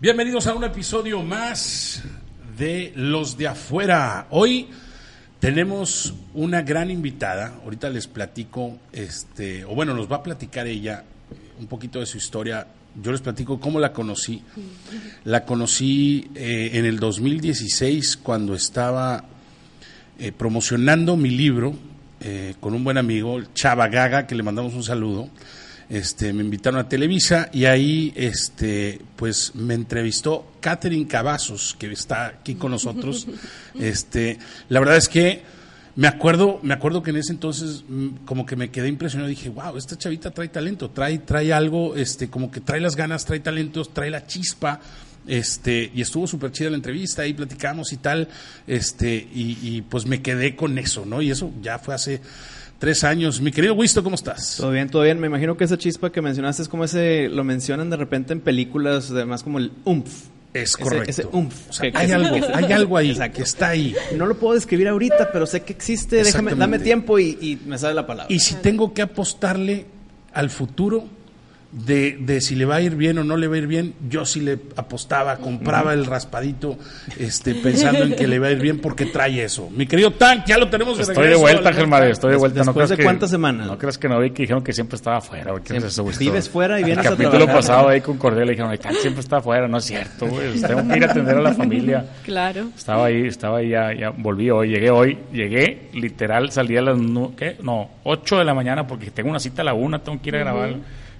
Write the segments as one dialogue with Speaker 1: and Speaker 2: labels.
Speaker 1: Bienvenidos a un episodio más de Los de afuera. Hoy tenemos una gran invitada. Ahorita les platico, este, o bueno, nos va a platicar ella un poquito de su historia. Yo les platico cómo la conocí. La conocí eh, en el 2016 cuando estaba eh, promocionando mi libro eh, con un buen amigo, el Chava Gaga, que le mandamos un saludo. Este, me invitaron a Televisa y ahí este, pues me entrevistó Catherine Cavazos, que está aquí con nosotros. Este, la verdad es que me acuerdo, me acuerdo que en ese entonces mm, como que me quedé impresionado, dije, wow, esta chavita trae talento, trae, trae algo, este, como que trae las ganas, trae talentos, trae la chispa. Este, y estuvo súper chida la entrevista, ahí platicamos y tal, este, y, y, pues me quedé con eso, ¿no? Y eso ya fue hace tres años. Mi querido Wisto, ¿cómo estás?
Speaker 2: Todo bien, todo bien. Me imagino que esa chispa que mencionaste es como ese, lo mencionan de repente en películas, además como el umph.
Speaker 1: Es
Speaker 2: Ese-
Speaker 1: correcto.
Speaker 2: ese umph,
Speaker 1: O sea,
Speaker 2: que-
Speaker 1: hay,
Speaker 2: que-
Speaker 1: algo,
Speaker 2: que-
Speaker 1: hay algo ahí
Speaker 2: Exacto.
Speaker 1: que está ahí.
Speaker 2: No lo puedo describir ahorita, pero sé que existe. Déjame, dame
Speaker 1: Exactamente.
Speaker 2: tiempo y, y me sale la palabra.
Speaker 1: Y si tengo que apostarle al futuro de, de si le va a ir bien o no le va a ir bien, yo sí le apostaba, compraba el raspadito este, pensando en que le va a ir bien porque trae eso. Mi querido Tank, ya lo tenemos de
Speaker 3: Estoy de
Speaker 1: regreso.
Speaker 3: vuelta,
Speaker 1: Alberto.
Speaker 3: Germán, estoy de vuelta.
Speaker 2: Después
Speaker 3: creas
Speaker 2: de
Speaker 3: que-
Speaker 2: cuántas semanas?
Speaker 3: No creas que no vi que dijeron que siempre estaba afuera. güey, ¿qué es eso, güey?
Speaker 2: Pues Vives fuera y vienes a
Speaker 3: El capítulo
Speaker 2: trabajar.
Speaker 3: pasado ahí con Cordel le dijeron, "Ay, Tan siempre está afuera, no es cierto, güey. pues, Tengo que ir a atender a la familia.
Speaker 4: Claro.
Speaker 3: Estaba ahí, estaba ahí, ya, ya volví hoy, llegué hoy, llegué, literal, salí a las nu- ¿qué? No, 8 de la mañana porque tengo una cita a la 1, tengo que ir a grabar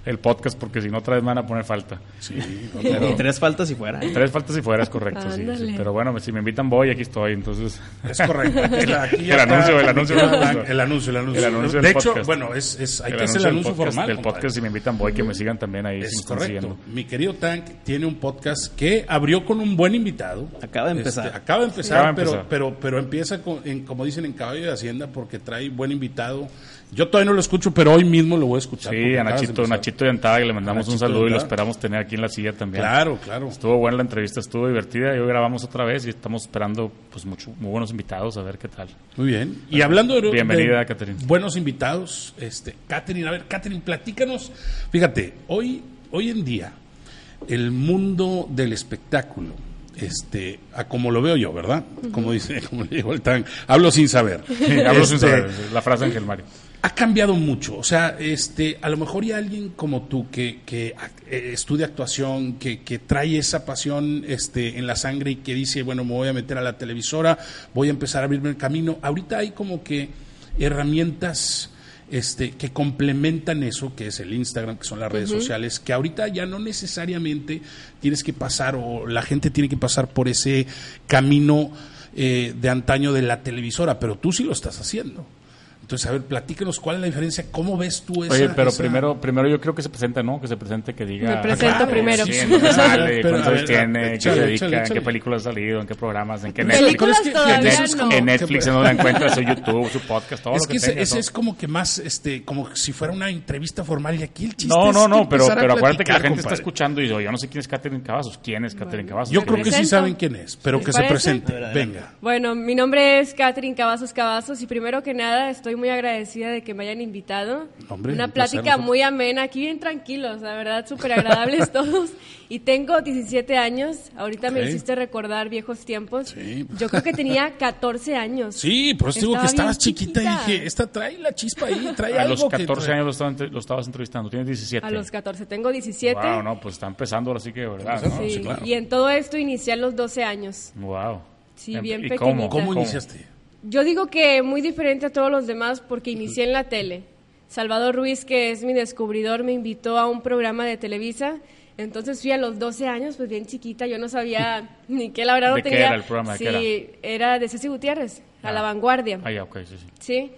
Speaker 3: el podcast porque si no otra vez me van a poner falta.
Speaker 1: Sí, no,
Speaker 2: Y
Speaker 1: pero
Speaker 2: tres faltas y fuera.
Speaker 3: Tres faltas y fuera es correcto, sí, sí.
Speaker 4: Ándale.
Speaker 3: Pero bueno, si me invitan voy, aquí estoy, entonces...
Speaker 1: es correcto. Aquí ya
Speaker 3: El
Speaker 1: está.
Speaker 3: anuncio, el anuncio.
Speaker 1: El anuncio, el anuncio.
Speaker 3: El anuncio
Speaker 1: de
Speaker 3: del
Speaker 1: hecho,
Speaker 3: podcast.
Speaker 1: bueno, es, es, hay
Speaker 3: El
Speaker 1: que hacer el
Speaker 3: del
Speaker 1: anuncio
Speaker 3: podcast-
Speaker 1: formal.
Speaker 3: Del
Speaker 1: compadre.
Speaker 3: podcast, si me invitan, voy, que me sigan también ahí. si me
Speaker 1: Es
Speaker 3: están
Speaker 1: correcto.
Speaker 3: siguiendo.
Speaker 1: Mi querido Tank tiene un podcast que abrió con un buen invitado. Este,
Speaker 2: Acaba de empezar.
Speaker 1: acaba de empezar,
Speaker 3: Acaba de
Speaker 1: pero,
Speaker 3: empezar.
Speaker 1: pero pero empieza con- en, como dicen en Caballo de Hacienda porque trae buen invitado. Yo todavía no lo escucho, pero hoy mismo lo voy a escuchar.
Speaker 3: Sí,
Speaker 1: porque
Speaker 3: a
Speaker 1: acabas de
Speaker 3: Nachito,
Speaker 1: empezar.
Speaker 3: Nachito de Antaga, le mandamos
Speaker 1: Nachito
Speaker 3: un saludo y lo
Speaker 1: Antaga.
Speaker 3: esperamos tener aquí en la silla también.
Speaker 1: Claro, claro.
Speaker 3: Estuvo buena la entrevista, estuvo divertida. y Hoy grabamos otra vez y estamos esperando pues mucho, muy buenos invitados a ver qué tal.
Speaker 1: Muy bien. Y hablando de,
Speaker 3: Bienvenida,
Speaker 1: de
Speaker 3: Catherine.
Speaker 1: buenos invitados, este, Catherine, a ver, Catherine, platícanos. Fíjate, hoy, hoy en día, el mundo del espectáculo, este, a como lo veo yo, ¿verdad? Como dice, como le digo el tan, hablo sin saber.
Speaker 3: Hablo sin
Speaker 1: Este,
Speaker 3: saber, la frase de Ángel Mario.
Speaker 1: ha cambiado mucho. O sea, este, a lo mejor ya alguien como tú que, que ac- eh, estudia actuación, que, que trae esa pasión este, en la sangre y que dice, bueno, me voy a meter a la televisora, voy a empezar a abrirme el camino. Ahorita hay como que herramientas este, que complementan eso, que es el Instagram, que son las redes sociales, que ahorita ya no necesariamente tienes que pasar o la gente tiene que pasar por ese camino eh, de antaño de la televisora, pero tú sí lo estás haciendo. Entonces, a ver, platícanos cuál es la diferencia, cómo ves tú
Speaker 4: Pues,
Speaker 1: esa.
Speaker 3: Oye, pero
Speaker 1: esa-
Speaker 3: primero, primero yo creo que se presente, ¿no? Que se presente, que diga.
Speaker 4: ah, Me presento
Speaker 3: Ah,
Speaker 4: primero.
Speaker 3: sí, ¿en dónde sale?
Speaker 1: Pero, a
Speaker 3: ¿Cuántos
Speaker 1: ver,
Speaker 3: años tiene? ¿Qué
Speaker 1: échale,
Speaker 3: se dedica?
Speaker 1: échale,
Speaker 3: ¿En qué
Speaker 1: échale.
Speaker 3: película ha salido? ¿En qué programas? ¿En qué Netflix?
Speaker 4: Películas
Speaker 1: Pero es que-
Speaker 3: En
Speaker 4: todavía
Speaker 3: Netflix,
Speaker 4: no.
Speaker 3: en Netflix,
Speaker 1: Que-
Speaker 3: en donde la encuentras, su YouTube, su podcast, todo
Speaker 1: Es
Speaker 3: lo que,
Speaker 1: que ese,
Speaker 3: tenga,
Speaker 1: ese
Speaker 3: todo.
Speaker 1: es como que más, este, como si fuera una entrevista formal y aquí el chiste.
Speaker 3: No,
Speaker 1: es
Speaker 3: no,
Speaker 1: que
Speaker 3: no, pero,
Speaker 1: empezar a
Speaker 3: pero acuérdate que la
Speaker 1: platicar,
Speaker 3: gente está
Speaker 1: compadre.
Speaker 3: escuchando y dice, yo no sé quién es Catherine Cavazos. ¿Quién es Catherine Cavazos? Eh,
Speaker 1: Yo creo que sí
Speaker 4: Presento.
Speaker 1: saben quién es, pero
Speaker 4: ¿Les
Speaker 1: que se
Speaker 4: parece?
Speaker 1: presente.
Speaker 2: A ver, adelante.
Speaker 1: Venga.
Speaker 4: Bueno, mi nombre es Catherine Cavazos Cavazos y primero que nada estoy muy agradecida de que me hayan invitado.
Speaker 1: Hombre,
Speaker 4: Una
Speaker 1: un placer,
Speaker 4: plática
Speaker 1: nosotros.
Speaker 4: muy amena, aquí bien tranquilos, la verdad, súper agradables todos. Y tengo 17 años, ahorita
Speaker 1: Ok.
Speaker 4: me hiciste recordar viejos tiempos.
Speaker 1: Sí.
Speaker 4: Yo creo que tenía 14 años.
Speaker 1: Sí, por eso digo
Speaker 4: Estaba
Speaker 1: que estabas
Speaker 4: bien
Speaker 1: chiquita, y
Speaker 4: chiquita.
Speaker 1: dije, esta trae la chispa ahí, trae
Speaker 3: A
Speaker 1: algo
Speaker 3: los
Speaker 1: que
Speaker 3: 14
Speaker 1: trae.
Speaker 3: años lo, estaban entre- lo estabas entrevistando, tienes 17.
Speaker 4: A los 14, tengo 17.
Speaker 3: Wow, no, pues está empezando ahora sí que, de ¿verdad?
Speaker 1: Está
Speaker 3: ¿no?
Speaker 4: Sí,
Speaker 1: sí, claro.
Speaker 4: Y en todo esto inicié a los 12 años.
Speaker 3: Wow.
Speaker 4: Sí,
Speaker 3: Em-
Speaker 4: bien
Speaker 3: ¿Y cómo?
Speaker 4: pequeñita.
Speaker 1: ¿Cómo iniciaste?
Speaker 4: Yo digo que muy diferente a todos los demás porque inicié en la tele. Salvador Ruiz, que es mi descubridor, me invitó a un programa de Televisa. Entonces fui a los 12 años, pues bien chiquita, yo no sabía ni qué, la verdad no
Speaker 3: ¿De qué
Speaker 4: tenía.
Speaker 3: era el programa? ¿De
Speaker 4: Sí,
Speaker 3: qué era?
Speaker 4: era de Ceci Gutiérrez, a
Speaker 3: Ah.
Speaker 4: la vanguardia.
Speaker 3: Ah, ya, ok, sí, sí.
Speaker 4: Sí,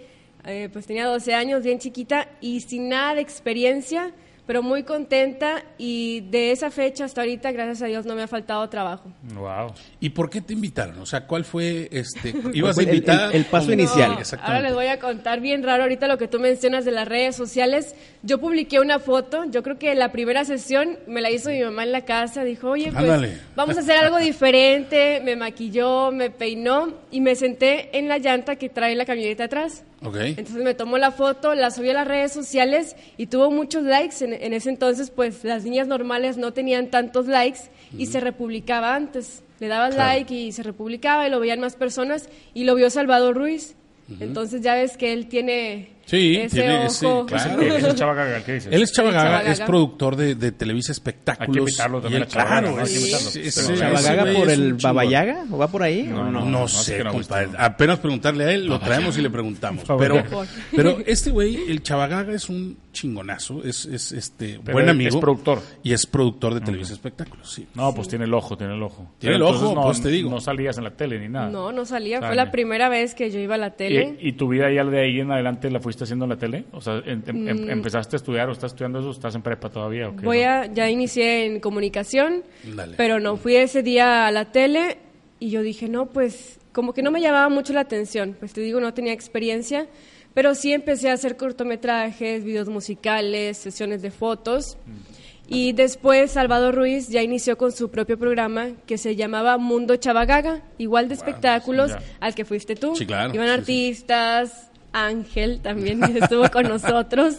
Speaker 4: eh, pues tenía 12 años, bien chiquita y sin nada de experiencia, pero muy contenta y de esa fecha hasta ahorita, gracias a Dios, no me ha faltado trabajo.
Speaker 3: Wow.
Speaker 1: ¿Y por qué te invitaron? O sea, ¿cuál fue este? ¿Ibas a
Speaker 2: El- el-
Speaker 1: invitar?
Speaker 2: el paso
Speaker 1: ¿Cómo? Ah,
Speaker 2: inicial.
Speaker 4: No, Ahora les
Speaker 1: Exactamente.
Speaker 4: voy a contar bien raro ahorita lo que tú mencionas de las redes sociales. Yo publiqué una foto, yo creo que la primera sesión me la hizo mi mamá en la casa, dijo, oye, pues
Speaker 1: Ándale.
Speaker 4: vamos a hacer algo diferente, me maquilló, me peinó y me senté en la llanta que trae la camioneta atrás.
Speaker 1: Ok.
Speaker 4: Entonces me tomó la foto, la subí a las redes sociales y tuvo muchos likes. En, en ese entonces, pues las niñas normales no tenían tantos likes y se republicaba antes. Le dabas like y se republicaba y lo veían más personas y lo vio Salvador Ruiz. Entonces ya ves que él tiene
Speaker 1: Sí,
Speaker 4: ese
Speaker 1: tiene
Speaker 4: ojo.
Speaker 1: ese, claro.
Speaker 3: Ese- ese Chava Gaga, ¿qué dices?
Speaker 1: Él es Chava
Speaker 4: Sí, Chava
Speaker 1: Gaga, es
Speaker 4: Gaga.
Speaker 1: productor de, de Televisa Espectáculos.
Speaker 3: Hay que invitarlo
Speaker 1: Y
Speaker 3: también a Chava Gaga,
Speaker 1: claro,
Speaker 3: ¿no? Hay que
Speaker 1: es-
Speaker 3: invitarlo.
Speaker 1: es-
Speaker 3: Pero
Speaker 1: es-
Speaker 3: Chava
Speaker 1: ese
Speaker 2: ¿Chavallaga
Speaker 1: güey
Speaker 2: por
Speaker 1: es un
Speaker 2: el
Speaker 1: chingón.
Speaker 2: Babayaga? ¿O va por ahí? o
Speaker 1: No,
Speaker 2: no?
Speaker 1: sé,
Speaker 3: que no me
Speaker 1: compadre. Apenas preguntarle a él, lo traemos y le preguntamos.
Speaker 3: Por
Speaker 1: Pero,
Speaker 3: favor.
Speaker 1: pero este güey, el Chavagaga, es un chingonazo, es, es este
Speaker 3: Pero
Speaker 1: buen
Speaker 3: es-
Speaker 1: amigo.
Speaker 3: es productor.
Speaker 1: Y es productor de Televisa Espectáculos, sí.
Speaker 3: No, pues tiene el ojo, tiene el ojo.
Speaker 1: Tiene el
Speaker 3: entonces
Speaker 1: ojo,
Speaker 3: no,
Speaker 1: pues te digo.
Speaker 3: No salías en la tele ni nada.
Speaker 4: No, no salía.
Speaker 3: Sale.
Speaker 4: Fue la primera vez que yo iba a la tele.
Speaker 3: ¿Y, y tu vida ya de ahí en adelante la fuiste haciendo en la tele? O sea, en- em- em- ¿empezaste a estudiar o estás estudiando eso? o ¿Estás en prepa todavía? o qué?
Speaker 4: Mm. Voy a, ya inicié en comunicación,
Speaker 1: Dale.
Speaker 4: pero no fui ese día a la tele y yo dije, no, pues como que no me llamaba mucho la atención, pues te digo, no tenía experiencia, pero sí empecé a hacer cortometrajes, videos musicales, sesiones de fotos.
Speaker 1: Mm.
Speaker 4: Y después Salvador Ruiz ya inició con su propio programa que se llamaba Mundo Chavagaga, igual de espectáculos
Speaker 3: ya.
Speaker 4: al que fuiste tú.
Speaker 1: Sí, claro,
Speaker 4: Iban
Speaker 1: sí, sí.
Speaker 4: artistas, Ángel también estuvo con nosotros.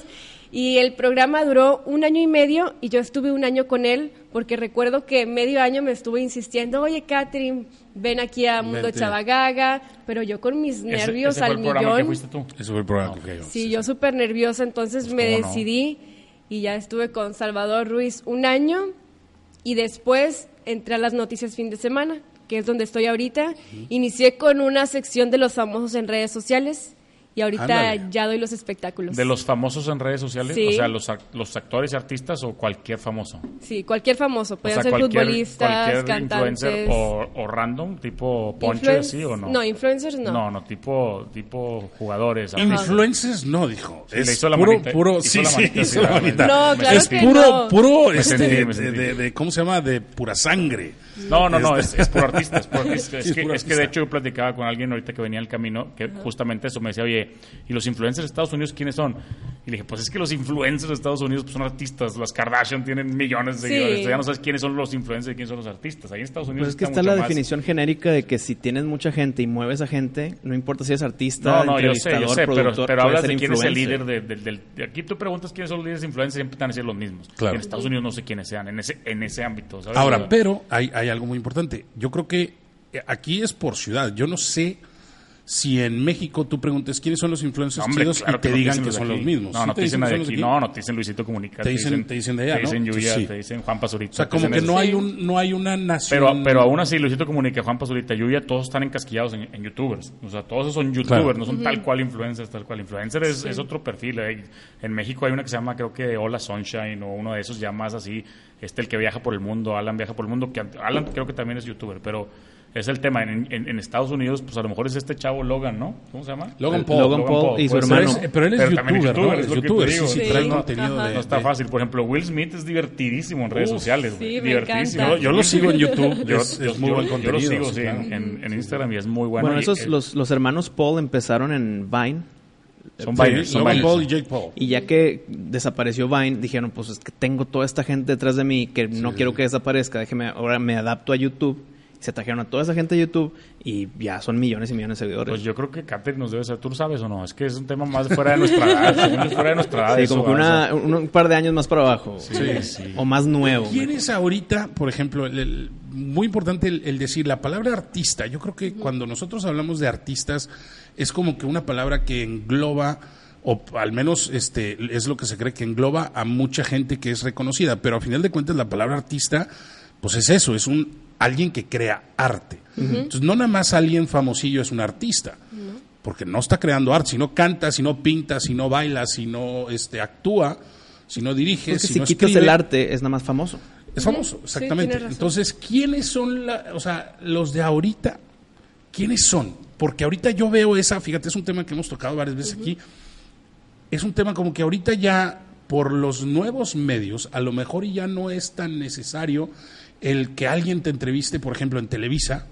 Speaker 4: Y el programa duró un año y medio y yo estuve un año con él porque recuerdo que medio año me estuvo insistiendo, oye Catherine, ven aquí a Mundo
Speaker 1: Vente.
Speaker 4: Chavagaga, pero yo con mis
Speaker 3: Ese-
Speaker 4: nervios
Speaker 3: ese fue
Speaker 4: al
Speaker 3: el programa que
Speaker 4: millón.
Speaker 3: fuiste tú?
Speaker 1: Ese fue el programa que fue yo.
Speaker 4: Sí, yo súper nerviosa, entonces
Speaker 3: Pues,
Speaker 4: me
Speaker 3: ¿cómo no?
Speaker 4: decidí y ya estuve con Salvador Ruiz un año y después entré a las noticias fin de semana, que es donde estoy ahorita. Inicié con una sección de los famosos en redes sociales y ahorita
Speaker 1: Ándale.
Speaker 4: ya doy los espectáculos.
Speaker 3: ¿De los famosos en redes sociales?
Speaker 4: Sí.
Speaker 3: O sea, los, ac- los actores y artistas o cualquier famoso.
Speaker 4: Sí, cualquier famoso,
Speaker 3: O
Speaker 4: pueden
Speaker 3: sea,
Speaker 4: ser
Speaker 3: cualquier,
Speaker 4: futbolistas,
Speaker 3: cualquier influencer
Speaker 4: cantantes.
Speaker 3: o, o random, tipo poncho y
Speaker 4: influen-
Speaker 3: así o no.
Speaker 4: No, influencers no.
Speaker 3: No, no, tipo, tipo jugadores. artistas.
Speaker 1: Influencers no, dijo.
Speaker 3: Sí, le
Speaker 1: es
Speaker 3: hizo la
Speaker 1: puro,
Speaker 3: manita,
Speaker 1: puro,
Speaker 3: hizo
Speaker 1: sí,
Speaker 3: la
Speaker 1: sí,
Speaker 3: manita,
Speaker 1: hizo
Speaker 3: sí,
Speaker 1: la
Speaker 3: la
Speaker 1: manita.
Speaker 4: manita. No, claro
Speaker 1: es
Speaker 4: que
Speaker 1: puro,
Speaker 4: no.
Speaker 1: puro,
Speaker 3: Me
Speaker 1: este,
Speaker 3: sentí, me
Speaker 1: de-
Speaker 3: sentí.
Speaker 1: de- de- ¿cómo se llama? De pura sangre. Este.
Speaker 3: No, no, no, es, es puro artista, es puro artista. Es,
Speaker 1: Sí, es
Speaker 3: que,
Speaker 1: puro
Speaker 3: es que de
Speaker 1: artista.
Speaker 3: hecho yo platicaba con alguien ahorita que venía al camino, que justamente eso me decía, oye, ¿y los influencers de Estados Unidos quiénes son? Y le dije, pues es que los influencers de Estados Unidos pues, son artistas, las Kardashian tienen millones de
Speaker 4: Sí.
Speaker 3: seguidores, ya no sabes quiénes son los influencers y quiénes son los artistas. Ahí en Estados Unidos
Speaker 2: Pues es que está
Speaker 3: mucho
Speaker 2: la
Speaker 3: más-
Speaker 2: definición genérica de que si tienes mucha gente y mueves a gente, no importa si eres artista,
Speaker 3: No, no, yo sé,
Speaker 2: entrevistador,
Speaker 3: yo sé, pero,
Speaker 2: productor,
Speaker 3: pero
Speaker 2: puedes
Speaker 3: hablas
Speaker 2: ser
Speaker 3: de quién es el
Speaker 2: influencer.
Speaker 3: líder de- del... del- de aquí tú preguntas quiénes son los líderes de influencers, siempre te van a decir los mismos.
Speaker 1: Claro.
Speaker 3: Y en Estados Unidos no sé quiénes sean, en ese, en ese ámbito. ¿sabes? O
Speaker 1: Ahora,
Speaker 3: sea,
Speaker 1: pero hay, hay algo muy importante. Yo creo que eh, aquí es por ciudad. Yo no sé si en México tú preguntes quiénes son los influencers
Speaker 3: Hombre,
Speaker 1: chidos
Speaker 3: claro
Speaker 1: y te
Speaker 3: no
Speaker 1: digan
Speaker 3: dicen
Speaker 1: que son
Speaker 3: de
Speaker 1: los
Speaker 3: aquí.
Speaker 1: mismos.
Speaker 3: No,
Speaker 1: ¿Sí
Speaker 3: no te dicen
Speaker 1: que
Speaker 3: de
Speaker 1: son los
Speaker 3: aquí.
Speaker 1: de
Speaker 3: No, no te dicen Luisito Comunica.
Speaker 1: Te dicen- te dicen de allá,
Speaker 3: Te
Speaker 1: ¿no?
Speaker 3: dicen Yuya,
Speaker 1: Sí.
Speaker 3: te dicen Juan Pazurita.
Speaker 1: O sea,
Speaker 3: te
Speaker 1: como que
Speaker 3: dicen
Speaker 1: no
Speaker 3: eso.
Speaker 1: hay, un, no hay una nación.
Speaker 3: Pero, pero aún así, Luisito Comunica, Juan Pazurita, Yuya, todos están encasquillados en, en YouTubers. O sea, todos esos son YouTubers,
Speaker 1: Claro.
Speaker 3: no son tal cual influencers, tal cual. Influencer es, es otro perfil. eh. En México hay una que se llama, creo que Hola Sunshine o uno de esos ya más así. Este, el que viaja por el mundo, Alan viaja por el mundo. que Alan creo que también es YouTuber, pero es el tema. En, en- en Estados Unidos, pues a lo mejor es este chavo Logan, ¿no? ¿Cómo se llama?
Speaker 1: Logan
Speaker 2: Eh,
Speaker 1: Paul.
Speaker 2: Logan Paul y su
Speaker 3: puede ser.
Speaker 1: Pero,
Speaker 2: hermano.
Speaker 1: es- pero él es
Speaker 3: Pero también
Speaker 1: youtuber, ¿no?
Speaker 3: youtuber,
Speaker 1: Es
Speaker 3: es lo que te
Speaker 1: youtuber, sí,
Speaker 3: digo.
Speaker 1: sí,
Speaker 4: Sí,
Speaker 1: trae
Speaker 4: no,
Speaker 1: contenido
Speaker 4: ajá.
Speaker 1: de-
Speaker 3: No está
Speaker 1: de-
Speaker 3: fácil. Por ejemplo, Will Smith es divertidísimo en redes
Speaker 1: Uf,
Speaker 3: sociales. güey.
Speaker 4: sí, me
Speaker 3: divertidísimo.
Speaker 4: encanta.
Speaker 1: Yo lo sigo en YouTube,
Speaker 3: Yo,
Speaker 1: es-
Speaker 3: yo-
Speaker 1: es muy
Speaker 3: yo-
Speaker 1: buen
Speaker 3: yo
Speaker 1: contenido,
Speaker 3: lo sigo,
Speaker 1: sí,
Speaker 3: sí,
Speaker 1: claro.
Speaker 3: en, en Instagram y es muy bueno.
Speaker 2: Bueno,
Speaker 3: Y-
Speaker 2: esos,
Speaker 3: eh,
Speaker 2: los, los hermanos Paul empezaron en Vine.
Speaker 3: son
Speaker 1: Sí,
Speaker 3: Biners, son
Speaker 1: Logan
Speaker 3: Biners.
Speaker 1: Paul y Jake Paul.
Speaker 2: Y ya que desapareció Vine, dijeron, pues es que tengo toda esta gente detrás de mí que no quiero que desaparezca, déjeme, ahora me adapto a YouTube. Se trajeron a toda esa gente a YouTube y ya son millones y millones de seguidores.
Speaker 3: Pues yo creo que Catherine nos debe ser, tú lo sabes o no, es que es un tema más fuera de nuestra edad, según yo, fuera de nuestra edad.
Speaker 2: sí,
Speaker 3: ah, eso,
Speaker 2: como que
Speaker 3: ¿verdad?
Speaker 2: una- un, un par de años más para abajo.
Speaker 3: Sí, sí.
Speaker 2: O más nuevo.
Speaker 1: ¿Quién es ahorita, por ejemplo, el- el- muy importante el, el decir la palabra artista? Yo creo que cuando nosotros hablamos de artistas es como que una palabra que engloba o p- al menos este es lo que se cree que engloba a mucha gente que es reconocida, pero a final de cuentas la palabra artista pues es eso, es un alguien que crea arte. Entonces no nada más alguien famosillo es un artista. Porque no está creando arte, si no canta, si no pinta, si no baila, si no este, actúa, si no dirige,
Speaker 2: Porque
Speaker 1: si,
Speaker 2: si,
Speaker 1: no
Speaker 2: quitas
Speaker 1: escribe.
Speaker 2: el arte, es nada más famoso.
Speaker 1: Es famoso,
Speaker 4: Sí,
Speaker 1: exactamente.
Speaker 4: tienes razón.
Speaker 1: Entonces, ¿quiénes son la, o sea, los de ahorita? ¿Quiénes son? Porque ahorita yo veo esa, fíjate, es un tema que hemos tocado varias veces aquí. Es un tema como que ahorita ya por los nuevos medios, a lo mejor y ya no es tan necesario el que alguien te entreviste, por ejemplo, en Televisa,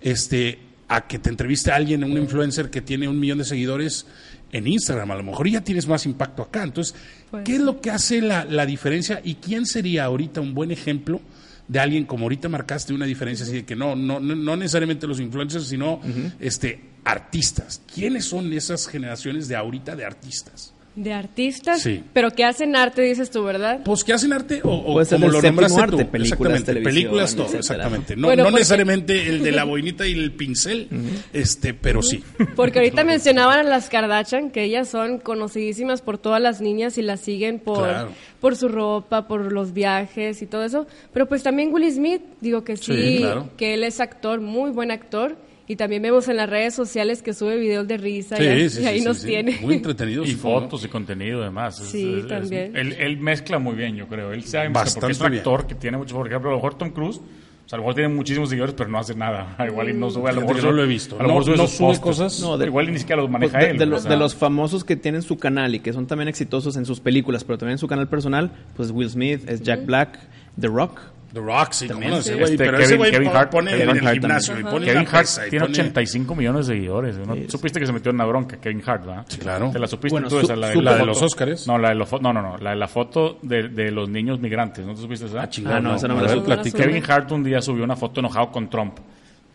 Speaker 1: este, a que te entreviste a alguien, un influencer que tiene un millón de seguidores en Instagram. A lo mejor ya tienes más impacto acá. Entonces,
Speaker 4: Pues
Speaker 1: ¿qué es lo que hace la, la diferencia y quién sería ahorita un buen ejemplo de alguien como ahorita marcaste una diferencia así de que no, no, no, no necesariamente los influencers, sino este, artistas? ¿Quiénes son esas generaciones de ahorita de artistas?
Speaker 4: de artistas,
Speaker 1: Sí.
Speaker 4: pero que hacen arte, dices tú, ¿verdad?
Speaker 1: Pues que hacen arte o, o
Speaker 2: Puede ser
Speaker 1: como
Speaker 2: Pues del
Speaker 1: lo
Speaker 2: séptimo
Speaker 1: nombraste
Speaker 2: arte,
Speaker 1: tú.
Speaker 2: películas,
Speaker 1: exactamente,
Speaker 2: televisión,
Speaker 1: películas, todo,
Speaker 2: etcétera.
Speaker 1: exactamente. No,
Speaker 4: Bueno, pues
Speaker 1: no
Speaker 4: porque-
Speaker 1: necesariamente el de la boinita y el pincel, este, pero sí.
Speaker 4: Porque ahorita mencionaban a las Kardashian, que ellas son conocidísimas por todas las niñas y las siguen por,
Speaker 1: Claro.
Speaker 4: por su ropa, por los viajes y todo eso. Pero pues también Will Smith, digo que sí,
Speaker 1: Sí, claro.
Speaker 4: que él es actor, muy buen actor. Y también vemos en las redes sociales que sube videos de risa y, ahí- y ahí nos tiene.
Speaker 1: Muy entretenidos.
Speaker 3: Y
Speaker 1: sí, cómo no.
Speaker 3: fotos y contenido, además. Es-
Speaker 4: Sí,
Speaker 3: es- es-
Speaker 4: también.
Speaker 3: él, él mezcla muy bien, yo creo. Él sabe mezclar, porque es un
Speaker 1: Bastante
Speaker 3: actor que tiene mucho. Por ejemplo, a lo mejor Tom Cruise, o sea, a lo mejor tiene muchísimos seguidores, pero no hace nada. Ah, Igual y no sube. A
Speaker 1: Fíjate
Speaker 3: lo mejor
Speaker 1: que
Speaker 3: sube-
Speaker 1: no lo he visto.
Speaker 3: A lo mejor
Speaker 1: No- no
Speaker 3: sus
Speaker 1: sube
Speaker 3: posts.
Speaker 1: cosas.
Speaker 2: No, de-
Speaker 3: igual y ni siquiera los maneja
Speaker 2: Pues, de,
Speaker 3: él.
Speaker 2: de
Speaker 3: o
Speaker 2: los,
Speaker 3: sea.
Speaker 2: de los famosos que tienen su canal y que son también exitosos en sus películas, pero también en su canal personal, pues Will Smith, es Jack Black, The Rock.
Speaker 1: The Rock, sí, cómo
Speaker 2: También,
Speaker 1: no, ese
Speaker 4: sí.
Speaker 1: güey,
Speaker 3: Este,
Speaker 1: pero
Speaker 3: Kevin-
Speaker 1: ese güey
Speaker 3: Kevin
Speaker 1: pone-
Speaker 3: Hart,
Speaker 1: pone
Speaker 2: Kevin
Speaker 1: en
Speaker 2: Hart
Speaker 1: el gimnasio y
Speaker 2: también.
Speaker 1: pone
Speaker 3: Kevin
Speaker 1: la
Speaker 3: Hart
Speaker 1: pesa y
Speaker 3: tiene
Speaker 1: pone-
Speaker 3: 85 millones de seguidores. ¿no?
Speaker 2: Sí, sí.
Speaker 3: Supiste que se metió en una bronca, Kevin Hart, ¿verdad?
Speaker 1: Sí, claro.
Speaker 3: Te la supiste
Speaker 2: Bueno,
Speaker 3: tú,
Speaker 2: su-
Speaker 3: esa, la,
Speaker 1: su-
Speaker 3: la
Speaker 1: de
Speaker 3: foto-
Speaker 1: los Óscares.
Speaker 3: No, la de los fo- no, no, no, la de la foto de, de los niños migrantes. ¿No te supiste esa?
Speaker 1: Ah, chingado,
Speaker 2: Ah, no, esa no me
Speaker 1: a
Speaker 2: la
Speaker 1: ver,
Speaker 4: supe.
Speaker 1: platica.
Speaker 4: No me la
Speaker 3: Kevin Hart un día subió una foto enojado con Trump.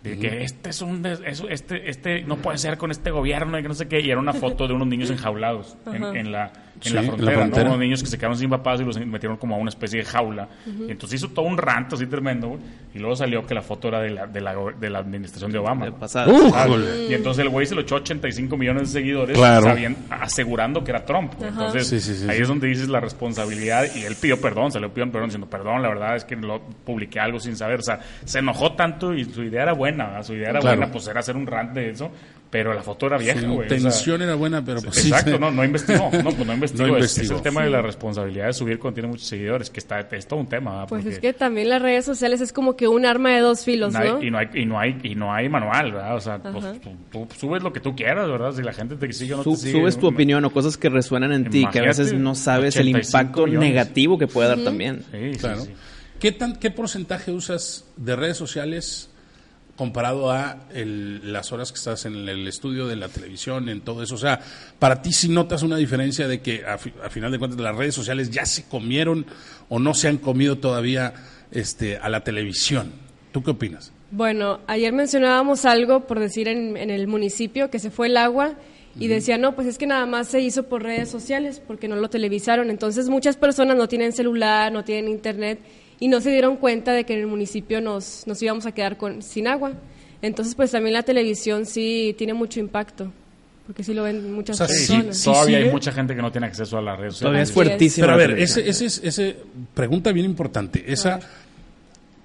Speaker 3: De que este es un. des- eso- este, este no puede ser con este gobierno y que no sé qué. Y era una foto de unos niños enjaulados en, en la, en
Speaker 1: Sí,
Speaker 3: la
Speaker 1: en la
Speaker 3: frontera. ¿no?
Speaker 1: frontera.
Speaker 3: Unos niños que se quedaron sin papás y los metieron como a una especie de jaula. Y entonces hizo todo un ranto así tremendo. güey. Y luego salió que la foto era de la, de la, go- de la administración de Obama.
Speaker 2: de
Speaker 3: güey.
Speaker 2: pasada.
Speaker 1: ¡Ujole!
Speaker 3: Y entonces el güey se lo echó 85 millones de seguidores
Speaker 1: Claro.
Speaker 3: sabien- asegurando que era Trump. Entonces
Speaker 1: Sí, sí, sí,
Speaker 3: ahí
Speaker 1: sí.
Speaker 3: es donde dices la responsabilidad y él pidió perdón, se le pidió perdón diciendo perdón, la verdad es que lo publiqué algo sin saber. O sea, se enojó tanto y su idea era buena, ¿verdad? su idea era
Speaker 1: Claro.
Speaker 3: buena, pues era hacer un rant de eso, pero la foto era vieja,
Speaker 1: Su
Speaker 3: güey. o sea,
Speaker 1: intención era buena, pero pues sí.
Speaker 3: Exacto,
Speaker 1: se-
Speaker 3: no, no investigó, no, pues no investigó.
Speaker 1: No
Speaker 3: es- Es,
Speaker 1: investigó.
Speaker 3: el tema de la responsabilidad de subir cuando tiene muchos seguidores, que está, es todo un tema. ¿verdad?
Speaker 4: Pues es
Speaker 3: Porque-
Speaker 4: que también las redes sociales es como que un arma de dos filos,
Speaker 3: no hay-
Speaker 4: ¿no?
Speaker 3: Y no hay y no hay y no hay manual, ¿verdad? O sea, pues, tú, tú subes lo que tú quieras, ¿verdad? Si la gente te sigue o no
Speaker 2: Su-
Speaker 3: te sigue.
Speaker 2: subes
Speaker 3: ¿no?
Speaker 2: tu opinión o cosas que resuenan en ti, que a veces
Speaker 3: Imagínate,
Speaker 2: no sabes el
Speaker 3: 85
Speaker 2: impacto
Speaker 3: millones.
Speaker 2: negativo que puede dar también.
Speaker 3: Sí, sí,
Speaker 1: Claro.
Speaker 3: sí.
Speaker 1: ¿Qué, tan, ¿Qué porcentaje usas de redes sociales comparado a el- las horas que estás en el estudio de la televisión, en todo eso? O sea, para ti si notas una diferencia de que a, fi- a final de cuentas las redes sociales ya se comieron o no se han comido todavía este, a la televisión. ¿Tú qué opinas?
Speaker 4: Bueno, ayer mencionábamos algo, por decir, en, en el municipio, que se fue el agua y decía, no, pues es que nada más se hizo por redes sociales, porque no lo televisaron. Entonces muchas personas no tienen celular, no tienen internet y no se dieron cuenta de que en el municipio nos, nos íbamos a quedar con, sin agua. Entonces, pues también la televisión sí tiene mucho impacto, porque Pues sí lo ven muchas
Speaker 1: O sea, sí,
Speaker 4: personas.
Speaker 1: sí,
Speaker 3: Todavía hay
Speaker 1: sigue.
Speaker 3: mucha gente que no tiene acceso a las redes
Speaker 2: Todavía
Speaker 3: sociales.
Speaker 2: es fuertísimo.
Speaker 1: Pero a
Speaker 2: la
Speaker 1: ver,
Speaker 2: televisión.
Speaker 1: ese, ese, es- ese pregunta bien importante. Esa,
Speaker 3: Ah.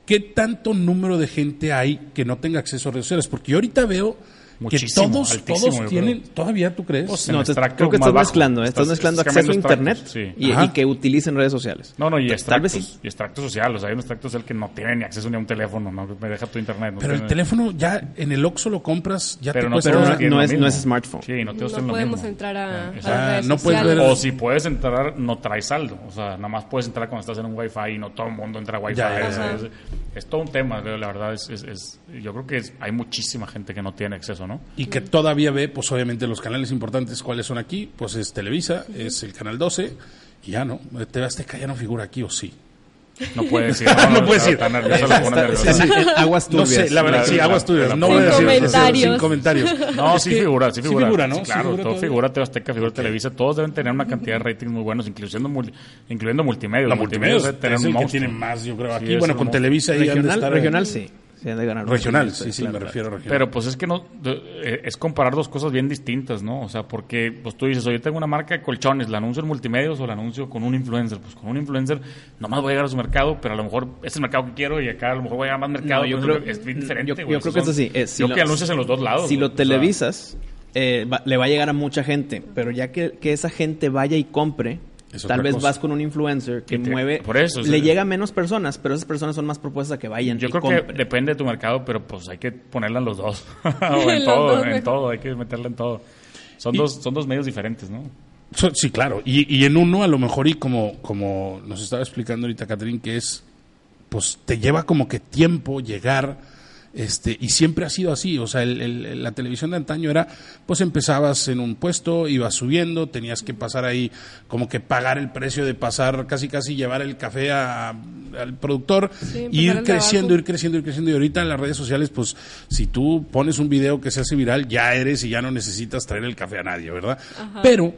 Speaker 1: ¿qué tanto número de gente hay que no tenga acceso a redes sociales? Porque yo ahorita veo
Speaker 3: Muchísimo,
Speaker 1: que todos,
Speaker 3: altísimo, yo
Speaker 1: todos
Speaker 3: creo.
Speaker 1: tienen, todavía tú crees.
Speaker 3: Pues, en
Speaker 2: No,
Speaker 3: los
Speaker 2: te-
Speaker 3: extractos
Speaker 2: creo que
Speaker 3: más
Speaker 2: estás
Speaker 3: bajos.
Speaker 2: mezclando, ¿eh? estás,
Speaker 3: Estás-
Speaker 2: mezclando
Speaker 3: estás
Speaker 2: acceso a
Speaker 3: cambiando
Speaker 2: internet
Speaker 3: extractos, sí.
Speaker 2: y,
Speaker 1: Ajá.
Speaker 2: y que utilicen redes sociales.
Speaker 3: No, no, y
Speaker 2: Tal- Tal vez
Speaker 3: extractos,
Speaker 2: sí.
Speaker 3: y extractos sociales. O sea, hay un extracto social que no tiene ni acceso ni a un teléfono, ¿no? Me deja tu internet. no
Speaker 1: Pero el
Speaker 3: tiene-
Speaker 1: teléfono ya en el Oxxo lo compras, ya
Speaker 3: Pero
Speaker 1: te
Speaker 3: no
Speaker 1: cuesta.
Speaker 3: te
Speaker 2: Pero
Speaker 3: lo
Speaker 2: no-
Speaker 3: tienen
Speaker 2: no
Speaker 3: lo
Speaker 2: es- no
Speaker 3: mismo.
Speaker 2: es smartphone.
Speaker 3: Sí, no te lo
Speaker 4: No
Speaker 3: tienen lo
Speaker 4: podemos
Speaker 3: mismo.
Speaker 4: entrar
Speaker 3: Ah,
Speaker 4: a, a
Speaker 3: exacto.
Speaker 4: redes
Speaker 1: no puedes
Speaker 4: sociales.
Speaker 1: ver-
Speaker 3: O si puedes entrar, no trae saldo. O sea, nada más puedes entrar cuando estás en un wifi y no todo el mundo entra a wifi.
Speaker 1: Ya, ya,
Speaker 3: es,
Speaker 4: ya.
Speaker 3: es- es todo un tema, creo, la verdad. Es, es- es- yo creo que es- hay muchísima gente que no tiene acceso, ¿no?
Speaker 1: Y que todavía ve, pues obviamente los canales importantes, ¿cuáles son aquí? Pues es Televisa, es el Canal 12, y ya no. TV Azteca ya no figura aquí, ¿o sí.
Speaker 3: No puede decir.
Speaker 1: No puede decir.
Speaker 3: Está nervioso, lo pone nervioso.
Speaker 2: Sí, sí, aguas
Speaker 1: No
Speaker 2: turbias.
Speaker 1: sé, la verdad,
Speaker 3: La-
Speaker 1: sí,
Speaker 3: la-
Speaker 1: aguas tuyas.
Speaker 3: la-
Speaker 1: No
Speaker 4: Sin
Speaker 1: voy a decir
Speaker 4: comentarios.
Speaker 1: sin comentarios.
Speaker 3: No,
Speaker 1: Es
Speaker 3: sí
Speaker 1: que-
Speaker 3: figura, sí figura.
Speaker 1: ¿no?
Speaker 3: Sí, claro,
Speaker 1: figura
Speaker 3: todo
Speaker 1: todo.
Speaker 3: figura, TV Azteca, figura Televisa, todos deben tener una cantidad de ratings muy buenos, incluyendo, mul- incluyendo multimedia.
Speaker 1: La
Speaker 3: Los
Speaker 1: multimedia
Speaker 3: multimedios
Speaker 1: es
Speaker 3: deben tener
Speaker 1: el
Speaker 3: un
Speaker 1: que
Speaker 3: monstruo.
Speaker 1: tiene más, yo creo,
Speaker 3: Sí,
Speaker 1: aquí.
Speaker 3: es
Speaker 1: bueno,
Speaker 3: un
Speaker 1: con
Speaker 3: monstruo.
Speaker 1: Televisa ahí han de
Speaker 2: Regional,
Speaker 1: estar-
Speaker 2: regional sí. Sí, han de ganar.
Speaker 1: Regional, sí, sí,
Speaker 2: Claro,
Speaker 1: me
Speaker 2: claro.
Speaker 1: refiero a regional.
Speaker 3: Pero pues es que no de- eh, es comparar dos cosas bien distintas, ¿no? O sea, porque pues tú dices, oye, tengo una marca de colchones, la anuncio en multimedios o la anuncio con un influencer. Pues con un influencer nomás voy a llegar a su mercado, pero a lo mejor es el mercado que quiero y acá a lo mejor voy a llegar a más mercado.
Speaker 2: No, yo
Speaker 3: entonces
Speaker 2: creo-
Speaker 3: es bien diferente,
Speaker 2: yo- yo
Speaker 3: güey.
Speaker 2: creo que
Speaker 3: Son-
Speaker 2: es así, eh, si
Speaker 3: yo
Speaker 2: lo-
Speaker 3: que anuncias en los dos lados.
Speaker 2: Si
Speaker 3: güey.
Speaker 2: lo
Speaker 3: O sea,
Speaker 2: televisas, eh, va- le va a llegar a mucha gente, pero ya que, que esa gente vaya y compre,
Speaker 1: Es otra
Speaker 2: tal vez
Speaker 1: cosa.
Speaker 2: vas con un influencer que
Speaker 3: Y te-
Speaker 2: mueve,
Speaker 3: por eso, o sea,
Speaker 2: le llega a menos personas, pero esas personas son más propuestas a que vayan
Speaker 3: Yo
Speaker 2: y
Speaker 3: creo que
Speaker 2: compren.
Speaker 3: depende de tu mercado, pero pues hay que ponerla en los dos. o en
Speaker 4: Los
Speaker 3: todo,
Speaker 4: dos,
Speaker 3: en
Speaker 4: mejor.
Speaker 3: todo, hay que meterla en todo. Son,
Speaker 1: Y-
Speaker 3: dos, son dos medios diferentes, ¿no?
Speaker 1: So- Sí, claro. Y, y en uno, a lo mejor, y como, como nos estaba explicando ahorita Catrín, que es, pues te lleva como que tiempo llegar, este, y siempre ha sido así. O sea, el- el- la televisión de antaño era, pues empezabas en un puesto, ibas subiendo, tenías que pasar ahí, como que pagar el precio de pasar, casi casi llevar el café a- al productor,
Speaker 4: Sí,
Speaker 1: y
Speaker 4: empezar
Speaker 1: ir
Speaker 4: el
Speaker 1: creciendo,
Speaker 4: trabajo.
Speaker 1: ir creciendo, ir creciendo. Y ahorita en las redes sociales, pues si tú pones un video que se hace viral, ya eres y ya no necesitas traer el café a nadie, ¿verdad? Pero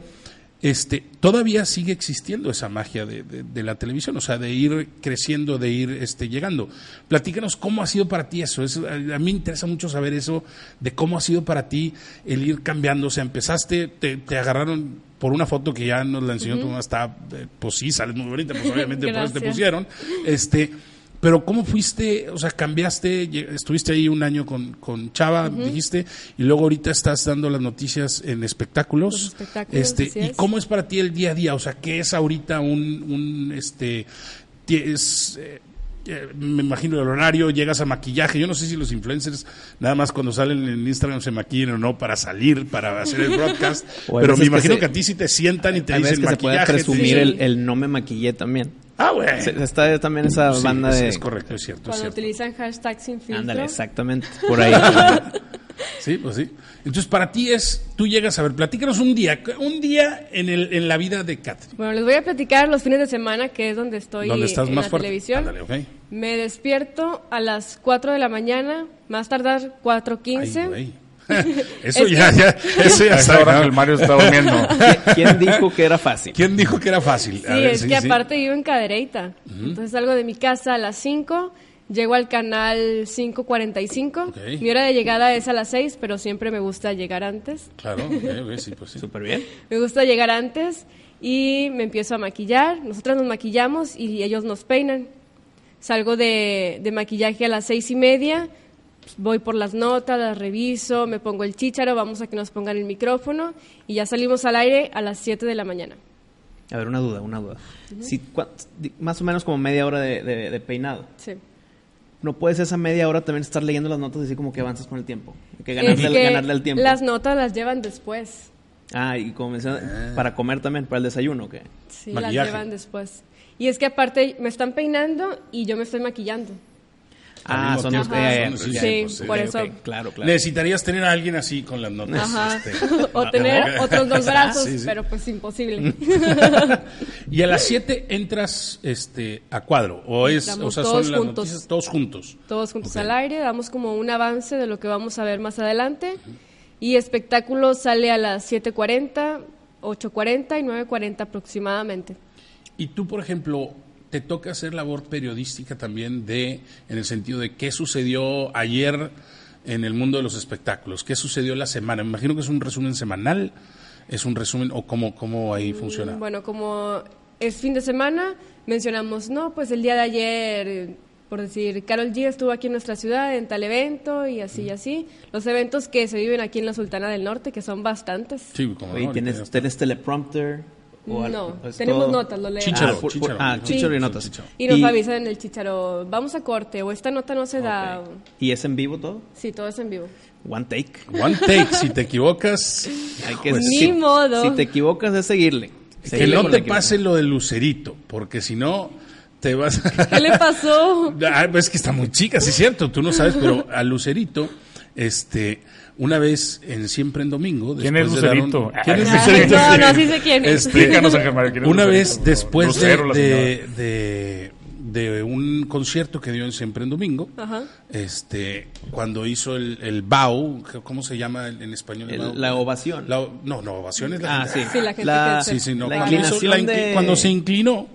Speaker 1: este, todavía sigue existiendo esa magia de, de- de la televisión, o sea, de ir creciendo, de ir este, llegando. Platícanos cómo ha sido para ti eso. Es- a a mí me interesa mucho saber eso, de cómo ha sido para ti el ir cambiando. O sea, empezaste, te, te agarraron por una foto que ya nos la enseñó tu mamá, está, eh, pues sí, sales muy bonita, pues obviamente por eso te
Speaker 4: Gracias.
Speaker 1: pusieron. Este, pero ¿cómo fuiste? O sea, cambiaste, lle- estuviste ahí un año con, con Chava, dijiste, y luego ahorita estás dando las noticias en espectáculos.
Speaker 4: Los espectáculos,
Speaker 1: Este,
Speaker 4: así
Speaker 1: ¿Y
Speaker 4: es.
Speaker 1: cómo es para ti el día a día? O sea, ¿qué es ahorita un, un, este, ti- es, eh, eh, me imagino el horario, llegas a maquillaje. Yo no sé si los influencers nada más cuando salen en Instagram se maquillan o no para salir, para hacer el broadcast.
Speaker 2: O hay
Speaker 1: pero
Speaker 2: veces
Speaker 1: me
Speaker 2: que
Speaker 1: imagino que,
Speaker 2: se-
Speaker 1: a ti sí te sientan y te
Speaker 2: Hay veces
Speaker 1: dicen
Speaker 2: que se
Speaker 1: maquillaje. te
Speaker 2: puede presumir
Speaker 1: dicen-
Speaker 2: el, el no me maquillé también.
Speaker 1: Ah, güey.
Speaker 2: Se- Está también esa
Speaker 1: Sí,
Speaker 2: banda
Speaker 1: es,
Speaker 2: de...
Speaker 1: es correcto, es cierto. Es
Speaker 4: Cuando
Speaker 1: cierto.
Speaker 4: utilizan hashtag sin filtro.
Speaker 2: Ándale, exactamente. Por ahí.
Speaker 1: Sí, pues sí. Entonces, para ti es, tú llegas a ver, platícanos un día, un día en, el, en la vida de Kat.
Speaker 4: Bueno, les voy a platicar los fines de semana, que es donde estoy
Speaker 1: ¿Dónde estás
Speaker 4: en
Speaker 1: más
Speaker 4: la
Speaker 1: fuerte?
Speaker 4: televisión.
Speaker 1: Ándale, ok.
Speaker 4: Me despierto a las 4 de la mañana, más tardar
Speaker 1: Ay,
Speaker 4: 4.15.
Speaker 1: güey. eso,
Speaker 4: Es
Speaker 1: ya,
Speaker 4: que-
Speaker 1: ya, eso ya
Speaker 3: A esa
Speaker 1: sabe,
Speaker 3: hora
Speaker 1: ¿no?
Speaker 3: que el Mario está durmiendo.
Speaker 2: ¿Quién dijo que era fácil?
Speaker 1: ¿Quién dijo que era fácil?
Speaker 4: Sí, es que aparte vivo en Cadereyta. Entonces salgo de mi casa a las 5, llego al canal 5.45.
Speaker 1: Ok.
Speaker 4: Mi hora de llegada es a las 6, pero siempre me gusta llegar antes.
Speaker 1: Claro, ok, ok, sí, pues sí.
Speaker 2: Súper bien.
Speaker 4: Me gusta llegar antes y me empiezo a maquillar. Nosotras nos maquillamos y ellos nos peinan. Salgo de, de maquillaje a las seis y media, pues, voy por las notas, las reviso, me pongo el chícharo, vamos a que nos pongan el micrófono y ya salimos al aire a las 7 de la mañana.
Speaker 2: A ver, una duda, una duda. Si, cua- di- más o menos como media hora de, de- de peinado.
Speaker 4: Sí.
Speaker 2: No puedes esa media hora también estar leyendo las notas y así como que avanzas con el tiempo. Hay que
Speaker 4: Es
Speaker 2: ganarle,
Speaker 4: que
Speaker 2: ganarle al tiempo.
Speaker 4: Las notas las llevan después.
Speaker 2: Ah, y como menciona, para comer también, para el desayuno, que
Speaker 4: Sí,
Speaker 1: Maquillaje.
Speaker 4: las llevan después. Y es que aparte me están peinando y yo me estoy maquillando.
Speaker 2: Ah,
Speaker 1: mismo
Speaker 2: son
Speaker 1: tiempo,
Speaker 2: los...
Speaker 4: Ajá.
Speaker 2: eh,
Speaker 1: Sí,
Speaker 2: ya,
Speaker 4: sí,
Speaker 2: pues,
Speaker 4: por
Speaker 2: ok,
Speaker 4: eso.
Speaker 2: ok, Claro, claro.
Speaker 1: Necesitarías tener a alguien así con las notas.
Speaker 4: Ajá.
Speaker 1: este.
Speaker 4: o tener otros dos brazos,
Speaker 1: Ah, Sí, sí.
Speaker 4: pero pues imposible.
Speaker 1: Y a las 7 entras este, a cuadro, o es, o
Speaker 4: Entramos
Speaker 1: sea,
Speaker 4: todos
Speaker 1: son las
Speaker 4: juntos.
Speaker 1: noticias todos juntos.
Speaker 4: Todos juntos
Speaker 1: Ok.
Speaker 4: al aire, damos como un avance de lo que vamos a ver más adelante. Y espectáculo sale a las 7.40, 8.40 y 9.40 aproximadamente.
Speaker 1: Y tú, por ejemplo, te toca hacer labor periodística también de, en el sentido de qué sucedió ayer en el mundo de los espectáculos, qué sucedió la semana. Me imagino que es un resumen semanal, es un resumen, o cómo, cómo ahí funciona.
Speaker 4: Mm, Bueno, como es fin de semana, mencionamos, no, pues el día de ayer, eh, por decir, Carol G estuvo aquí en nuestra ciudad en tal evento y así y así. Los eventos que se viven aquí en la Sultana del Norte, que son bastantes.
Speaker 1: Sí, como
Speaker 2: Oye,
Speaker 1: no, ahorita ya
Speaker 2: ¿tienes,
Speaker 1: está.
Speaker 2: tienes teleprompter? o
Speaker 4: No,
Speaker 2: algo? ¿Es
Speaker 4: tenemos
Speaker 2: todo?
Speaker 4: notas, lo leo.
Speaker 1: Chícharo,
Speaker 2: Ah, por-
Speaker 1: chícharo.
Speaker 2: por- ah,
Speaker 1: Sí,
Speaker 2: chícharo y
Speaker 1: sí,
Speaker 2: notas.
Speaker 1: chícharo.
Speaker 4: Y nos avisan en el chicharo, vamos a corte o esta nota no se da.
Speaker 2: Ok. ¿Y es en vivo todo?
Speaker 4: Sí, todo es en vivo.
Speaker 2: One take.
Speaker 1: One take, si te equivocas,
Speaker 2: Hay que
Speaker 1: Pues
Speaker 4: Ni
Speaker 2: si,
Speaker 4: modo.
Speaker 2: si te equivocas es seguirle.
Speaker 1: que
Speaker 2: Seguirle
Speaker 1: no
Speaker 2: con
Speaker 1: te
Speaker 2: la equivoc-
Speaker 1: pase lo del lucerito, porque si no, te vas...
Speaker 4: ¿Qué le pasó?
Speaker 1: Ah, es que está muy chica, sí es cierto, tú no sabes, pero a Lucerito, este, una vez en Siempre en Domingo...
Speaker 3: ¿Quién
Speaker 1: después
Speaker 3: es
Speaker 1: de dar un-
Speaker 3: Lucerito?
Speaker 1: ¿Quién es
Speaker 4: Ay,
Speaker 1: Lucerito?
Speaker 4: no, no, sí sé quién es.
Speaker 1: Este,
Speaker 3: Explícanos, Ángel Mario, ¿quién es
Speaker 1: una
Speaker 3: Lucero,
Speaker 1: vez
Speaker 3: por favor?
Speaker 1: después de,
Speaker 3: Lucero, la
Speaker 1: de, de- de un concierto que dio en Siempre en Domingo,
Speaker 4: Ajá.
Speaker 1: este, cuando hizo el, el BAU, ¿cómo se llama en en español? el BAU?
Speaker 2: El- La ovación.
Speaker 1: La- no, no, ovación es la
Speaker 2: ah,
Speaker 1: gente-
Speaker 2: sí.
Speaker 4: Sí, la gente que se-
Speaker 1: Sí, sí, no.
Speaker 2: la
Speaker 1: cuando, hizo-
Speaker 2: inclinación
Speaker 1: la incli-
Speaker 2: de-
Speaker 1: cuando se inclinó,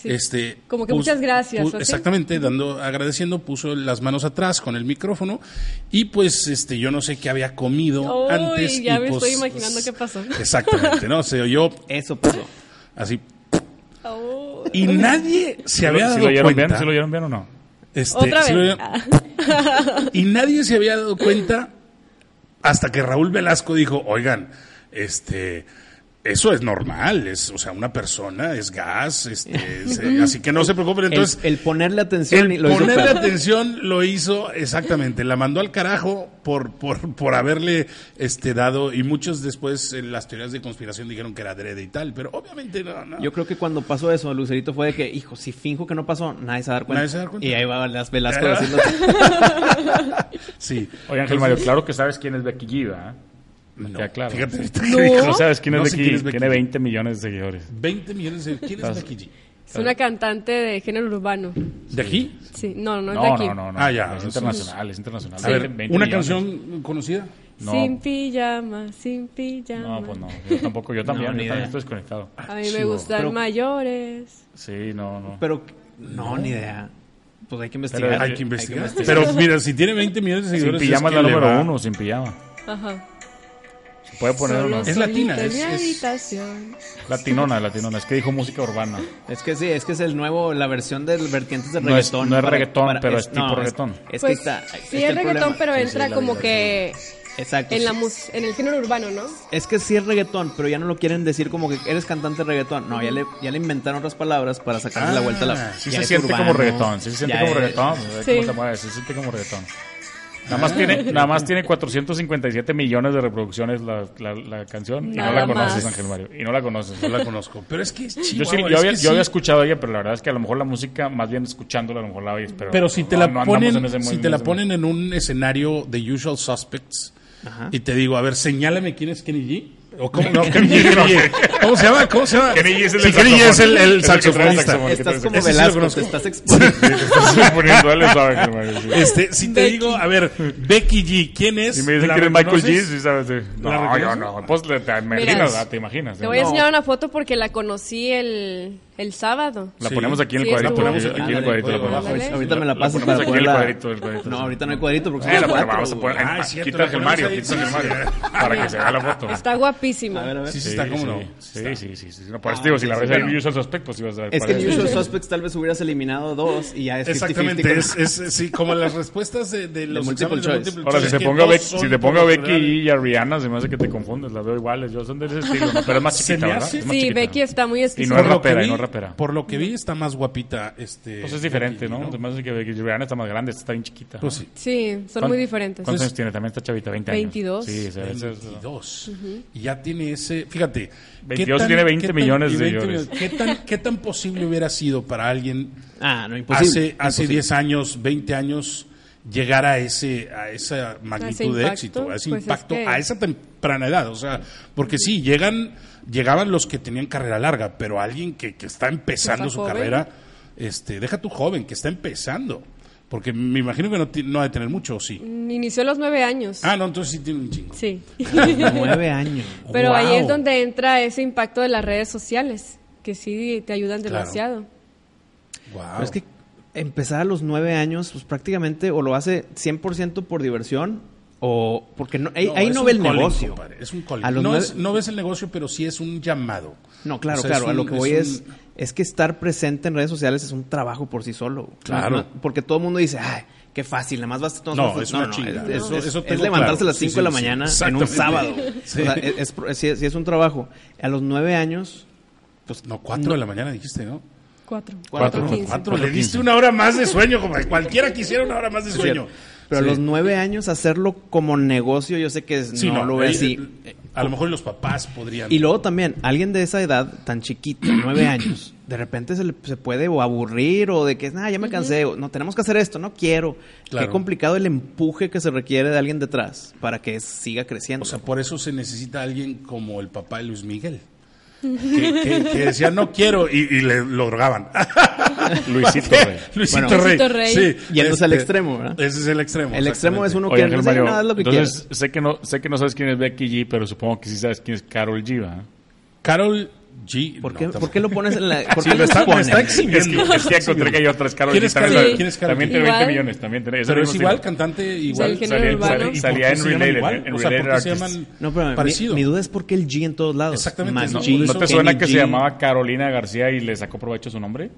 Speaker 4: Sí.
Speaker 1: este,
Speaker 4: Como que muchas gracias,
Speaker 1: pu-
Speaker 4: ¿o sí?
Speaker 1: exactamente, dando, agradeciendo, puso las manos atrás con el micrófono y pues, este, yo no sé qué había comido
Speaker 4: Uy,
Speaker 1: antes.
Speaker 4: ya
Speaker 1: y,
Speaker 4: me
Speaker 1: pues,
Speaker 4: estoy imaginando qué pasó.
Speaker 1: Exactamente, no, se oyó
Speaker 2: Eso pasó.
Speaker 1: así
Speaker 4: Oh.
Speaker 3: este,
Speaker 1: y nadie se había
Speaker 3: ¿Sí
Speaker 1: dado
Speaker 3: lo oyeron
Speaker 1: cuenta.
Speaker 3: bien? ¿Sí lo oyeron bien o no?
Speaker 1: Este,
Speaker 4: Otra
Speaker 1: sí lo
Speaker 4: vez.
Speaker 1: oyeron.
Speaker 4: Ah.
Speaker 1: Y nadie se había dado cuenta hasta que Raúl Velasco dijo, oigan, este, eso es normal, es, o sea, una persona es gas, este, se- así que no se preocupen. Entonces,
Speaker 2: el, el ponerle atención y
Speaker 1: el
Speaker 2: lo hizo
Speaker 1: ponerle
Speaker 2: peor.
Speaker 1: atención lo hizo exactamente, la mandó al carajo por, por, por haberle este, dado, y muchos después en las teorías de conspiración dijeron que era adrede y tal, pero obviamente no, no.
Speaker 2: Yo creo que cuando pasó eso, Lucerito fue de que, hijo, si finjo que no pasó, nadie se va a dar cuenta.
Speaker 1: Nadie se va a dar cuenta.
Speaker 2: Y ahí va las Velasco
Speaker 1: Ah.
Speaker 2: haciendo.
Speaker 1: sí.
Speaker 3: Oye, Ángel Mario, claro que sabes quién es Becky G, ¿verdad?
Speaker 1: No,
Speaker 3: Ya, claro.
Speaker 1: fíjate ahorita que
Speaker 4: No.
Speaker 1: dijo,
Speaker 3: No sabes quién es
Speaker 1: No sé
Speaker 3: Becky
Speaker 1: quién
Speaker 3: G.
Speaker 1: es Becky
Speaker 3: Tiene
Speaker 1: G.
Speaker 3: 20 millones de seguidores.
Speaker 1: 20 millones de... ¿Quién es
Speaker 3: Vas-
Speaker 1: Becky G?
Speaker 4: Es una cantante de género urbano.
Speaker 1: ¿De aquí?
Speaker 4: Sí, no, no es de
Speaker 3: No,
Speaker 4: aquí.
Speaker 3: no, no, no.
Speaker 1: Ah, ya,
Speaker 3: Es
Speaker 1: eso
Speaker 3: internacional, es internacional.
Speaker 1: A ver,
Speaker 3: 20
Speaker 1: ¿una
Speaker 3: millones.
Speaker 1: canción conocida?
Speaker 3: No.
Speaker 4: Sin pijama, sin pijama.
Speaker 3: No, pues no. Yo tampoco, yo también.
Speaker 2: ni
Speaker 3: yo
Speaker 2: idea.
Speaker 3: también estoy desconectado.
Speaker 4: A mí me
Speaker 1: Chivo.
Speaker 4: gustan
Speaker 2: Pero-
Speaker 4: mayores.
Speaker 3: Sí, no, no.
Speaker 2: Pero, no, ni idea. Pues hay que investigar.
Speaker 3: Pero
Speaker 1: Hay que investigar.
Speaker 2: investigar.
Speaker 1: Pero mira, si tiene 20 millones de
Speaker 3: sin
Speaker 1: seguidores.
Speaker 3: pijama es
Speaker 1: es
Speaker 3: la
Speaker 1: que le va-
Speaker 3: número uno, sin pijama.
Speaker 4: Ajá.
Speaker 3: Se puede poner
Speaker 4: Solo
Speaker 3: una
Speaker 1: Es latina,
Speaker 4: solita en
Speaker 1: es-
Speaker 4: mi
Speaker 1: es-
Speaker 4: habitación.
Speaker 3: latinona, latinona. Es que dijo música urbana.
Speaker 2: Es que sí, es que es el nuevo, la versión del vertientes de
Speaker 3: No es-
Speaker 2: reggaetón.
Speaker 3: no es reggaetón, pero es tipo
Speaker 2: no,
Speaker 3: reggaetón.
Speaker 2: Es, que
Speaker 4: Pues,
Speaker 2: está. está
Speaker 4: sí, es
Speaker 2: el
Speaker 4: reggaetón,
Speaker 2: problema.
Speaker 4: pero entra como que
Speaker 2: Exacto.
Speaker 4: en, la
Speaker 2: sí.
Speaker 4: mus- en el género urbano, ¿no?
Speaker 2: Es que sí es reggaetón, pero ya no lo quieren decir como que eres cantante de reggaetón. No, ya le, ya le inventaron otras palabras para sacarle la vuelta a la.
Speaker 1: Ah,
Speaker 3: Sí
Speaker 2: ya
Speaker 3: se
Speaker 2: es
Speaker 3: siente
Speaker 2: urbano,
Speaker 3: como reggaetón. Sí se siente
Speaker 2: ya
Speaker 3: como
Speaker 2: es-
Speaker 3: reggaetón.
Speaker 4: Sí.
Speaker 3: ¿Cómo se mueve? Sí se siente como reggaetón. Nada más, tiene, nada más tiene 457 millones de reproducciones la, la, la canción y no
Speaker 4: Nada
Speaker 3: la conoces,
Speaker 4: más.
Speaker 3: Ángel Mario. Y no la conoces.
Speaker 1: No la conozco. Pero es que es
Speaker 3: Yo,
Speaker 1: chido.
Speaker 3: sí, yo, había, yo había escuchado ella, pero la verdad es que a lo mejor la música, más bien escuchándola, a lo mejor la oyes. Pero,
Speaker 1: Pero si te
Speaker 3: no-
Speaker 1: la
Speaker 3: no andamos
Speaker 1: ponen,
Speaker 3: en ese
Speaker 1: si
Speaker 3: mood,
Speaker 1: te la
Speaker 3: en ese
Speaker 1: ponen en un escenario de Usual Suspects
Speaker 2: Ajá.
Speaker 1: y te digo, a ver, señálame quién es Kenny G. O cómo, no, Kenny G, Kenny G. ¿Cómo se llama? ¿Cómo se llama?
Speaker 3: Kenny G es el
Speaker 1: Sí,
Speaker 3: del
Speaker 1: Kenny G es el, el
Speaker 3: saxofón. Es el que trae
Speaker 1: saxofonista.
Speaker 3: el saxofón.
Speaker 2: Estás como
Speaker 1: Ese sí lo
Speaker 2: Velasco,
Speaker 1: conozco.
Speaker 2: te estás exponiendo.
Speaker 3: mood. Estás poniendo, dale suave, Ángel Mario, sí.
Speaker 1: Este, si te digo, a ver, Becky G, ¿quién es?
Speaker 3: Si me dicen
Speaker 1: ¿La
Speaker 3: que eres Michael G,
Speaker 1: reconoces?
Speaker 3: sí sabes. sí.
Speaker 1: ¿La
Speaker 3: No, yo
Speaker 1: reconoces?
Speaker 3: no. Pues le- te
Speaker 4: Mira,
Speaker 3: imaginas, ¿verdad? te imaginas.
Speaker 4: Te
Speaker 3: ¿no?
Speaker 4: voy a enseñar una foto porque la conocí el, el sábado.
Speaker 3: La
Speaker 1: Sí.
Speaker 3: ponemos aquí en el
Speaker 4: Sí,
Speaker 3: cuadrito.
Speaker 4: estuvo.
Speaker 3: aquí en el
Speaker 2: Ándale,
Speaker 3: cuadrito, la
Speaker 2: oye,
Speaker 3: ponemos.
Speaker 4: ándale.
Speaker 2: Ahorita me la pasas
Speaker 3: ponemos
Speaker 2: para
Speaker 3: aquí en el
Speaker 2: ponerla.
Speaker 3: cuadrito, el cuadrito.
Speaker 2: No, ahorita no hay cuadrito porque
Speaker 3: Eh,
Speaker 2: somos
Speaker 3: la- la
Speaker 2: cuatro,
Speaker 3: vamos a
Speaker 2: güey.
Speaker 3: poner.
Speaker 1: Ah,
Speaker 3: Ah,
Speaker 1: es cierto,
Speaker 3: quita
Speaker 1: la
Speaker 3: el
Speaker 1: ponemos
Speaker 3: Mario,
Speaker 1: ahí,
Speaker 3: quita el
Speaker 1: sí,
Speaker 3: Mario. Para que se vea la foto.
Speaker 4: Está guapísima.
Speaker 2: A ver, a ver.
Speaker 1: Sí, sí, está, cómo
Speaker 3: sí,
Speaker 1: no.
Speaker 3: Sí, sí, sí, sí. No, por eso te digo, si la ves ahí en Usual Suspect, pues ibas a ver.
Speaker 2: Es que
Speaker 3: cuál
Speaker 2: en Usual Suspects tal vez hubieras eliminado dos y ya es 50-50
Speaker 1: Exactamente,
Speaker 2: con-
Speaker 1: es, es- sí, como las respuestas de, de los
Speaker 2: multiple
Speaker 1: exámenes
Speaker 2: choice.
Speaker 1: multiple
Speaker 3: Ahora, si
Speaker 1: choice
Speaker 3: te,
Speaker 1: que
Speaker 3: pongo
Speaker 1: no
Speaker 3: Becky,
Speaker 1: son
Speaker 3: si te pongo
Speaker 1: por
Speaker 3: a
Speaker 1: lo
Speaker 3: Becky
Speaker 1: general.
Speaker 3: y a Rihanna, se me hace que te confundes. Las veo iguales. Yo son de ese estilo. ¿no? Pero es más
Speaker 1: Se me
Speaker 3: chiquita, ¿verdad?
Speaker 1: hace-
Speaker 3: Es más
Speaker 4: Sí,
Speaker 3: chiquita.
Speaker 4: Becky está muy
Speaker 3: Y no
Speaker 4: exquisita.
Speaker 3: es
Speaker 1: Por lo que
Speaker 3: rapera, y
Speaker 1: vi-
Speaker 3: no es rapera.
Speaker 1: Por lo que vi, está más guapita. Este,
Speaker 3: Pues es diferente,
Speaker 1: Becky G,
Speaker 3: ¿no? Se me hace que Becky Rihanna está más grande, esta está bien chiquita.
Speaker 1: Pues sí.
Speaker 4: Sí, son
Speaker 3: ¿Cuán-
Speaker 4: muy diferentes.
Speaker 3: ¿Cuántos
Speaker 1: Entonces-
Speaker 3: años tiene? También está chavita, 20
Speaker 4: 22.
Speaker 3: años. Sí, ese- ese es-
Speaker 1: 22. Y ya tiene ese. Fíjate. ¿qué
Speaker 3: 22 tiene 20 millones
Speaker 1: y
Speaker 3: de
Speaker 1: 20
Speaker 3: seguidores.
Speaker 1: millones. ¿Qué tan, ¿Qué tan posible hubiera sido para alguien
Speaker 2: Ah, no, imposible.
Speaker 1: hace, hace
Speaker 2: Imposible.
Speaker 1: 10 años, 20 años, llegar a, ese, a esa magnitud de
Speaker 4: impacto,
Speaker 1: éxito, a ese
Speaker 4: pues es
Speaker 1: impacto,
Speaker 4: que-
Speaker 1: a esa temprana edad? O sea, porque sí, llegan, llegaban los que tenían carrera larga, pero alguien que, que está empezando
Speaker 4: Está
Speaker 1: su
Speaker 4: joven.
Speaker 1: carrera, este, deja tu joven, que está empezando. Porque me imagino que no, ti- no ha de tener mucho, ¿o sí?
Speaker 4: Inició a los nueve años.
Speaker 1: Ah, no, entonces sí tiene un chingo.
Speaker 4: Sí.
Speaker 2: Nueve años.
Speaker 4: Pero ahí
Speaker 1: Guau.
Speaker 4: es donde entra ese impacto de las redes sociales, que sí te ayudan
Speaker 1: Claro.
Speaker 4: demasiado.
Speaker 1: Guau.
Speaker 2: Pero es que empezar a los nueve años, pues prácticamente o lo hace 100% por diversión o porque no, ahí, ahí
Speaker 1: es
Speaker 2: no
Speaker 1: un
Speaker 2: ve el
Speaker 1: calling,
Speaker 2: negocio.
Speaker 1: compadre, es un calling.
Speaker 2: A los
Speaker 1: no,
Speaker 2: nueve-
Speaker 1: es- no ves el negocio, pero sí es un llamado.
Speaker 2: No, claro,
Speaker 1: O sea,
Speaker 2: claro.
Speaker 1: es
Speaker 2: a
Speaker 1: un-
Speaker 2: lo que voy es, es,
Speaker 1: un-
Speaker 2: que estar presente en redes sociales es un trabajo por sí solo.
Speaker 1: Claro.
Speaker 2: No es- no- porque todo el mundo dice, ay, qué fácil, nada más vas a tomar
Speaker 1: No,
Speaker 2: fotos".
Speaker 1: es una chinga.
Speaker 2: Es,
Speaker 1: Eso-
Speaker 2: es-
Speaker 1: eso
Speaker 2: es
Speaker 1: tengo
Speaker 2: levantarse
Speaker 1: claro.
Speaker 2: a las
Speaker 1: Sí,
Speaker 2: 5 de la
Speaker 1: sí, sí.
Speaker 2: mañana en un
Speaker 1: Exactamente.
Speaker 2: sábado.
Speaker 1: Sí.
Speaker 2: O sea, es, es pro- sí es- sí es un trabajo. A los nueve años, pues
Speaker 1: No, cuatro de la mañana dijiste, ¿no?
Speaker 4: Cuatro.
Speaker 2: Cuatro,
Speaker 4: Cuatro, quince.
Speaker 1: Cuatro, le diste una hora más de sueño, compadre. Cualquiera quisiera una hora más de sueño.
Speaker 2: Cierto. Pero
Speaker 1: Sí.
Speaker 2: a los nueve años hacerlo como negocio, yo sé que es-
Speaker 1: Sí,
Speaker 2: no, lo ve
Speaker 1: eh,
Speaker 2: así.
Speaker 1: eh, A lo mejor los papás podrían.
Speaker 2: Y luego también, alguien de esa edad, tan chiquita, nueve años, de repente se, le- se puede o aburrir o de que, nada, ya me cansé, o, no, tenemos que hacer esto, no quiero.
Speaker 1: Claro.
Speaker 2: Qué complicado el empuje que se requiere de alguien detrás para que siga creciendo.
Speaker 1: O sea, por eso se necesita alguien como el papá de Luis Miguel. Que, que- que decía, no quiero, y, y le lo drogaban.
Speaker 3: Luisito, güey.
Speaker 1: Luisito
Speaker 2: Bueno.
Speaker 1: Rey.
Speaker 4: Luisito Rey.
Speaker 1: Sí, este,
Speaker 2: Yéndose al extremo, ¿verdad?
Speaker 1: Ese es el extremo.
Speaker 2: el extremo es
Speaker 1: exactamente.
Speaker 2: uno
Speaker 3: Oye,
Speaker 2: que
Speaker 3: Ángel
Speaker 2: no sabe
Speaker 3: Mario,
Speaker 2: nada lo que
Speaker 3: entonces
Speaker 2: quiere.
Speaker 3: sé que no sé que no sabes quién es Becky G, pero supongo que sí sabes quién es Carol G, ¿verdad?
Speaker 1: Carol G.
Speaker 2: ¿Por,
Speaker 1: no,
Speaker 2: qué,
Speaker 1: tampoco.
Speaker 2: por qué lo pones en la.? ¿Por
Speaker 1: Sí,
Speaker 2: qué
Speaker 1: me
Speaker 2: lo
Speaker 1: está- me
Speaker 2: expones?
Speaker 1: está
Speaker 3: Es que,
Speaker 1: exhibiendo.
Speaker 3: es que encontré que hay otras Carol
Speaker 1: ¿Quién
Speaker 3: G.
Speaker 1: es
Speaker 3: también,
Speaker 1: Karol G?
Speaker 3: la-
Speaker 1: ¿Quién es Karol
Speaker 3: también
Speaker 1: G?
Speaker 3: tiene 20
Speaker 4: Igual.
Speaker 3: millones, también tiene. esa
Speaker 1: Pero
Speaker 3: misma
Speaker 1: es igual,
Speaker 3: serie.
Speaker 1: cantante igual.
Speaker 4: el género
Speaker 3: salía,
Speaker 4: urbano.
Speaker 3: salía-
Speaker 1: ¿Y por
Speaker 3: salía
Speaker 1: qué
Speaker 3: en
Speaker 1: se llaman
Speaker 3: Related,
Speaker 1: igual?
Speaker 3: en
Speaker 1: O sea, ¿por
Speaker 3: Related
Speaker 1: qué se
Speaker 3: Artists.
Speaker 1: llaman
Speaker 2: No, pero mi,
Speaker 1: parecido?
Speaker 2: mi duda es por qué el G en todos lados.
Speaker 1: Exactamente,
Speaker 2: Más
Speaker 1: no,
Speaker 2: G,
Speaker 3: ¿No te
Speaker 2: Kenny
Speaker 3: suena que se
Speaker 2: G.
Speaker 3: llamaba Carolina García y le sacó provecho su nombre?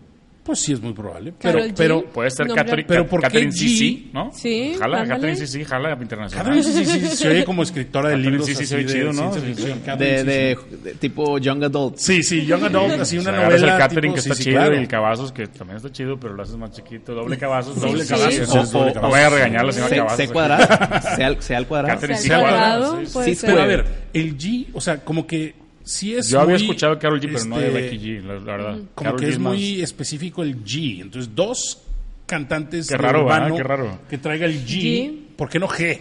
Speaker 1: Pues sí, es muy probable. Pero,
Speaker 4: Karol G.
Speaker 1: pero
Speaker 3: Puede ser
Speaker 4: Nombre-
Speaker 3: Catherine,
Speaker 1: Pero ¿por qué
Speaker 3: Catherine
Speaker 1: G?
Speaker 3: Sisi, ¿no?
Speaker 4: Sí,
Speaker 3: Jala,
Speaker 4: ándale.
Speaker 3: Catherine Sisi, jala internacional.
Speaker 1: Catherine sí, sí, sí, se oye como escritora de
Speaker 3: Catherine
Speaker 1: libros.
Speaker 3: Ah, sí, sí,
Speaker 1: así
Speaker 3: se oye
Speaker 1: de
Speaker 3: chido, ¿no?
Speaker 1: ciencia ficción. Catherine
Speaker 2: De,
Speaker 1: sí,
Speaker 2: de,
Speaker 1: sí.
Speaker 2: de tipo Young Adult.
Speaker 1: Sí, sí, Young Adult, así
Speaker 3: O sea,
Speaker 1: una
Speaker 3: agarras
Speaker 1: novela.
Speaker 3: el catering
Speaker 1: tipo-
Speaker 3: que
Speaker 1: sí,
Speaker 3: está
Speaker 1: sí,
Speaker 3: chido
Speaker 1: claro.
Speaker 3: y el cabazos que también está chido, pero lo haces más chiquito. Doble cabazos, doble
Speaker 4: sí.
Speaker 3: cabazos.
Speaker 1: Sí, es doble
Speaker 3: No
Speaker 1: cabazos.
Speaker 3: vaya a regañar a la señora
Speaker 2: C,
Speaker 3: cabazos.
Speaker 2: C
Speaker 3: aquí.
Speaker 2: cuadrado. C al, C al cuadrado.
Speaker 3: Catherine
Speaker 4: Al
Speaker 3: Sí,
Speaker 4: cuadrado,
Speaker 3: sí, sí.
Speaker 4: puede
Speaker 2: Sí,
Speaker 4: ser.
Speaker 1: Pero a ver, el G, o sea, como que sí es.
Speaker 3: Yo había
Speaker 1: muy,
Speaker 3: escuchado a Carol G, pero no de
Speaker 1: este,
Speaker 3: Becky G, la, la verdad.
Speaker 1: Como
Speaker 3: Karol
Speaker 1: que
Speaker 3: G
Speaker 1: es
Speaker 3: más-
Speaker 1: muy específico el G. Entonces, dos cantantes
Speaker 3: Qué raro,
Speaker 1: de
Speaker 3: ¿verdad?
Speaker 1: urbano
Speaker 3: Qué raro.
Speaker 1: que traiga el G.
Speaker 4: G.
Speaker 1: ¿Por qué no G?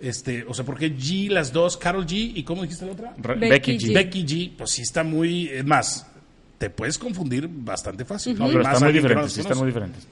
Speaker 1: Este, o sea, ¿por qué G las dos? Carol G y ¿cómo dijiste la otra?
Speaker 3: Re- Becky
Speaker 4: Becky G.
Speaker 3: G.
Speaker 1: Becky G, pues sí está muy. Es más, te puedes confundir bastante fácil.
Speaker 3: No, pero
Speaker 1: Más
Speaker 3: están muy
Speaker 1: alguien que no
Speaker 3: diferentes,
Speaker 1: las
Speaker 3: sí están muy
Speaker 1: conoce.
Speaker 3: diferentes.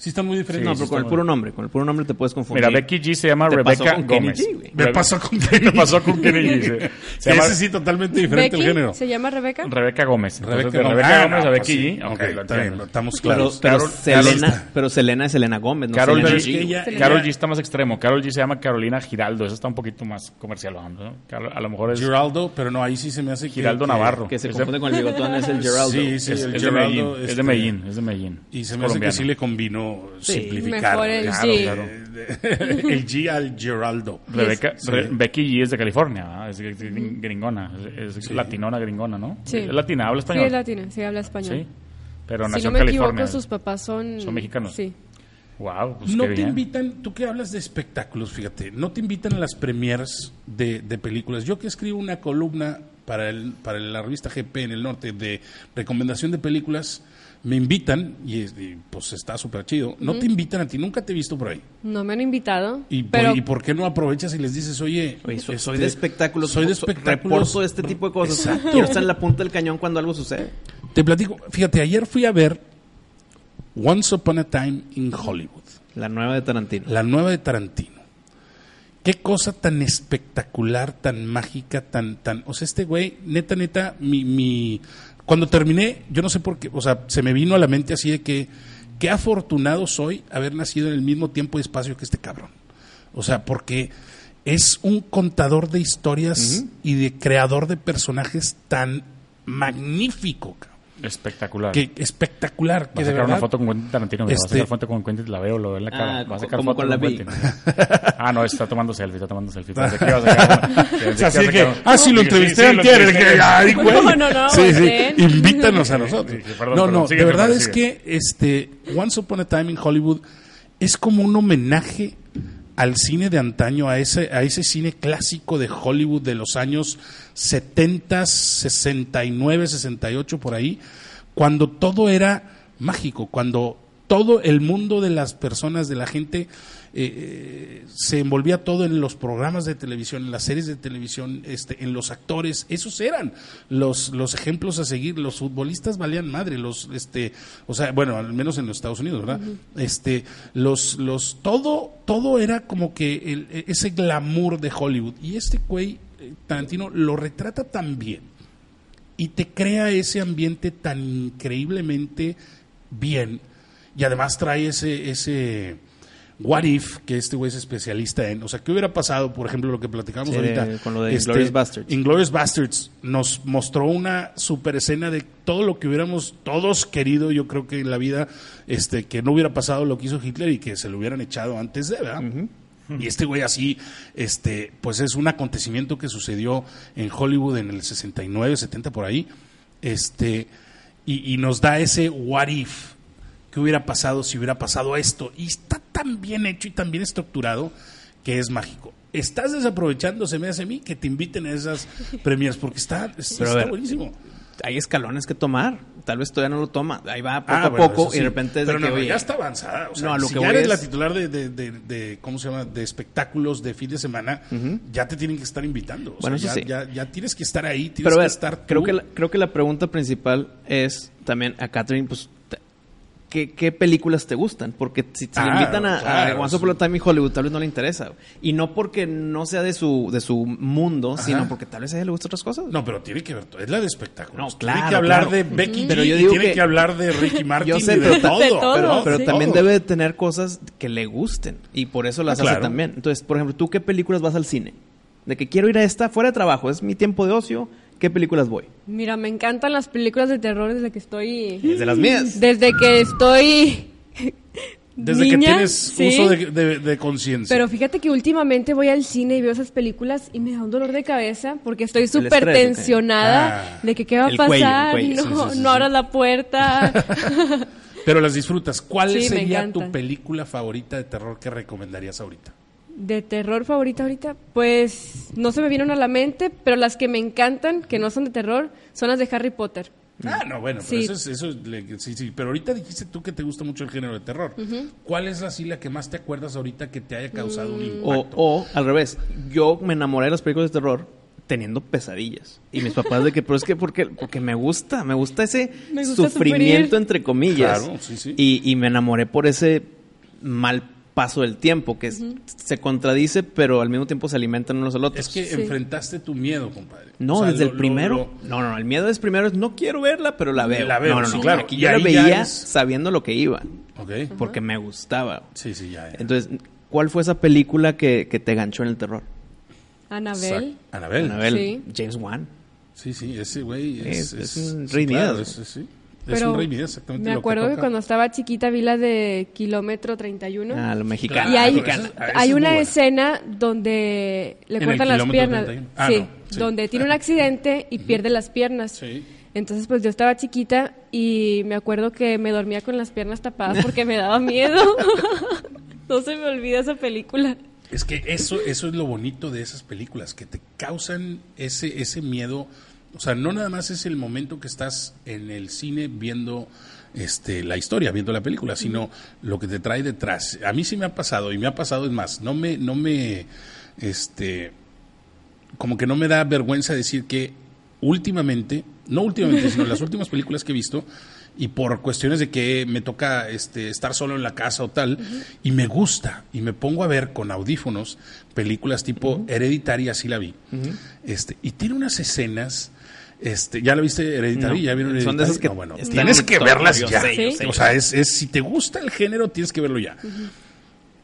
Speaker 1: Sí están muy diferentes.
Speaker 2: no,
Speaker 3: sí,
Speaker 2: pero
Speaker 3: está
Speaker 2: con el
Speaker 3: muy
Speaker 2: puro nombre, con el puro nombre te puedes confundir.
Speaker 3: Mira, Becky G se llama
Speaker 2: Te pasó
Speaker 3: Rebecca
Speaker 2: con Kenny
Speaker 3: Gómez.
Speaker 2: G, güey.
Speaker 1: Me
Speaker 3: Rebe-
Speaker 1: pasó con Kenny.
Speaker 3: Me pasó con Kenny G. Se, se
Speaker 1: Que
Speaker 3: llama
Speaker 1: ese sí totalmente diferente el
Speaker 4: Becky,
Speaker 1: género.
Speaker 4: ¿Se llama Rebeca?
Speaker 3: Rebeca Gómez. Entonces, de
Speaker 1: Gómez.
Speaker 3: Rebeca
Speaker 1: Ah,
Speaker 3: Gómez a
Speaker 1: no,
Speaker 3: Becky
Speaker 1: sí.
Speaker 3: G. Ok,
Speaker 1: Ok,
Speaker 3: lo
Speaker 1: está bien,
Speaker 3: entiendo.
Speaker 1: estamos
Speaker 2: pero,
Speaker 1: claros.
Speaker 2: pero
Speaker 3: Carol-
Speaker 2: Selena,
Speaker 1: Carol-
Speaker 2: pero Selena es Selena Gómez, no
Speaker 3: Carol,
Speaker 2: Selena
Speaker 3: G,
Speaker 1: es que
Speaker 2: G, güey.
Speaker 1: ella-
Speaker 3: Carol
Speaker 1: ella-
Speaker 3: G está más extremo. Carol G se llama Carolina Giraldo. Eso está un poquito más comercial. ¿no? Carol- A lo mejor es
Speaker 1: Giraldo, pero no, ahí sí se me hace que-
Speaker 3: Giraldo
Speaker 1: que-
Speaker 3: Navarro.
Speaker 2: que se
Speaker 3: Es de-
Speaker 2: confunde con el bigotón es el Geraldo.
Speaker 1: Sí, sí,
Speaker 3: es,
Speaker 1: el
Speaker 3: es de
Speaker 1: Geraldo,
Speaker 3: Medellín, es
Speaker 1: este,
Speaker 3: de Medellín. Es de Medellín.
Speaker 1: Y se
Speaker 3: Es
Speaker 1: me hace que
Speaker 3: colombiano.
Speaker 1: sí le combinó simplificar.
Speaker 4: Mejor el
Speaker 1: Claro,
Speaker 4: G.
Speaker 1: claro. el G al Geraldo.
Speaker 3: Rebeca,
Speaker 1: Sí. Mm.
Speaker 3: Re- Becky G es de California, ¿verdad? es gr- gr- gringona, es, es latinona gringona, ¿no?
Speaker 4: Sí.
Speaker 3: Es latina, habla
Speaker 4: Sí,
Speaker 3: español.
Speaker 4: es latina, sí, habla español.
Speaker 3: Sí, pero
Speaker 4: si
Speaker 3: nació
Speaker 4: no me
Speaker 3: en California.
Speaker 4: equivoco, sus papás son...
Speaker 3: son mexicanos.
Speaker 4: Sí.
Speaker 3: Wow, pues
Speaker 1: no
Speaker 3: qué
Speaker 1: te
Speaker 3: bien.
Speaker 1: invitan, tú que hablas de espectáculos, fíjate, no te invitan a las premiers de, de películas. Yo que escribo una columna para, el, para la revista GP en el norte de recomendación de películas, me invitan y, es- y, pues está súper chido. No te invitan a ti, nunca te he visto por ahí.
Speaker 4: No me han invitado,
Speaker 1: ¿Y, por-
Speaker 4: pero
Speaker 1: ¿y por qué no aprovechas y les dices, oye,
Speaker 2: Oye, so- soy
Speaker 1: este,
Speaker 2: de espectáculos,
Speaker 1: Soy de
Speaker 2: so-
Speaker 1: espectáculos.
Speaker 2: reporto este tipo de cosas.
Speaker 1: Exacto.
Speaker 2: Quiero estar en la punta del cañón cuando algo sucede.
Speaker 1: Te platico, fíjate, ayer fui a ver Once Upon a Time in Hollywood.
Speaker 2: La nueva de Tarantino.
Speaker 1: La nueva de Tarantino. Qué cosa tan espectacular, tan mágica, tan, tan. O sea, este güey, neta, neta, mi, mi. Cuando terminé, yo no sé por qué, o sea, se me vino a la mente así de que. Qué afortunado soy haber nacido en el mismo tiempo y espacio que este cabrón. O sea, porque es un contador de historias y de creador de personajes tan magnífico, cabrón.
Speaker 3: Espectacular.
Speaker 1: Que espectacular,
Speaker 3: Va
Speaker 1: que de
Speaker 3: a sacar una
Speaker 1: verdad.
Speaker 3: foto con Quentin Tarantino. mira, Va a
Speaker 1: Este-
Speaker 3: sacar foto con Quentin, la veo, lo veo en la cara.
Speaker 2: Ah,
Speaker 3: va a sacar
Speaker 2: como
Speaker 3: foto
Speaker 2: con la
Speaker 3: Quentin. Ah, no, está tomando selfie, está tomando selfie. Pensé que iba a sacar una- pensé
Speaker 1: O sea,
Speaker 3: iba a
Speaker 1: así que,
Speaker 3: sacar una-
Speaker 1: ah, sí, lo entrevisté
Speaker 3: Sí, sí, lo
Speaker 1: antier, el
Speaker 3: entrevisté.
Speaker 1: que, ay, güey.
Speaker 4: No, no, no,
Speaker 1: Sí, sí,
Speaker 4: volteen.
Speaker 1: invítanos a nosotros.
Speaker 3: Sí, sí, perdón,
Speaker 1: no,
Speaker 3: perdón,
Speaker 1: no,
Speaker 3: sigue,
Speaker 1: de verdad
Speaker 3: perdón,
Speaker 1: es
Speaker 3: sigue.
Speaker 1: que este Once Upon a Time in Hollywood es como un homenaje al cine de antaño, a ese, a ese cine clásico de Hollywood de los años 70, 69, 68, por ahí, cuando todo era mágico, cuando todo el mundo de las personas, de la gente, eh, se envolvía todo en los programas de televisión, en las series de televisión, este, en los actores, esos eran los, los ejemplos a seguir, los futbolistas valían madre, los este, o sea, bueno, al menos en los Estados Unidos, ¿verdad? Este, los los todo todo era como que el- e- ese glamour de Hollywood y este güey eh, Tarantino lo retrata tan bien y te crea ese ambiente tan increíblemente bien. Y además trae ese, ese what if que este güey es especialista en. O sea, ¿qué hubiera pasado, por ejemplo, lo que platicamos
Speaker 2: Sí,
Speaker 1: ahorita? Este,
Speaker 2: de- con lo de Inglourious Basterds.
Speaker 1: Inglourious Basterds nos mostró una super escena de todo lo que hubiéramos todos querido, yo creo que en la vida, este, que no hubiera pasado lo que hizo Hitler y que se lo hubieran echado antes de, ¿verdad? Y este güey así, este, pues es un acontecimiento que sucedió en Hollywood en el 69, 70 por ahí, este, y, y nos da ese what if, qué hubiera pasado si hubiera pasado esto, y está tan bien hecho y tan bien estructurado que es mágico. Estás desaprovechando, se me hace a mí, que te inviten a esas premias porque está, es-
Speaker 2: Pero a
Speaker 1: está
Speaker 2: ver,
Speaker 1: buenísimo.
Speaker 2: Hay escalones que tomar. Tal vez todavía no lo toma. Ahí va poco
Speaker 1: Ah,
Speaker 2: a
Speaker 1: bueno,
Speaker 2: poco
Speaker 1: eso sí.
Speaker 2: y de repente es de
Speaker 1: Pero
Speaker 2: que,
Speaker 1: no, no,
Speaker 2: oye,
Speaker 1: ya está avanzada. O sea,
Speaker 2: No, a lo
Speaker 1: si
Speaker 2: que
Speaker 1: ya
Speaker 2: voy
Speaker 1: eres
Speaker 2: es-
Speaker 1: la titular de, de- de- de- ¿cómo se llama? De espectáculos de fin de semana, ya te tienen que estar invitando. O sea,
Speaker 2: Bueno, eso
Speaker 1: ya,
Speaker 2: sí.
Speaker 1: ya, ya tienes que estar ahí, tienes
Speaker 2: Pero a
Speaker 1: que
Speaker 2: ver,
Speaker 1: estar tú.
Speaker 2: creo, que la, creo que la pregunta principal es también a Catherine, pues, te- ¿qué, qué películas te gustan? Porque si, si
Speaker 1: Claro,
Speaker 2: le invitan a, a
Speaker 1: claro.
Speaker 2: Once Upon a Time in Hollywood, tal vez no le interesa. Y no porque no sea de su, de su mundo, sino porque tal vez a ella le gustan otras cosas.
Speaker 1: No, pero tiene que ver, todo. es la de espectáculos.
Speaker 2: No,
Speaker 1: tiene que
Speaker 2: claro,
Speaker 1: hablar
Speaker 2: claro.
Speaker 1: de Becky
Speaker 2: Pero
Speaker 1: G
Speaker 2: yo
Speaker 1: y
Speaker 2: digo
Speaker 1: tiene que,
Speaker 2: que-
Speaker 1: hablar de Ricky Martin
Speaker 2: Yo sé,
Speaker 1: y de,
Speaker 2: pero-
Speaker 1: todo,
Speaker 4: De todo,
Speaker 1: pero,
Speaker 4: No,
Speaker 2: pero
Speaker 4: sí.
Speaker 2: también
Speaker 1: todo.
Speaker 2: debe de tener cosas que le gusten y por eso las
Speaker 1: Ah, claro.
Speaker 2: hace también. Entonces, por ejemplo, ¿tú qué películas vas al cine? De que quiero ir a esta fuera de trabajo, es mi tiempo de ocio, ¿qué películas voy?
Speaker 4: mira, me encantan las películas de terror desde que estoy...
Speaker 2: Es de las mías.
Speaker 4: Desde que estoy...
Speaker 1: Desde que
Speaker 4: niña,
Speaker 1: tienes
Speaker 4: sí.
Speaker 1: uso de, de- de conciencia.
Speaker 4: Pero fíjate que últimamente voy al cine y veo esas películas y me da un dolor de cabeza porque estoy súper
Speaker 2: estrés, ¿o qué?
Speaker 4: tensionada
Speaker 1: Ah,
Speaker 4: de que qué va a
Speaker 2: el cuello, el
Speaker 4: pasar,
Speaker 2: cuello, sí,
Speaker 4: no,
Speaker 2: sí, sí,
Speaker 4: no
Speaker 2: sí.
Speaker 4: abras la puerta.
Speaker 1: Pero las disfrutas. ¿Cuál
Speaker 4: Sí, me
Speaker 1: sería
Speaker 4: encanta.
Speaker 1: tu película favorita de terror que recomendarías ahorita?
Speaker 4: ¿De terror favorita ahorita? Pues no se me vinieron a la mente, pero las que me encantan, que no son de terror, son las de Harry Potter.
Speaker 1: Ah, no, bueno, pero
Speaker 4: Mm. Sí.
Speaker 1: eso es, eso es le- sí, sí, pero ahorita dijiste tú que te gusta mucho el género de terror. ¿Cuál es así la que más te
Speaker 4: Mm.
Speaker 1: acuerdas ahorita que te haya causado un
Speaker 2: O,
Speaker 1: impacto?
Speaker 2: o, al revés, yo me enamoré de las películas de terror teniendo pesadillas. Y mis papás de que, pero es que porque, porque me gusta, me gusta ese
Speaker 4: Me gusta
Speaker 2: sufrimiento
Speaker 4: sufrir.
Speaker 2: entre comillas.
Speaker 1: Claro, sí, sí.
Speaker 2: Y, y me enamoré por ese mal paso del tiempo, que es- se contradice, pero al mismo tiempo se alimentan unos al otro.
Speaker 1: Es que enfrentaste tu miedo, compadre.
Speaker 2: No,
Speaker 1: O sea,
Speaker 2: desde
Speaker 1: lo-
Speaker 2: el
Speaker 1: lo-
Speaker 2: primero.
Speaker 1: lo-
Speaker 2: no, no, no, el miedo es primero, es no quiero verla, pero la veo.
Speaker 1: La veo,
Speaker 2: no, no,
Speaker 1: sí,
Speaker 2: no.
Speaker 1: claro.
Speaker 2: Aquí
Speaker 1: Y
Speaker 2: yo la
Speaker 1: ahí ya
Speaker 2: veía
Speaker 1: es-
Speaker 2: sabiendo lo que iba,
Speaker 1: ok.
Speaker 2: porque me gustaba.
Speaker 1: Sí, sí, ya. ya.
Speaker 2: Entonces, ¿cuál fue esa película que, que te ganchó en el terror?
Speaker 4: Anabel.
Speaker 1: Sa- Anabel.
Speaker 2: Anabel,
Speaker 4: Sí.
Speaker 2: James Wan.
Speaker 1: Sí, sí, ese güey es,
Speaker 2: Es- es un
Speaker 1: sí,
Speaker 2: rey
Speaker 1: claro,
Speaker 2: Midas.
Speaker 1: es- es- sí. es
Speaker 4: Pero
Speaker 1: un rey Midas, exactamente.
Speaker 4: Me
Speaker 1: lo
Speaker 4: acuerdo que,
Speaker 1: toca.
Speaker 4: cuando estaba chiquita vi la de Kilómetro 31.
Speaker 2: Ah, lo mexicano.
Speaker 4: y hay,
Speaker 1: mexicana. Ah, esa
Speaker 4: hay
Speaker 1: es muy
Speaker 4: una
Speaker 1: buena.
Speaker 4: escena donde le
Speaker 1: En el
Speaker 4: cortan las
Speaker 1: kilómetro
Speaker 4: piernas.
Speaker 1: 31. Ah,
Speaker 4: sí,
Speaker 1: no, sí.
Speaker 4: donde tiene un accidente y pierde las piernas.
Speaker 1: Sí.
Speaker 4: Entonces, pues yo estaba chiquita y me acuerdo que me dormía con las piernas tapadas porque me daba miedo. no se me olvida esa película.
Speaker 1: Es que eso, eso es lo bonito de esas películas, que te causan ese, ese miedo. O sea, no nada más es el momento que estás en el cine viendo este, la historia, viendo la película, sino lo que te trae detrás. A mí sí me ha pasado, y me ha pasado, es más, no me, no me, este, como que no me da vergüenza decir que últimamente, no últimamente, sino las últimas películas que he visto, y por cuestiones de que me toca este, estar solo en la casa o tal, y me gusta, y me pongo a ver con audífonos películas tipo Hereditaria, así la vi. este, y tiene unas escenas. Este, ¿Ya la viste Hereditaria?
Speaker 2: No,
Speaker 1: ¿Ya vieron
Speaker 2: son de esas
Speaker 1: Hereditary?
Speaker 2: que
Speaker 1: No, bueno,
Speaker 2: están
Speaker 1: tienes
Speaker 2: en
Speaker 1: que
Speaker 2: todo,
Speaker 1: verlas
Speaker 2: yo
Speaker 1: ya.
Speaker 2: sé,
Speaker 4: yo
Speaker 1: Sí.
Speaker 4: sé.
Speaker 1: O sea, es, es- si te gusta el género, tienes que verlo ya.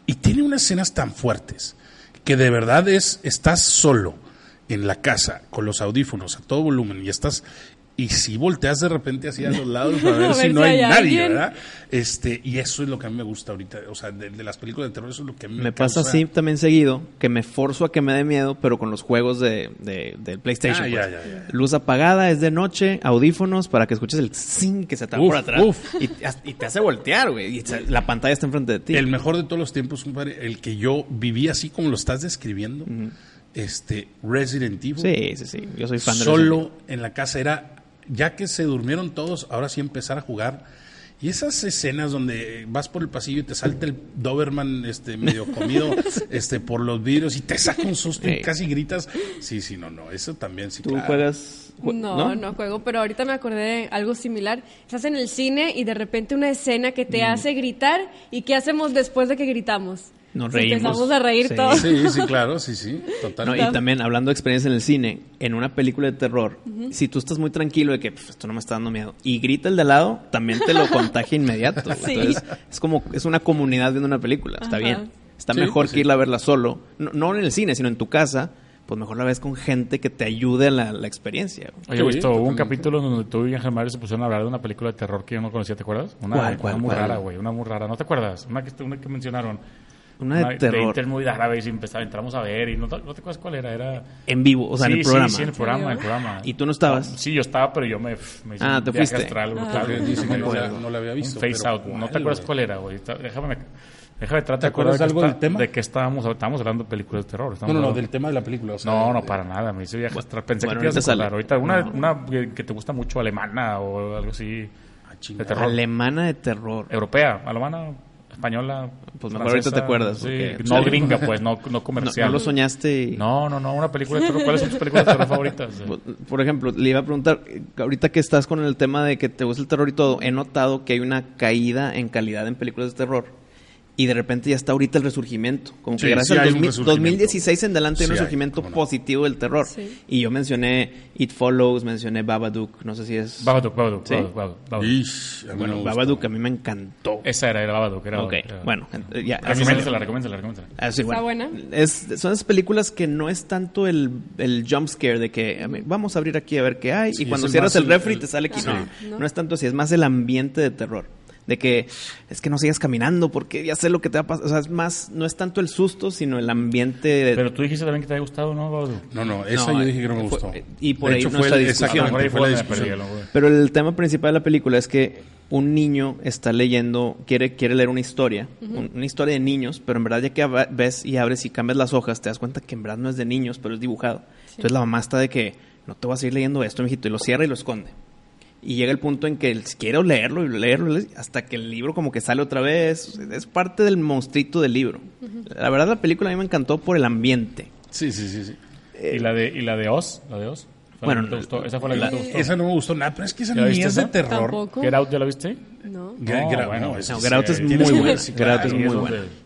Speaker 1: Y tiene unas escenas tan fuertes que de verdad es, estás solo en la casa con los audífonos a todo volumen y estás... Y si volteas de repente hacia los lados para ver,
Speaker 4: A
Speaker 1: si
Speaker 4: ver
Speaker 1: no
Speaker 4: si
Speaker 1: hay,
Speaker 4: hay
Speaker 1: nadie,
Speaker 4: alguien.
Speaker 1: ¿verdad? Este, y eso es lo que a mí me gusta ahorita. O sea, de, de las películas de terror, eso es lo que a mí me
Speaker 2: Me pasa
Speaker 1: causa-
Speaker 2: así también seguido, que me forzo a que me dé miedo, pero con los juegos de, de- del PlayStation.
Speaker 1: Ah,
Speaker 2: pues.
Speaker 1: ya, ya,
Speaker 2: Luz apagada, es de noche, audífonos para que escuches el zing que se te va
Speaker 1: Uf,
Speaker 2: por atrás.
Speaker 1: uf.
Speaker 2: Y, te- y te hace voltear, güey. Y se- la pantalla está enfrente de ti.
Speaker 1: El mejor de todos los tiempos, compadre, el que yo viví así como lo estás describiendo, este, Resident Evil.
Speaker 2: Sí, sí, sí. Yo soy fan de
Speaker 1: solo en la casa. Era, ya que se durmieron todos, ahora sí empezar a jugar. Y esas escenas donde vas por el pasillo y te salta el Doberman este, medio comido este, por los vidrios y te saca un susto y
Speaker 2: Sí.
Speaker 1: casi gritas. Sí, sí, no, no, eso también sí.
Speaker 2: Tú
Speaker 1: claro.
Speaker 2: juegas. jue-
Speaker 4: No, no, juego, pero ahorita me acordé de algo similar. Estás en el cine y de repente una escena que
Speaker 1: Mm.
Speaker 4: te hace gritar y ¿qué hacemos después de que gritamos?
Speaker 2: Nos
Speaker 4: Si
Speaker 2: reímos.
Speaker 4: Empezamos a reír
Speaker 2: Sí.
Speaker 4: todos.
Speaker 1: Sí, sí, claro, sí, sí,
Speaker 2: No,
Speaker 1: totalmente.
Speaker 2: y también hablando de experiencia en el cine, en una película de terror, si tú estás muy tranquilo de que "Pf, esto no me está dando miedo y grita el de al lado, también te lo contagia inmediato. güey.
Speaker 4: Sí.
Speaker 2: Entonces, es como es una comunidad viendo una película, está
Speaker 4: Ajá.
Speaker 2: bien. Está
Speaker 1: Sí,
Speaker 2: mejor
Speaker 1: pues
Speaker 2: que
Speaker 1: sí.
Speaker 2: irla a verla solo, no, no en el cine, sino en tu casa, pues mejor la ves con gente que te ayude a la, la experiencia. güey.
Speaker 3: Oye,
Speaker 1: Sí,
Speaker 3: he visto hubo un
Speaker 1: totalmente.
Speaker 3: capítulo donde tú y Ángel Mario se pusieron a hablar de una película de terror que yo no conocía, ¿te acuerdas? Una,
Speaker 2: ¿Cuál, cuál,
Speaker 3: una muy
Speaker 2: cuál?
Speaker 3: rara, güey, una muy rara. ¿No te acuerdas? Una que, una que mencionaron.
Speaker 2: Una de terror.
Speaker 3: Inter muy rara, güey, y empezaba- entramos a ver y no, te- no te acuerdas cuál era. Era...
Speaker 2: En vivo, o sea, en
Speaker 3: Sí,
Speaker 2: el
Speaker 3: sí,
Speaker 2: programa.
Speaker 3: Sí, en el programa, en el programa.
Speaker 2: ¿Y tú no estabas?
Speaker 3: Sí, yo estaba, pero yo me, pf, me hice
Speaker 2: Ah,
Speaker 3: un
Speaker 2: ¿te
Speaker 3: viaje
Speaker 2: fuiste?
Speaker 3: astral
Speaker 1: Ah,
Speaker 3: brutal,
Speaker 1: porque
Speaker 3: güey.
Speaker 1: dice que no
Speaker 3: acuerdo.
Speaker 1: la- no la había
Speaker 3: Un
Speaker 1: visto,
Speaker 3: face
Speaker 1: pero
Speaker 3: out.
Speaker 1: ¿cuál,
Speaker 3: no te acuerdas
Speaker 1: güey?
Speaker 3: cuál era, güey. Está- Déjame, déjame tratar
Speaker 1: ¿Te acuerdas algo del tema?
Speaker 3: De que estábamos, estábamos hablando de películas de terror.
Speaker 1: No,
Speaker 3: estábamos
Speaker 1: no, no,
Speaker 3: hablando-
Speaker 1: del tema de la película. o sea,
Speaker 3: no, no,
Speaker 1: de-
Speaker 3: para nada. Me hice viaje astral. Pensé
Speaker 2: bueno,
Speaker 3: que te ibas a
Speaker 2: ahorita
Speaker 3: acordar.
Speaker 2: sale.
Speaker 3: Ahorita, una, una que que te gusta mucho, alemana o algo así.
Speaker 1: Ah,
Speaker 3: de
Speaker 1: chingada.
Speaker 3: terror.
Speaker 2: Alemana de terror.
Speaker 3: Europea, alemana, española.
Speaker 2: Pues mejor ahorita te acuerdas,
Speaker 3: Sí,
Speaker 2: porque-
Speaker 3: no gringa, pues, no, no
Speaker 2: No,
Speaker 3: comercial.
Speaker 2: no lo soñaste. y-
Speaker 3: No, no, no, una película de terror. ¿Cuáles son tus películas de terror favoritas?
Speaker 2: Por- Por ejemplo, le iba a preguntar, eh, ahorita que estás con el tema de que te gusta el terror y todo, he notado que hay una caída en calidad en películas de terror. Y de repente ya está ahorita el resurgimiento. Como que
Speaker 1: Sí,
Speaker 2: gracias
Speaker 1: sí hay
Speaker 2: al
Speaker 1: un
Speaker 2: 2000
Speaker 1: resurgimiento.
Speaker 2: 2016 en adelante hay un
Speaker 1: Sí hay,
Speaker 2: resurgimiento
Speaker 1: cómo no.
Speaker 2: positivo del terror.
Speaker 4: Sí.
Speaker 2: Y yo mencioné It Follows, mencioné Babadook, no sé si es...
Speaker 3: Babadook, Babadook,
Speaker 2: Sí.
Speaker 3: Babadook, Babadook, Babadook.
Speaker 1: Ish, a mí no
Speaker 2: Bueno,
Speaker 1: me gustó.
Speaker 2: Babadook a mí me encantó.
Speaker 3: Esa era, era Babadook. Era
Speaker 2: Ok,
Speaker 3: Babadook, era-
Speaker 2: bueno, eh, ya...
Speaker 3: Recomiéndasela, recomiéndasela, recomiéndasela.
Speaker 2: Ah, sí,
Speaker 4: ¿Está
Speaker 2: bueno.
Speaker 4: buena?
Speaker 2: Es- son esas películas que no es tanto el, el jump scare de que a ver, vamos a abrir aquí a ver qué hay
Speaker 1: Sí,
Speaker 2: y cuando
Speaker 1: es
Speaker 2: cierras
Speaker 1: más
Speaker 2: el
Speaker 1: el-
Speaker 2: refri
Speaker 1: el-
Speaker 2: te sale aquí.
Speaker 1: sí.
Speaker 2: No,
Speaker 4: No.
Speaker 2: no, es tanto así, es más el ambiente de terror. De que es que no sigas caminando porque ya sé lo que te va a pasar. O sea, es más, no es tanto el susto, sino el ambiente de...
Speaker 3: Pero tú dijiste también que te había gustado, ¿no, Babadook?
Speaker 1: No, no, esa
Speaker 2: No, eh,
Speaker 1: yo dije que no me
Speaker 2: fue-
Speaker 1: gustó.
Speaker 2: y por
Speaker 1: De
Speaker 2: ahí
Speaker 1: hecho,
Speaker 2: nuestra
Speaker 1: fue el-
Speaker 2: discusión.
Speaker 1: exactamente,
Speaker 3: Ah, Por ahí
Speaker 1: fue
Speaker 3: fue
Speaker 1: la
Speaker 3: donde me
Speaker 1: discusión.
Speaker 3: perdí, a lo mejor.
Speaker 2: Pero el tema principal de la película es que un niño está leyendo, quiere, quiere leer una historia, un- una historia de niños, pero en verdad ya que ab- ves y abres y cambias las hojas, te das cuenta que en verdad no es de niños, pero es dibujado. Entonces la mamá está de que, no te vas a ir leyendo esto, mijito, y lo cierra y lo esconde. Y llega el punto en que él quiere leerlo y leerlo, leerlo, hasta que el libro como que sale otra vez. Es parte del monstruito del libro. La verdad la película a mí me encantó por el ambiente.
Speaker 1: Sí, sí, sí, sí.
Speaker 3: ¿Y la de, y la de Oz? ¿La de Oz?
Speaker 2: Eh,
Speaker 3: ¿Fue
Speaker 2: Bueno,
Speaker 3: la que te gustó? Esa fue la que
Speaker 1: La-
Speaker 3: te gustó.
Speaker 1: esa no me gustó nada, pero es que esa
Speaker 3: ¿Ya
Speaker 1: ni
Speaker 3: viste
Speaker 1: es de
Speaker 3: esa?
Speaker 1: terror.
Speaker 4: Tampoco.
Speaker 3: ¿Get Out ya la viste?
Speaker 4: No.
Speaker 1: Gra- gra-
Speaker 3: No, bueno,
Speaker 1: no, esa
Speaker 2: No,
Speaker 1: sí,
Speaker 2: Get Out es
Speaker 1: sí,
Speaker 2: muy
Speaker 1: tienes que
Speaker 2: buena.
Speaker 1: ver, sí,
Speaker 2: Get Out
Speaker 1: claro.
Speaker 2: es
Speaker 3: Ahí
Speaker 2: muy
Speaker 3: es
Speaker 2: buena.
Speaker 3: donde-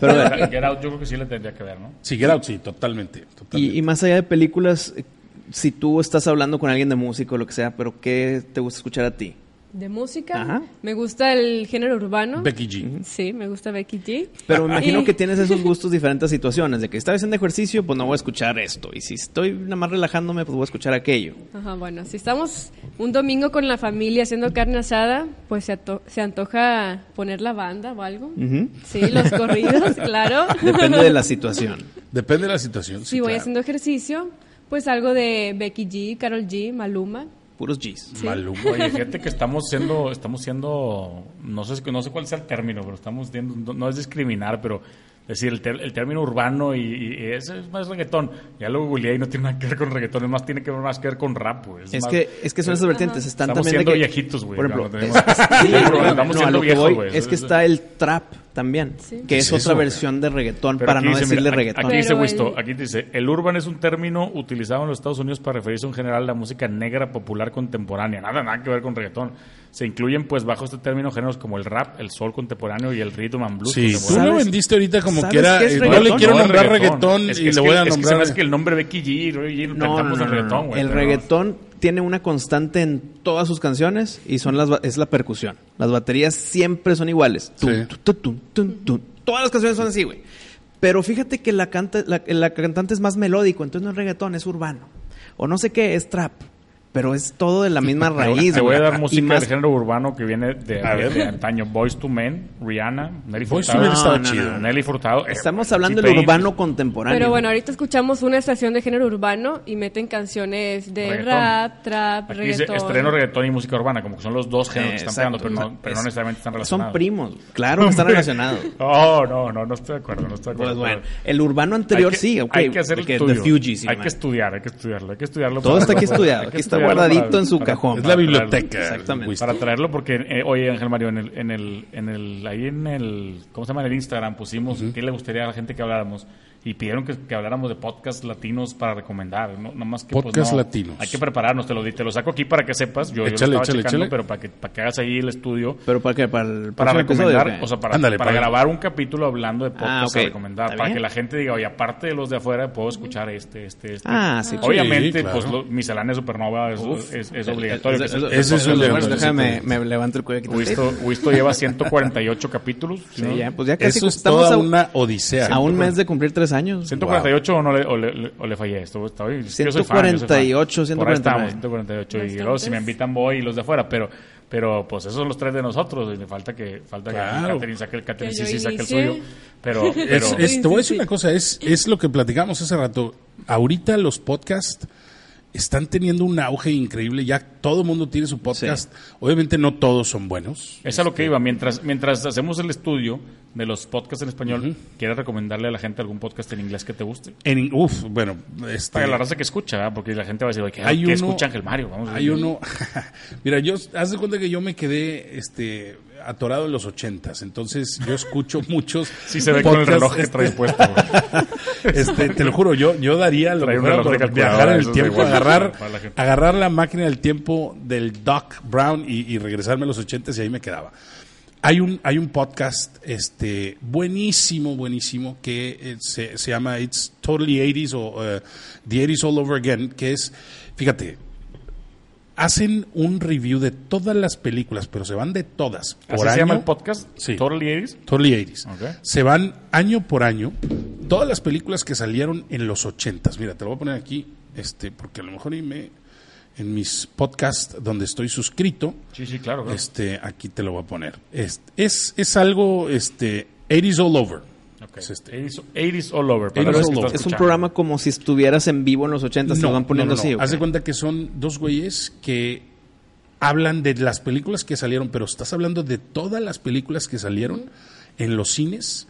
Speaker 2: Pero a ver,
Speaker 3: Get Out yo creo que sí la tendría que ver, ¿no?
Speaker 1: Sí, Get Out, sí, totalmente. totalmente.
Speaker 2: Y, y más allá de películas, eh, si tú estás hablando con alguien de músico o lo que sea, pero ¿qué te gusta escuchar a ti?
Speaker 4: De música.
Speaker 2: Ajá.
Speaker 4: Me gusta el género urbano.
Speaker 1: Becky G.
Speaker 4: Sí, me gusta Becky G.
Speaker 2: Pero me imagino
Speaker 4: Y-
Speaker 2: que tienes esos gustos diferentes situaciones, de que estás haciendo ejercicio, pues no voy a escuchar esto. Y si estoy nada más relajándome, pues voy a escuchar aquello.
Speaker 4: Ajá, bueno, si estamos un domingo con la familia haciendo carne asada, pues se, ato- se antoja poner la banda o algo.
Speaker 2: Ujú.
Speaker 4: Sí, los corridos, claro.
Speaker 2: Depende de la situación.
Speaker 1: Depende de la situación.
Speaker 4: si
Speaker 1: sí,
Speaker 4: voy
Speaker 1: claro.
Speaker 4: haciendo ejercicio, pues algo de Becky G, Carol G, Maluma.
Speaker 2: Puros G's.
Speaker 1: Maluma.
Speaker 3: Oye, fíjate que estamos siendo, estamos siendo, no sé, no sé cuál sea el término, pero estamos siendo, no, no es discriminar, pero es decir, el, ter- el término urbano y, y ese es más reggaetón. Ya lo googleé y no tiene nada que ver con reggaetón, es más, tiene que ver más que ver con rap, güey.
Speaker 2: Es
Speaker 3: más-
Speaker 2: que, es que son esas vertientes. Están
Speaker 3: Estamos
Speaker 2: también de
Speaker 3: siendo
Speaker 2: que-
Speaker 3: viejitos, güey.
Speaker 2: Por ejemplo,
Speaker 3: Claro,
Speaker 2: es,
Speaker 3: tenemos-
Speaker 2: sí,
Speaker 3: Estamos
Speaker 2: no, no,
Speaker 3: siendo
Speaker 2: a lo que
Speaker 3: viejos,
Speaker 2: voy
Speaker 3: güey.
Speaker 2: es que está el trap también,
Speaker 4: Sí.
Speaker 2: que es
Speaker 1: Sí,
Speaker 2: otra
Speaker 1: eso,
Speaker 2: versión de reggaetón,
Speaker 3: Pero
Speaker 2: para
Speaker 3: aquí
Speaker 2: no
Speaker 3: dice,
Speaker 2: decirle
Speaker 3: mira,
Speaker 2: reggaetón.
Speaker 3: Aquí dice
Speaker 4: Pero
Speaker 3: Wisto,
Speaker 4: el-
Speaker 3: aquí dice, el urban es un término utilizado en los Estados Unidos para referirse en general a la música negra popular contemporánea. Nada, nada que ver con reggaetón. Se incluyen, pues, bajo este término géneros como el rap, el soul contemporáneo y el rhythm and blues
Speaker 1: Sí, tú
Speaker 3: contemporáneo.
Speaker 2: ¿Sabes-
Speaker 1: lo vendiste ahorita como
Speaker 2: sabes
Speaker 1: que era.
Speaker 2: qué es
Speaker 1: eh, Yo
Speaker 2: reggaetón?
Speaker 1: le quiero
Speaker 3: No, es
Speaker 1: nombrar reggaetón
Speaker 3: Es que-
Speaker 1: y
Speaker 3: es
Speaker 1: le
Speaker 3: que-
Speaker 1: voy a
Speaker 3: es que se me
Speaker 1: nombrar.
Speaker 3: hace que el nombre Becky G, Roy G,
Speaker 2: No, no,
Speaker 3: pensamos
Speaker 2: no,
Speaker 3: en
Speaker 2: no,
Speaker 3: reggaetón,
Speaker 2: no.
Speaker 3: güey,
Speaker 2: El
Speaker 3: pero no.
Speaker 2: reggaetón tiene una constante en todas sus canciones y son las ba- es la percusión. Las baterías siempre son iguales. Tum,
Speaker 1: Sí.
Speaker 2: tum, tum, tum, tum, tum. Todas las canciones son así, güey. Pero fíjate que la, canta, la, la cantante es más melódico, entonces no es reggaetón, es urbano. O no sé qué, es trap. Pero es todo de la misma
Speaker 3: Te voy-
Speaker 2: raíz.
Speaker 3: Te voy a
Speaker 2: güey.
Speaker 3: dar
Speaker 2: Y
Speaker 3: música
Speaker 2: más-
Speaker 3: del género urbano que viene de,
Speaker 1: A
Speaker 3: de-
Speaker 1: ver.
Speaker 3: de antaño. Boys to Men, Rihanna, Nelly
Speaker 1: Boyz
Speaker 3: Furtado.
Speaker 1: II Men estaba
Speaker 2: No, no,
Speaker 1: chido.
Speaker 2: no,
Speaker 3: Nelly Furtado. eh,
Speaker 2: Estamos hablando
Speaker 3: T-Pain,
Speaker 2: del urbano contemporáneo.
Speaker 4: Pero bueno, ahorita escuchamos una estación de género urbano y meten canciones de
Speaker 3: Reggaetón.
Speaker 4: rap, trap,
Speaker 3: Aquí dice
Speaker 4: reggaetón.
Speaker 3: estreno reggaetón y música urbana, como que son los dos géneros
Speaker 2: Eh,
Speaker 3: que están pegando,
Speaker 2: exacto,
Speaker 3: pero
Speaker 2: exacto.
Speaker 3: no, pero no
Speaker 2: Es-
Speaker 3: necesariamente están
Speaker 2: Son
Speaker 3: relacionados.
Speaker 2: primos, claro que están relacionados.
Speaker 3: Oh, no, no, no estoy de acuerdo, no estoy de
Speaker 2: Pues
Speaker 3: acuerdo.
Speaker 2: bueno, el urbano anterior
Speaker 3: Hay que-
Speaker 2: sí, ok.
Speaker 3: Hay que hacer
Speaker 2: de
Speaker 3: el
Speaker 2: que
Speaker 3: estudio.
Speaker 2: The Fugees, sí,
Speaker 3: hay
Speaker 2: man.
Speaker 3: que estudiar, hay que estudiarlo, hay que estudiarlo.
Speaker 2: Todo
Speaker 3: para-
Speaker 2: está aquí
Speaker 3: para-
Speaker 2: estudiado,
Speaker 3: hay que
Speaker 2: aquí está
Speaker 3: estudiarlo
Speaker 2: guardadito
Speaker 3: para-
Speaker 2: en su
Speaker 3: para-
Speaker 2: cajón.
Speaker 1: Es la
Speaker 3: para-
Speaker 1: biblioteca.
Speaker 2: Exactamente.
Speaker 1: Para
Speaker 3: Para traerlo, porque, eh, oye, Ángel Mario, en el, en el, en el, ahí en el, ¿cómo se llama? En el Instagram pusimos qué le gustaría a la gente que habláramos y pidieron que, que habláramos de podcasts latinos para recomendar, ¿no? Nada más que, pues,
Speaker 1: Podcasts
Speaker 3: no,
Speaker 1: latinos.
Speaker 3: Hay que prepararnos, te lo, di- te lo saco aquí para que sepas, yo, yo lo
Speaker 1: Échale,
Speaker 3: estaba
Speaker 1: échale,
Speaker 3: checando,
Speaker 1: échale.
Speaker 3: pero para que, para que hagas ahí el estudio
Speaker 2: ¿Pero para qué? ¿Para el
Speaker 3: para
Speaker 2: próximo episodio,
Speaker 3: recomendar,
Speaker 2: qué?
Speaker 3: o sea, para,
Speaker 1: Ándale,
Speaker 3: para
Speaker 1: para-
Speaker 3: grabar un capítulo hablando de podcast
Speaker 2: Ah, ok.
Speaker 3: a recomendar,
Speaker 2: Está
Speaker 3: para
Speaker 2: bien.
Speaker 3: que la gente diga, oye, aparte de los de afuera, puedo escuchar este, este, este.
Speaker 2: Ah, sí.
Speaker 1: Oye,
Speaker 3: Obviamente,
Speaker 1: Sí, claro.
Speaker 3: pues, lo- miscelánea supernova es,
Speaker 2: Uf.
Speaker 3: es- es obligatorio. que se-
Speaker 1: Eso es obligatorio.
Speaker 2: Bueno, Déjame, me levanto el cuello aquí.
Speaker 3: Wisto, Wisto lleva 148 capítulos. ¿sí, no?
Speaker 2: Sí, ya, pues ya casi
Speaker 1: Eso es
Speaker 2: estamos
Speaker 1: toda
Speaker 2: a,
Speaker 1: una odisea.
Speaker 2: a un mes de cumplir tres años.
Speaker 3: 148 o, no le, o, le, le- o le fallé esto. Está bien. Yo soy fan, yo soy fan.
Speaker 2: 148,
Speaker 3: Por ahí estamos,
Speaker 2: 149.
Speaker 3: 148. Y
Speaker 4: Bastantes.
Speaker 3: luego si me invitan voy y los de afuera, pero pero pues esos son los tres de nosotros. Y le falta que falta
Speaker 1: Claro.
Speaker 3: que Catherine saque el Catherine
Speaker 4: Que yo
Speaker 3: sí, sí, saque el
Speaker 4: inicie.
Speaker 3: suyo. Pero, pero
Speaker 1: Es- es- te voy a decir una cosa, es, es lo que platicamos hace rato. Ahorita los podcasts están teniendo un auge increíble, ya todo el mundo tiene su podcast. Obviamente no todos son buenos.
Speaker 3: es a lo que iba. Mientras, mientras hacemos el estudio de los podcasts en español, ¿quieres recomendarle a la gente algún podcast en inglés que te guste?
Speaker 1: En, uf, bueno, este,
Speaker 3: Para la raza que escucha, ¿verdad? porque la gente va a decir, oye, ¿qué,
Speaker 1: Hay
Speaker 3: qué
Speaker 1: uno-
Speaker 3: escucha Ángel Mario? Vamos a
Speaker 1: Hay uno. Mira, yo haz de cuenta que yo me quedé este atorado en los ochentas. Entonces yo escucho muchos.
Speaker 3: Sí se ve con el
Speaker 1: podcasts,
Speaker 3: reloj que
Speaker 1: este,
Speaker 3: traes puesto. güey.
Speaker 1: este, te lo juro, yo, yo daría lo
Speaker 3: Trae
Speaker 1: que
Speaker 3: un
Speaker 1: fuera
Speaker 3: reloj
Speaker 1: por
Speaker 3: de calculadora,
Speaker 1: viajar en
Speaker 3: eso
Speaker 1: el
Speaker 3: es
Speaker 1: tiempo,
Speaker 3: igual,
Speaker 1: agarrar,
Speaker 3: para la gente.
Speaker 1: agarrar la máquina del tiempo del Doc Brown y, y regresarme a los ochentas y ahí me quedaba. Hay un, hay un podcast este, buenísimo, buenísimo, que eh, se, se llama It's Totally 80s o eh, The 80s All Over Again, que es, fíjate, hacen un review de todas las películas, pero se van de todas.
Speaker 3: ¿Así
Speaker 1: por
Speaker 3: se llama
Speaker 1: año.
Speaker 3: el podcast?
Speaker 1: Sí.
Speaker 3: Totally 80s.
Speaker 1: Totally 80s.
Speaker 3: Ok.
Speaker 1: Se van año por año todas las películas que salieron en los 80s. Mira, te lo voy a poner aquí, este, porque a lo mejor y me, en mis podcasts donde estoy suscrito,
Speaker 3: Sí, sí, claro. claro.
Speaker 1: este, aquí te lo voy a poner. Este, es, es algo este, 80s all over.
Speaker 3: Ok.
Speaker 1: Es este.
Speaker 3: 80s, 80s all over. para
Speaker 1: 80s
Speaker 3: los que
Speaker 1: all over.
Speaker 3: están
Speaker 2: Es un
Speaker 3: escuchando.
Speaker 2: programa como si estuvieras en vivo en los 80, se lo van poniendo
Speaker 1: no, no,
Speaker 2: así.
Speaker 1: no.
Speaker 2: ¿o
Speaker 1: Haz de
Speaker 2: qué?
Speaker 1: cuenta que son dos güeyes que hablan de las películas que salieron, pero estás hablando de todas las películas que salieron en los cines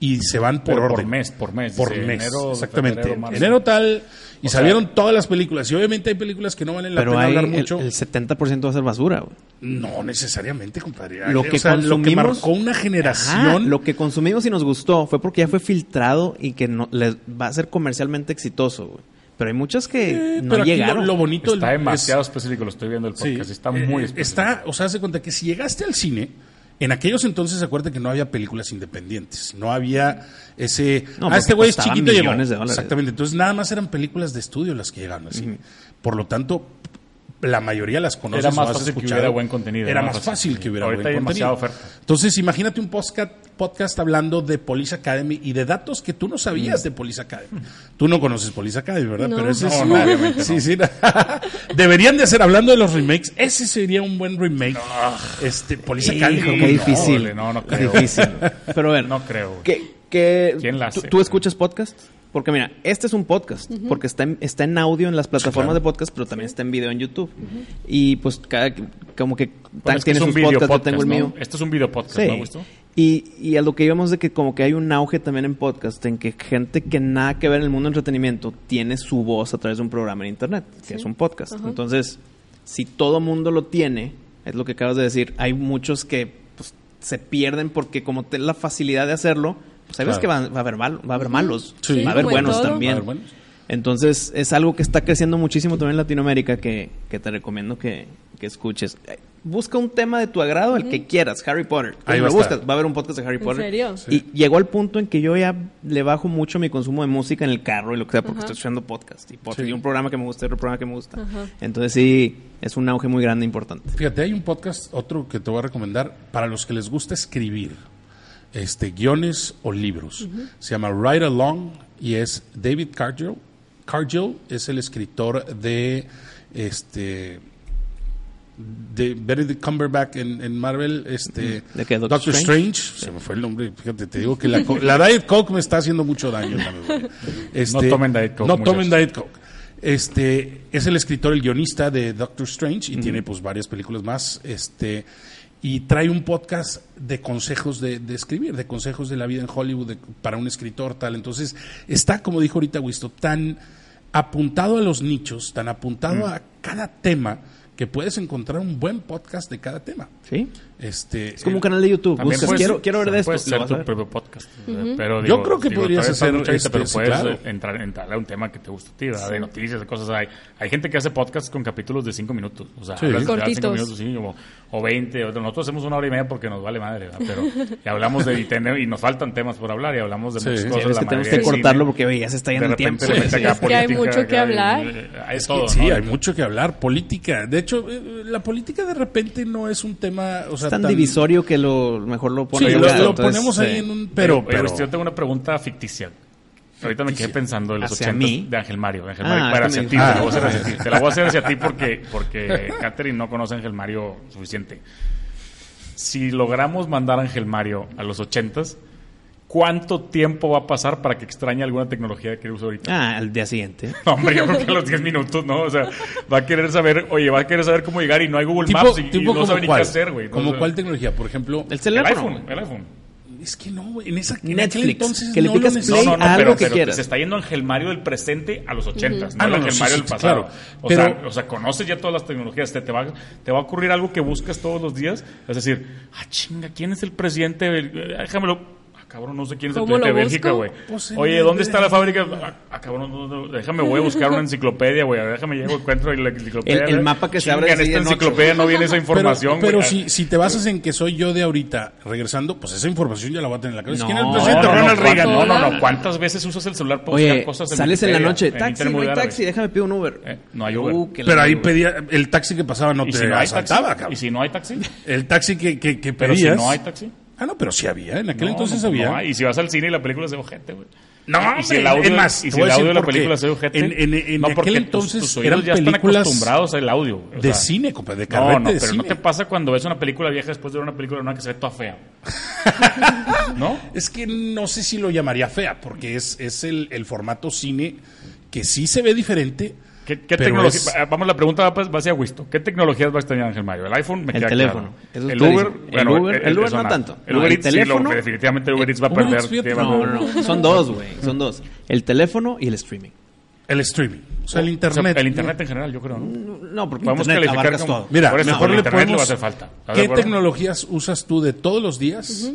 Speaker 1: y se van por
Speaker 3: Pero por
Speaker 1: orden.
Speaker 3: mes, por mes,
Speaker 1: Por
Speaker 3: dice,
Speaker 1: mes,
Speaker 3: enero,
Speaker 1: exactamente.
Speaker 3: febrero, marzo.
Speaker 1: Enero tal, y
Speaker 3: O sea-
Speaker 1: salieron todas las películas. Y obviamente hay películas que no valen la
Speaker 2: Pero
Speaker 1: pena
Speaker 2: hay
Speaker 1: hablar
Speaker 2: el,
Speaker 1: mucho.
Speaker 2: el 70% va a ser basura, güey.
Speaker 1: No necesariamente, compadre.
Speaker 2: Lo
Speaker 1: O
Speaker 2: que
Speaker 1: sea, lo que
Speaker 2: consumimos-
Speaker 1: marcó una generación.
Speaker 2: Ajá, lo que consumimos y nos gustó fue porque ya fue filtrado y que no, les va a ser comercialmente exitoso, güey. Pero hay muchas que
Speaker 1: Eh,
Speaker 2: no
Speaker 1: pero aquí
Speaker 2: llegaron.
Speaker 1: Lo, lo bonito
Speaker 3: Está
Speaker 1: del- es-
Speaker 3: demasiado específico, lo estoy viendo el
Speaker 1: sí,
Speaker 3: podcast. Está
Speaker 1: eh,
Speaker 3: muy
Speaker 1: eh,
Speaker 3: específico.
Speaker 1: Está, o sea, se cuenta que si llegaste al cine, en aquellos entonces acuérdate que no había películas independientes, no había ese
Speaker 2: No,
Speaker 1: ah,
Speaker 2: porque
Speaker 1: este güey es
Speaker 2: costaban
Speaker 1: chiquito y llegó.
Speaker 2: millones de dólares.
Speaker 1: Exactamente, entonces nada más eran películas de estudio las que llegaban al cine. Por lo tanto, la mayoría las conoces
Speaker 3: Era más
Speaker 1: o has
Speaker 3: fácil que
Speaker 1: escuchado.
Speaker 3: hubiera buen contenido,
Speaker 1: Era
Speaker 3: ¿no?
Speaker 1: más
Speaker 3: Entonces,
Speaker 1: fácil que hubiera
Speaker 3: ahorita
Speaker 1: buen
Speaker 3: hay
Speaker 1: contenido.
Speaker 3: demasiada oferta.
Speaker 1: Entonces, imagínate un podcast, podcast hablando de Police Academy y de datos que tú no
Speaker 2: Mm.
Speaker 1: sabías de Police Academy. Tú no conoces Police Academy, ¿verdad?
Speaker 4: No.
Speaker 1: Pero ese es
Speaker 3: No, no,
Speaker 1: un-
Speaker 3: obviamente
Speaker 1: Sí, sí. Deberían de hacer, hablando de los remakes, ese sería un buen remake. Este, Police Academy.
Speaker 2: Hijo,
Speaker 1: ¿cómo
Speaker 2: Ah. qué
Speaker 1: no?
Speaker 2: difícil.
Speaker 3: ole, no, no
Speaker 2: Qué
Speaker 3: creo.
Speaker 2: Difícil. güey. Pero a ver,
Speaker 3: No creo, güey.
Speaker 2: ¿qué- qué-
Speaker 3: ¿Quién la
Speaker 2: tú-
Speaker 3: hace?
Speaker 2: ¿Tú escuchas podcast? Porque mira, este es un podcast, porque está en, está en audio en las plataformas de podcast, pero también está en video en YouTube. Y pues cada como que tan-
Speaker 3: Bueno, es que
Speaker 2: tiene
Speaker 3: es un
Speaker 2: sus
Speaker 3: video
Speaker 2: podcasts, yo
Speaker 3: podcast,
Speaker 2: tengo el
Speaker 3: ¿no?
Speaker 2: mío.
Speaker 3: Este es un video podcast,
Speaker 2: Sí.
Speaker 3: ¿no, Augusto?
Speaker 2: Y, y a lo que íbamos de que como que hay un auge también en podcast, en que gente que nada que ver en el mundo del entretenimiento tiene su voz a través de un programa en internet, que
Speaker 4: Sí.
Speaker 2: es un podcast.
Speaker 4: Ajá.
Speaker 2: Entonces, si todo mundo lo tiene, es lo que acabas de decir, hay muchos que pues, se pierden porque como tienen la facilidad de hacerlo, pues sabes
Speaker 1: Claro.
Speaker 2: que va, va a haber malo- va a haber malos,
Speaker 1: Sí.
Speaker 2: va a haber
Speaker 4: Como en
Speaker 2: buenos
Speaker 4: todo.
Speaker 1: Va a
Speaker 2: también.
Speaker 1: haber buenos.
Speaker 2: Entonces, es algo que está creciendo muchísimo también en Latinoamérica que, que te recomiendo que, que escuches. Eh, Busca un tema de tu agrado, el que quieras, Harry Potter.
Speaker 1: Ahí
Speaker 2: Ahí
Speaker 1: va a
Speaker 2: lo
Speaker 1: estar.
Speaker 2: buscas, va a haber un podcast de Harry
Speaker 4: ¿En
Speaker 2: Potter.
Speaker 4: serio?
Speaker 1: Sí.
Speaker 2: Y llegó al punto en que yo ya le bajo mucho mi consumo de música en el carro y lo que sea, porque
Speaker 4: Ajá.
Speaker 2: estoy escuchando podcast. Y porque
Speaker 1: Sí.
Speaker 2: hay un programa que me gusta y otro programa que me gusta.
Speaker 4: Ajá.
Speaker 2: Entonces, sí, es un auge muy grande e importante.
Speaker 1: Fíjate, hay un podcast, otro que te voy a recomendar, para los que les gusta escribir, este, guiones o libros. Se llama Ride Along y es David Cargill. Cargill es el escritor de este de Benedict Cumberbatch en, en Marvel, este
Speaker 2: ¿De qué?
Speaker 1: Doctor,
Speaker 2: ¿Doctor
Speaker 1: Strange, se me fue el nombre, fíjate, te digo que la, co- la Diet Coke me está haciendo mucho daño en la memoria. Este,
Speaker 3: No tomen Diet Coke,
Speaker 1: No tomen
Speaker 3: muchachos.
Speaker 1: Diet Coke. Este es el escritor, el guionista de Doctor Strange y tiene pues varias películas más. Este y trae un podcast de consejos de, de escribir, de consejos de la vida en Hollywood de- para un escritor tal. Entonces está, como dijo ahorita Wisto, tan apuntado a los nichos, tan apuntado a cada tema que puedes encontrar un buen podcast de cada tema.
Speaker 2: ¿Sí?
Speaker 1: Este
Speaker 2: Es como
Speaker 1: el-
Speaker 2: un canal de YouTube.
Speaker 3: También
Speaker 2: Buscas,
Speaker 3: puedes-
Speaker 2: quiero, quiero ver de esto.
Speaker 3: Puedes
Speaker 2: lo
Speaker 3: hacer
Speaker 2: vas
Speaker 3: tu
Speaker 2: a ver.
Speaker 3: propio podcast. pero,
Speaker 1: Yo
Speaker 3: digo,
Speaker 1: creo que
Speaker 3: digo,
Speaker 1: podrías
Speaker 3: todavía está
Speaker 1: hacer,
Speaker 3: mucho ahorita,
Speaker 1: este,
Speaker 3: pero
Speaker 1: sí,
Speaker 3: puedes
Speaker 1: claro.
Speaker 3: eh, entrar, entrarle a un tema que te guste a ti, ¿verdad? de noticias, de cosas. Hay, hay gente que hace podcast con capítulos de 5 minutos. O sea,
Speaker 1: Sí.
Speaker 3: hablan de verdad cinco
Speaker 4: Cortitos.
Speaker 3: minutos, sí, como- o 20. o- Nosotros hacemos una hora y media porque nos vale madre, ¿verdad? Pero y hablamos de. Y, tenemos- y nos faltan temas por hablar y hablamos de
Speaker 1: Sí.
Speaker 3: muchas
Speaker 1: Sí,
Speaker 3: cosas.
Speaker 2: Es
Speaker 3: la
Speaker 2: que tenemos
Speaker 3: mayoría
Speaker 2: que
Speaker 3: de cine.
Speaker 2: cortarlo porque veías, está
Speaker 3: De
Speaker 2: yendo el
Speaker 3: repente
Speaker 2: tiempo.
Speaker 3: le
Speaker 2: Sí,
Speaker 3: mete acá
Speaker 4: Es que hay
Speaker 3: política,
Speaker 4: mucho que
Speaker 3: acá,
Speaker 4: hablar.
Speaker 3: eh, Hay
Speaker 1: Es que
Speaker 3: todo,
Speaker 1: sí,
Speaker 3: ¿no?
Speaker 1: hay mucho que hablar, política. De hecho, eh, la política de repente no es un tema, o sea,
Speaker 2: Es tan divisorio que lo mejor lo
Speaker 1: Sí,
Speaker 2: pones
Speaker 1: lo,
Speaker 2: en lugar,
Speaker 1: lo
Speaker 2: entonces,
Speaker 1: ponemos ahí
Speaker 2: sí.
Speaker 1: en un
Speaker 3: Pero,
Speaker 1: pero,
Speaker 3: pero,
Speaker 1: pero
Speaker 3: yo tengo una pregunta ficticia. Ahorita me quedé pensando de los
Speaker 2: ¿Hacia
Speaker 3: 80
Speaker 2: mí?
Speaker 3: de Ángel Mario. de Ángel
Speaker 2: Ah,
Speaker 3: Mario.
Speaker 2: es
Speaker 3: Bueno,
Speaker 2: que me
Speaker 3: hacia ti,
Speaker 2: dijo.
Speaker 3: te la voy a hacer hacia ti. Te la voy a hacer hacia ti porque, porque Katherine no conoce a Ángel Mario suficiente. Si logramos mandar a Ángel Mario a los 80 ¿cuánto tiempo va a pasar para que extrañe alguna tecnología que usa ahorita?
Speaker 2: Ah, al día siguiente.
Speaker 3: No, hombre, yo creo que a los 10 minutos, ¿no? O sea, va a querer saber, oye, va a querer saber cómo llegar y no hay Google
Speaker 1: tipo,
Speaker 3: Maps y, y
Speaker 1: tipo
Speaker 3: no
Speaker 1: como
Speaker 3: sabe ni qué
Speaker 1: cuál,
Speaker 3: hacer, güey.
Speaker 1: como
Speaker 3: O sea,
Speaker 1: cuál tecnología, por ejemplo,
Speaker 2: El
Speaker 3: El
Speaker 2: teléfono.
Speaker 3: iPhone, el iPhone.
Speaker 1: es que no, güey, en esa en aquel
Speaker 2: Netflix,
Speaker 1: entonces
Speaker 2: que le
Speaker 1: no lo
Speaker 2: picas
Speaker 1: neces-
Speaker 2: play
Speaker 1: No, no,
Speaker 2: a- algo que quieras.
Speaker 3: se está yendo Ángel Mario del presente a los 80, no
Speaker 1: Ah,
Speaker 3: el
Speaker 1: no, no,
Speaker 3: Ángel
Speaker 1: sí,
Speaker 3: Mario
Speaker 1: sí,
Speaker 3: del
Speaker 1: sí,
Speaker 3: pasado.
Speaker 1: claro.
Speaker 3: O,
Speaker 1: Pero-
Speaker 3: sea, o sea, conoces ya todas las tecnologías, te, te va, te va a ocurrir algo que buscas todos los días, es decir, ah, chinga, ¿quién es el presidente? del- eh, Déjamelo. Ah, Cabrón, no sé quién es el
Speaker 4: ¿Cómo lo
Speaker 3: presidente de Bélgica,
Speaker 4: busco?
Speaker 3: güey.
Speaker 1: Pues, en
Speaker 3: Oye,
Speaker 1: el-
Speaker 3: ¿dónde está la fábrica? Ah, ah, cabrón, no, no, déjame, voy a buscar una enciclopedia, güey. A ver, Déjame, llego, encuentro la enciclopedia.
Speaker 2: El- el mapa que se
Speaker 3: Chinga,
Speaker 2: abre
Speaker 3: en
Speaker 2: así
Speaker 3: esta
Speaker 2: en ocho.
Speaker 3: enciclopedia no viene esa información,
Speaker 1: pero, pero
Speaker 3: güey.
Speaker 1: si, si te basas en que soy yo de ahorita regresando, pues esa información ya la voy a tener en la cabeza.
Speaker 2: No,
Speaker 1: ¿Quién es el
Speaker 2: no,
Speaker 1: presidente?
Speaker 3: Ah, no, no,
Speaker 1: Ronald
Speaker 3: no,
Speaker 1: Reagan.
Speaker 3: No, no, no.
Speaker 4: Hola.
Speaker 3: ¿Cuántas veces usas el celular para
Speaker 2: Oye,
Speaker 3: buscar cosas? en
Speaker 2: sales en la
Speaker 3: Wikipedia,
Speaker 2: noche,
Speaker 3: en
Speaker 2: taxi,
Speaker 3: Internet
Speaker 2: no hay
Speaker 3: Moderno?
Speaker 2: taxi, déjame pedir un Uber.
Speaker 3: Eh, no hay Uber.
Speaker 2: Uh, que la
Speaker 1: Pero ahí
Speaker 2: Uber.
Speaker 1: pedía el taxi que pasaba no
Speaker 3: ¿Y
Speaker 1: te
Speaker 3: si no hay
Speaker 1: asaltaba,
Speaker 3: taxi? ¿Y
Speaker 1: cabrón.
Speaker 3: si no hay taxi?
Speaker 1: El taxi que, que, que
Speaker 3: Pero si
Speaker 1: pedías.
Speaker 3: no hay taxi.
Speaker 1: Ah, no, pero sí había, en aquel
Speaker 3: No,
Speaker 1: entonces
Speaker 3: no,
Speaker 1: había.
Speaker 3: no hay. y si vas al cine y la película es de ojete, güey.
Speaker 1: No,
Speaker 3: y si
Speaker 1: hombre,
Speaker 3: el audio,
Speaker 1: es más,
Speaker 3: y
Speaker 1: te
Speaker 3: si
Speaker 1: voy
Speaker 3: el
Speaker 1: a decir
Speaker 3: audio de la
Speaker 1: por qué.
Speaker 3: película es de ojete.
Speaker 1: En- en- en aquel
Speaker 3: porque tus-
Speaker 1: entonces
Speaker 3: tus
Speaker 1: eran
Speaker 3: oídos ya están
Speaker 1: películas
Speaker 3: acostumbrados al audio. güey. O
Speaker 1: De
Speaker 3: sea,
Speaker 1: cine, compadre, de
Speaker 3: No,
Speaker 1: carrete
Speaker 3: no,
Speaker 1: de
Speaker 3: pero
Speaker 1: cine.
Speaker 3: no te pasa cuando ves una película vieja después de ver una película nueva que se ve toda fea. ¿No?
Speaker 1: Es que no sé si lo llamaría fea, porque es, es el, el formato cine que sí se ve diferente,
Speaker 3: ¿Qué, qué
Speaker 1: Pero
Speaker 3: tecnología?
Speaker 1: es-
Speaker 3: va- Vamos, la pregunta va, pues, va hacia Wisto. ¿Qué tecnologías va a extrañar Ángel Mario? ¿El iPhone? Me
Speaker 2: El
Speaker 3: queda
Speaker 2: teléfono. Eso
Speaker 3: Claro.
Speaker 2: es
Speaker 3: El Uber.
Speaker 2: clarísimo. El Uber- el Uber
Speaker 3: eso
Speaker 2: no
Speaker 3: nada.
Speaker 2: tanto.
Speaker 3: El
Speaker 2: No,
Speaker 3: Uber
Speaker 2: el
Speaker 3: Eats, sí, lo-
Speaker 2: teléfono-
Speaker 3: definitivamente el Uber Eats va a
Speaker 1: Uber Eats,
Speaker 3: perder.
Speaker 1: fíjate,
Speaker 3: lleva-
Speaker 2: No, no, no. Son dos, güey. Son dos. El teléfono y el streaming.
Speaker 1: El streaming. O sea, el
Speaker 3: Oh, O sea,
Speaker 1: internet. Mm,
Speaker 3: el Internet en general, yo creo, ¿no?
Speaker 2: No, porque
Speaker 3: Podemos
Speaker 2: internet
Speaker 3: calificar
Speaker 2: abarcas
Speaker 3: como-
Speaker 2: todo.
Speaker 1: Mira,
Speaker 3: Por eso,
Speaker 1: mejor
Speaker 3: por
Speaker 1: le
Speaker 3: internet le
Speaker 1: podemos-
Speaker 3: va a hacer falta. ¿Estás de
Speaker 1: ¿Qué
Speaker 3: acuerdo?
Speaker 1: tecnologías usas tú de todos los días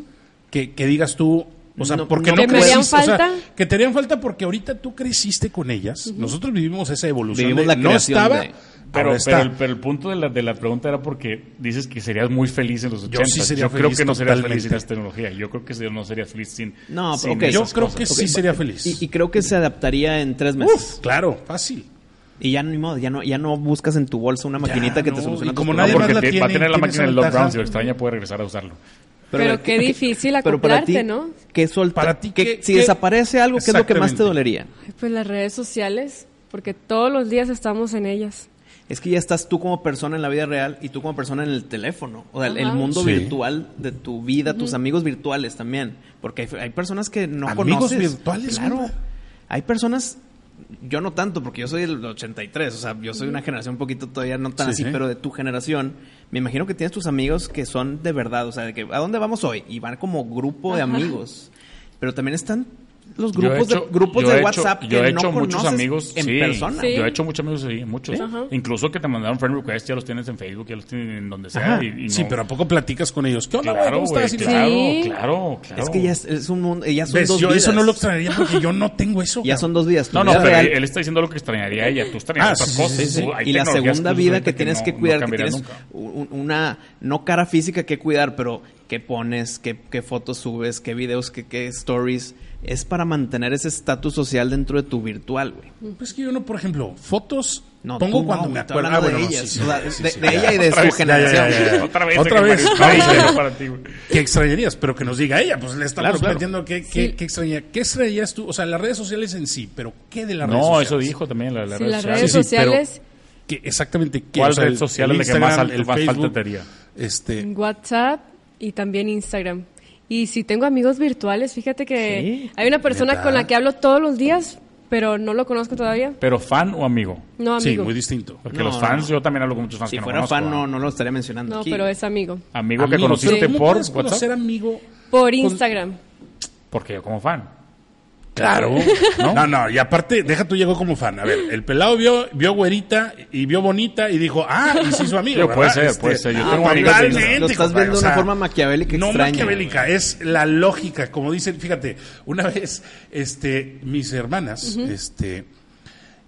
Speaker 1: que, que digas tú? O sea,
Speaker 2: No,
Speaker 1: porque
Speaker 2: no
Speaker 1: no,
Speaker 4: ¿Que me harían
Speaker 1: creciste, o sea,
Speaker 4: falta?
Speaker 1: que te harían falta porque ahorita tú creciste con ellas. Nosotros vivimos esa evolución.
Speaker 2: Vivimos
Speaker 1: de
Speaker 2: la
Speaker 1: no
Speaker 2: creación
Speaker 1: estaba,
Speaker 2: de-
Speaker 1: pero,
Speaker 3: Pero,
Speaker 1: está.
Speaker 3: pero, el, pero el punto de la, de la pregunta era porque dices que serías muy feliz en los 80.
Speaker 1: sí sería
Speaker 3: creo
Speaker 1: feliz
Speaker 3: que no serías
Speaker 1: totalmente.
Speaker 3: feliz sin esta tecnología. Yo creo que no sería feliz sin.
Speaker 2: No,
Speaker 3: sin
Speaker 2: ok.
Speaker 1: Yo
Speaker 3: esas
Speaker 1: creo
Speaker 3: cosas.
Speaker 1: que sí
Speaker 2: Ok,
Speaker 1: sería feliz.
Speaker 2: Y, y creo que se adaptaría en tres meses.
Speaker 1: Uf, claro, fácil.
Speaker 2: Y ya ni modo, ya no, ya no buscas en tu bolsa una maquinita que
Speaker 1: no,
Speaker 2: te soluciona
Speaker 1: y
Speaker 2: tus
Speaker 1: como
Speaker 3: No,
Speaker 2: problemas.
Speaker 1: nadie más
Speaker 3: porque
Speaker 1: la
Speaker 3: te- va a
Speaker 1: tiene,
Speaker 3: tener la
Speaker 1: tiene
Speaker 3: máquina
Speaker 1: esa
Speaker 3: del lockdown.
Speaker 1: ventaja.
Speaker 3: Si lo extraña, puede regresar a usarlo.
Speaker 4: Pero qué difícil
Speaker 2: pero para ti,
Speaker 4: acoplarte, ¿no?
Speaker 2: ¿Qué sol,
Speaker 1: Para ti,
Speaker 2: qué-
Speaker 1: ¿qué-
Speaker 2: si
Speaker 1: qué-
Speaker 2: desaparece algo, ¿qué es lo que más
Speaker 1: Exactamente.
Speaker 2: te dolería?
Speaker 4: Ay, Pues las redes sociales, porque todos los días estamos en ellas.
Speaker 2: Es que ya estás tú como persona en la vida real y tú como persona en el teléfono. O sea, el- el
Speaker 4: Ajá.
Speaker 2: mundo
Speaker 1: Sí.
Speaker 2: virtual de tu vida, tus amigos virtuales también. Porque hay, hay personas que no
Speaker 1: Amigos
Speaker 2: conoces.
Speaker 1: virtuales,
Speaker 2: Claro.
Speaker 1: güey.
Speaker 2: Hay personas... Yo no tanto, porque yo soy del 83. O sea, yo soy una generación un poquito todavía no tan
Speaker 1: Sí,
Speaker 2: así,
Speaker 1: sí.
Speaker 2: pero de tu generación. Me imagino que tienes tus amigos que son de verdad. O sea, de que, ¿a dónde vamos hoy? Y van como grupo de amigos. Pero también están los
Speaker 3: Yo he
Speaker 2: grupos
Speaker 3: hecho-
Speaker 2: de, grupos
Speaker 3: yo he
Speaker 2: de
Speaker 3: hecho-
Speaker 2: WhatsApp que
Speaker 3: yo he
Speaker 2: no
Speaker 3: hecho muchos
Speaker 2: conoces
Speaker 3: amigos
Speaker 2: en
Speaker 3: sí,
Speaker 2: persona.
Speaker 4: Sí.
Speaker 3: Yo he hecho muchos amigos, sí, muchos.
Speaker 4: Ajá.
Speaker 3: Incluso que te mandaron friend request, ya los tienes en Facebook, ya los tienes en donde sea.
Speaker 2: Ajá.
Speaker 3: y- y
Speaker 1: Sí,
Speaker 3: no-
Speaker 1: pero ¿a poco platicas con ellos? ¿Qué onda, güey?
Speaker 3: Claro,
Speaker 1: ¿Cómo
Speaker 3: güey,
Speaker 1: estás? Y-
Speaker 3: claro,
Speaker 4: Sí.
Speaker 3: claro, claro.
Speaker 2: Es que ya es, es un mundo, ya son
Speaker 1: ¿Ves?
Speaker 2: dos
Speaker 1: Yo
Speaker 2: vidas.
Speaker 1: eso no lo extrañaría porque yo no tengo eso.
Speaker 2: Ya
Speaker 1: cabrón.
Speaker 2: son dos vidas. tu
Speaker 3: No, no,
Speaker 2: vida
Speaker 3: pero
Speaker 2: real
Speaker 3: él, él está diciendo lo que extrañaría a ella, tú extrañarías
Speaker 1: Ah,
Speaker 3: otras
Speaker 1: sí, sí,
Speaker 3: cosas.
Speaker 1: sí, sí.
Speaker 3: Hay
Speaker 2: y la
Speaker 3: tecnologías
Speaker 2: segunda
Speaker 3: tú
Speaker 2: vida
Speaker 3: ahorita
Speaker 2: que tienes
Speaker 3: no-
Speaker 2: que
Speaker 3: no
Speaker 2: cuidar, que
Speaker 3: cambiarías
Speaker 2: tienes
Speaker 3: nunca.
Speaker 2: un- una, no cara física que cuidar, pero qué pones, qué, qué fotos subes, qué videos, qué, qué stories. Es para mantener ese estatus social dentro de tu virtual, güey.
Speaker 1: Pues que yo no, por ejemplo, fotos
Speaker 2: No,
Speaker 1: pongo
Speaker 2: tú no,
Speaker 1: cuando
Speaker 2: güey,
Speaker 1: me
Speaker 2: estoy
Speaker 1: acuerdo. Ah,
Speaker 2: hablando
Speaker 1: bueno,
Speaker 2: de
Speaker 1: no,
Speaker 2: ellas,
Speaker 1: sí, sí,
Speaker 2: o sea,
Speaker 1: sí, sí,
Speaker 2: de-
Speaker 1: sí,
Speaker 2: de
Speaker 1: ya.
Speaker 2: ella y de
Speaker 3: Otra
Speaker 2: su
Speaker 3: vez, ya, ya,
Speaker 2: generación.
Speaker 3: ya, ya. Otra vez,
Speaker 1: Otra
Speaker 3: Ángel
Speaker 1: vez.
Speaker 3: Mario,
Speaker 1: Ay,
Speaker 3: no,
Speaker 1: sí.
Speaker 3: para ti, güey.
Speaker 1: que extrañarías, pero que nos diga ella, pues le estamos
Speaker 2: Claro, claro.
Speaker 1: planteando qué, qué,
Speaker 4: Sí.
Speaker 1: qué extraña- qué extrañarías tú, o sea, las redes sociales en sí, pero ¿qué de las redes
Speaker 3: No,
Speaker 1: sociales?
Speaker 3: eso dijo también la, la
Speaker 4: Sí,
Speaker 3: red
Speaker 4: las
Speaker 3: social.
Speaker 4: redes
Speaker 1: Sí, sí, pero-
Speaker 4: sociales,
Speaker 1: Que exactamente qué,
Speaker 3: ¿Cuál red
Speaker 1: el-
Speaker 3: social
Speaker 1: el
Speaker 3: es la que más
Speaker 1: Instagram,
Speaker 3: al- más falta te haría?
Speaker 1: Este,
Speaker 4: WhatsApp y también Instagram. Y si tengo amigos virtuales, fíjate que
Speaker 2: Sí.
Speaker 4: hay una persona
Speaker 1: ¿Neta?
Speaker 4: con la que hablo todos los días, pero no lo conozco todavía.
Speaker 3: Pero fan o amigo.
Speaker 4: No,
Speaker 1: sí,
Speaker 4: amigo.
Speaker 1: muy distinto.
Speaker 3: Porque
Speaker 2: No,
Speaker 3: los fans,
Speaker 2: no.
Speaker 3: yo también hablo con muchos fans
Speaker 2: Si
Speaker 3: que no
Speaker 2: fuera
Speaker 3: conozco,
Speaker 2: fan,
Speaker 3: ¿ah?
Speaker 2: no, no lo estaría mencionando
Speaker 4: no,
Speaker 2: aquí.
Speaker 4: pero es amigo.
Speaker 3: Amigo que
Speaker 1: Amigos,
Speaker 3: conociste
Speaker 1: pero ¿cómo
Speaker 3: por
Speaker 1: puedes conocer
Speaker 3: WhatsApp.
Speaker 1: amigo?
Speaker 4: Por
Speaker 1: Con-
Speaker 4: Instagram.
Speaker 3: Porque yo como fan.
Speaker 1: Claro.
Speaker 3: ¿No?
Speaker 1: ¿No? no, y aparte, deja tú llegó como fan. A ver, el pelado vio, vio güerita y vio bonita y dijo, ah, y sí su amigo.
Speaker 3: Yo,
Speaker 1: ¿verdad? Este,
Speaker 3: puede ser, puede ser. Yo
Speaker 2: Ah,
Speaker 3: tengo
Speaker 2: pero
Speaker 3: amigos de
Speaker 2: lo-
Speaker 1: Totalmente,
Speaker 2: Lo estás
Speaker 1: compadre,
Speaker 2: viendo de
Speaker 1: o
Speaker 2: una
Speaker 1: sea,
Speaker 2: forma maquiavélica
Speaker 1: No
Speaker 2: extraña.
Speaker 1: maquiavélica, es la lógica, como dicen, fíjate, una vez, este, mis hermanas, este,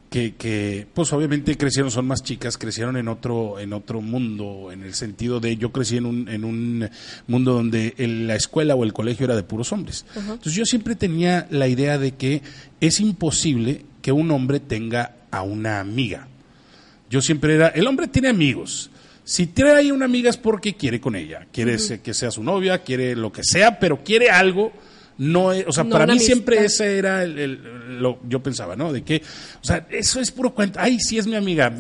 Speaker 1: que, que, pues obviamente crecieron, son más chicas, crecieron en otro, en otro mundo, en el sentido de yo crecí en un, en un mundo donde el- la escuela o el colegio era de puros hombres. Entonces yo siempre tenía la idea de que es imposible que un hombre tenga a una amiga. Yo siempre era, el hombre tiene amigos. Si trae una amiga es porque quiere con ella, quiere se- que sea su novia, quiere lo que sea, pero quiere algo. No, es- o sea,
Speaker 4: No
Speaker 1: para mí
Speaker 4: una
Speaker 1: siempre
Speaker 4: amistad.
Speaker 1: ese era el- el- lo yo pensaba, ¿no? De que, o sea, eso es puro cuento. Ay, sí es mi amiga.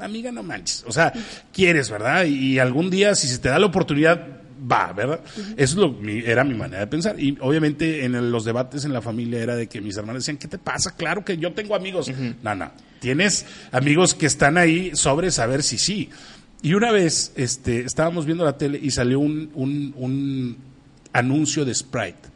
Speaker 1: Amiga, no manches. O sea, quieres, ¿verdad? Y algún día, si se te da la oportunidad, va, ¿verdad? Eso es lo, mi- era mi manera de pensar. Y obviamente en el- los debates en la familia era de que mis hermanos decían, ¿qué te pasa? Claro que yo tengo amigos. No, no. Tienes amigos que están ahí sobre saber si sí. Y una vez este, estábamos viendo la tele y salió un, un, un anuncio de Sprite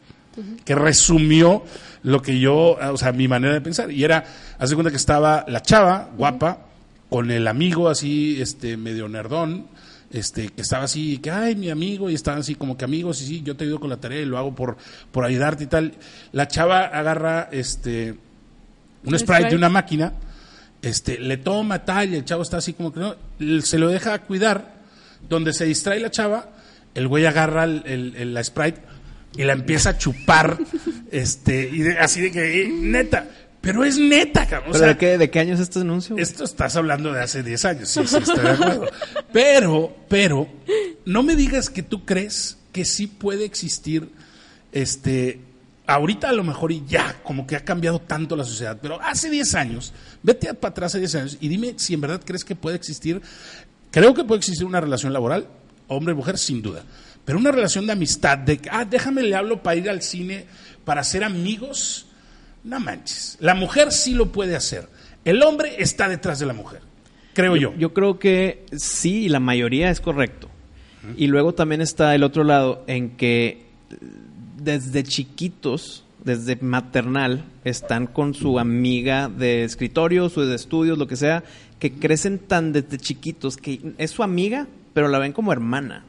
Speaker 1: que resumió lo que yo, eh, o sea, mi manera de pensar. Y era, haz de cuenta que estaba la chava, guapa, con el amigo así, este, medio nerdón, este, que estaba así, que, ay, mi amigo, y estaban así como que amigos, y sí, yo te ayudo con la tarea y lo hago por, por ayudarte y tal. La chava agarra, este, un
Speaker 4: Un
Speaker 1: sprite de
Speaker 4: Sprite.
Speaker 1: una máquina, este, le toma tal, y el chavo está así como que no, l- se lo deja cuidar, donde se distrae la chava, el güey agarra el, el- el- la sprite y la empieza a chupar, este, y de- así de que, eh, neta, pero es neta, cabrón. o
Speaker 2: ¿Pero
Speaker 1: sea,
Speaker 2: de, qué, de qué año es este anuncio? güey?
Speaker 1: esto estás hablando de hace 10 años, sí, sí, estoy de acuerdo. Pero, pero, no me digas que tú crees que sí puede existir, este, ahorita a lo mejor y ya, como que ha cambiado tanto la sociedad, pero hace 10 años, vete para atrás hace 10 años y dime si en verdad crees que puede existir, creo que puede existir una relación laboral, hombre-mujer, sin duda, pero una relación de amistad, de, que, ah, déjame le hablo para ir al cine, para ser amigos, no manches. La mujer sí lo puede hacer. El hombre está detrás de la mujer, creo yo.
Speaker 2: Yo creo que sí, la mayoría es correcto. Y luego también está el otro lado en que desde chiquitos, desde maternal, están con su amiga de escritorio, su de estudios, lo que sea, que crecen tan desde chiquitos que es su amiga, pero la ven como hermana.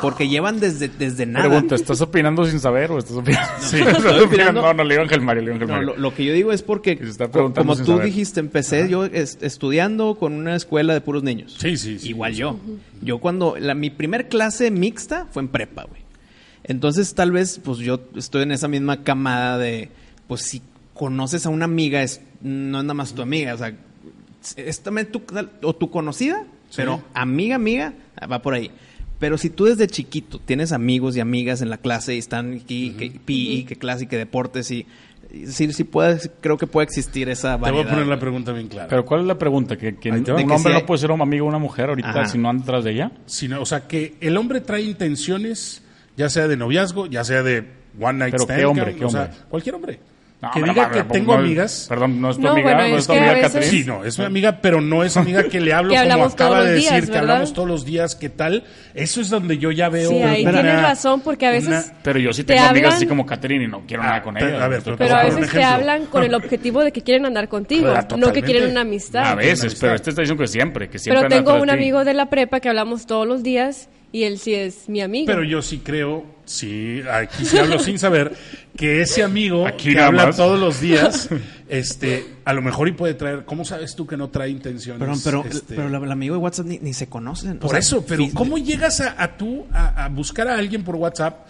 Speaker 2: Porque llevan desde, desde nada.
Speaker 3: Pregunta, ¿estás opinando sin saber o estás opinando? Sí,
Speaker 2: estoy opinando.
Speaker 3: No, no, le digo Ángel Mario, le digo Ángel
Speaker 2: No,
Speaker 3: Mario.
Speaker 2: lo, lo que yo digo es porque,
Speaker 3: Se está
Speaker 2: co-
Speaker 3: preguntando
Speaker 2: como
Speaker 3: sin
Speaker 2: tú
Speaker 3: saber.
Speaker 2: dijiste, empecé yo es- estudiando con una escuela de puros niños.
Speaker 1: Sí, sí, sí.
Speaker 2: Igual yo. Yo cuando, la, mi primer clase mixta fue en prepa, güey. Entonces tal vez, pues yo estoy en esa misma camada de, pues si conoces a una amiga, es, no es nada más tu amiga, o sea, es también tu, o tu conocida,
Speaker 1: Sí.
Speaker 2: pero amiga, amiga, va por ahí. Pero si tú desde chiquito tienes amigos y amigas en la clase y están aquí, que PI, que clase y que deportes y, y sí, sí puede, creo que puede existir esa
Speaker 1: Te
Speaker 2: variedad.
Speaker 1: voy a poner la pregunta bien clara.
Speaker 3: Pero ¿cuál es la pregunta? ¿Que, que
Speaker 2: Ahí
Speaker 3: un
Speaker 2: te va. De que
Speaker 3: hombre
Speaker 2: si hay-
Speaker 3: no puede ser un amigo de una mujer ahorita
Speaker 2: Ajá.
Speaker 3: si no anda detrás de ella?
Speaker 1: Si no, o sea, que el hombre trae intenciones, ya sea de noviazgo, ya sea de one night
Speaker 3: Pero,
Speaker 1: stand.
Speaker 3: ¿qué hombre?
Speaker 1: cabrón,
Speaker 3: ¿Qué
Speaker 1: o sea,
Speaker 3: hombre?
Speaker 1: cualquier hombre.
Speaker 3: No,
Speaker 1: que
Speaker 3: hombre,
Speaker 1: diga
Speaker 3: no,
Speaker 1: que
Speaker 3: no,
Speaker 1: tengo
Speaker 3: no,
Speaker 1: amigas.
Speaker 3: Perdón, no es tu
Speaker 4: No,
Speaker 3: amiga,
Speaker 4: bueno,
Speaker 3: no es
Speaker 4: es
Speaker 3: tu
Speaker 4: que
Speaker 3: amiga
Speaker 4: a veces-
Speaker 3: Catrín.
Speaker 1: Sí, no, es mi amiga, pero no es amiga que le hablo
Speaker 4: ¿Eh? Que
Speaker 1: como
Speaker 4: hablamos
Speaker 1: acaba
Speaker 4: todos
Speaker 1: de
Speaker 4: los
Speaker 1: decir,
Speaker 4: días,
Speaker 1: que
Speaker 4: ¿verdad?
Speaker 1: hablamos todos los días, ¿qué tal? Eso es donde yo ya veo.
Speaker 4: Sí, ahí
Speaker 1: una-
Speaker 4: tienes razón, porque a veces-
Speaker 1: una-
Speaker 3: Pero yo sí
Speaker 4: Te
Speaker 3: tengo amigas
Speaker 4: hablan-
Speaker 3: así como Catrín y no quiero
Speaker 1: Ah,
Speaker 3: nada con
Speaker 1: pero-
Speaker 3: ella.
Speaker 1: a ver, pero-
Speaker 4: Pero
Speaker 1: Vamos
Speaker 4: a
Speaker 1: a poner un
Speaker 4: veces te
Speaker 1: ejemplo.
Speaker 4: hablan con el objetivo de que quieren andar contigo,
Speaker 1: Ah,
Speaker 4: no que
Speaker 1: totalmente.
Speaker 4: quieren una amistad.
Speaker 3: a veces,
Speaker 1: amistad.
Speaker 3: pero este está diciendo que siempre, que siempre
Speaker 4: Pero
Speaker 3: anda
Speaker 4: tengo
Speaker 3: detrás
Speaker 4: un
Speaker 3: de ti.
Speaker 4: amigo de la prepa que hablamos todos los días y él sí es mi amigo.
Speaker 1: Pero yo sí creo, sí, aquí sí hablo sin saber, que ese amigo
Speaker 3: Aquí
Speaker 1: que
Speaker 3: nada
Speaker 1: habla
Speaker 3: más.
Speaker 1: todos los días, este, a lo mejor y puede traer, ¿cómo sabes tú que no trae intenciones?
Speaker 2: Perdón, pero,
Speaker 1: este,
Speaker 2: pero la- el amigo de WhatsApp ni, ni se conocen. o
Speaker 1: Por
Speaker 2: sea,
Speaker 1: eso, pero
Speaker 2: sí,
Speaker 1: ¿cómo llegas a, a tú a, a buscar a alguien por WhatsApp?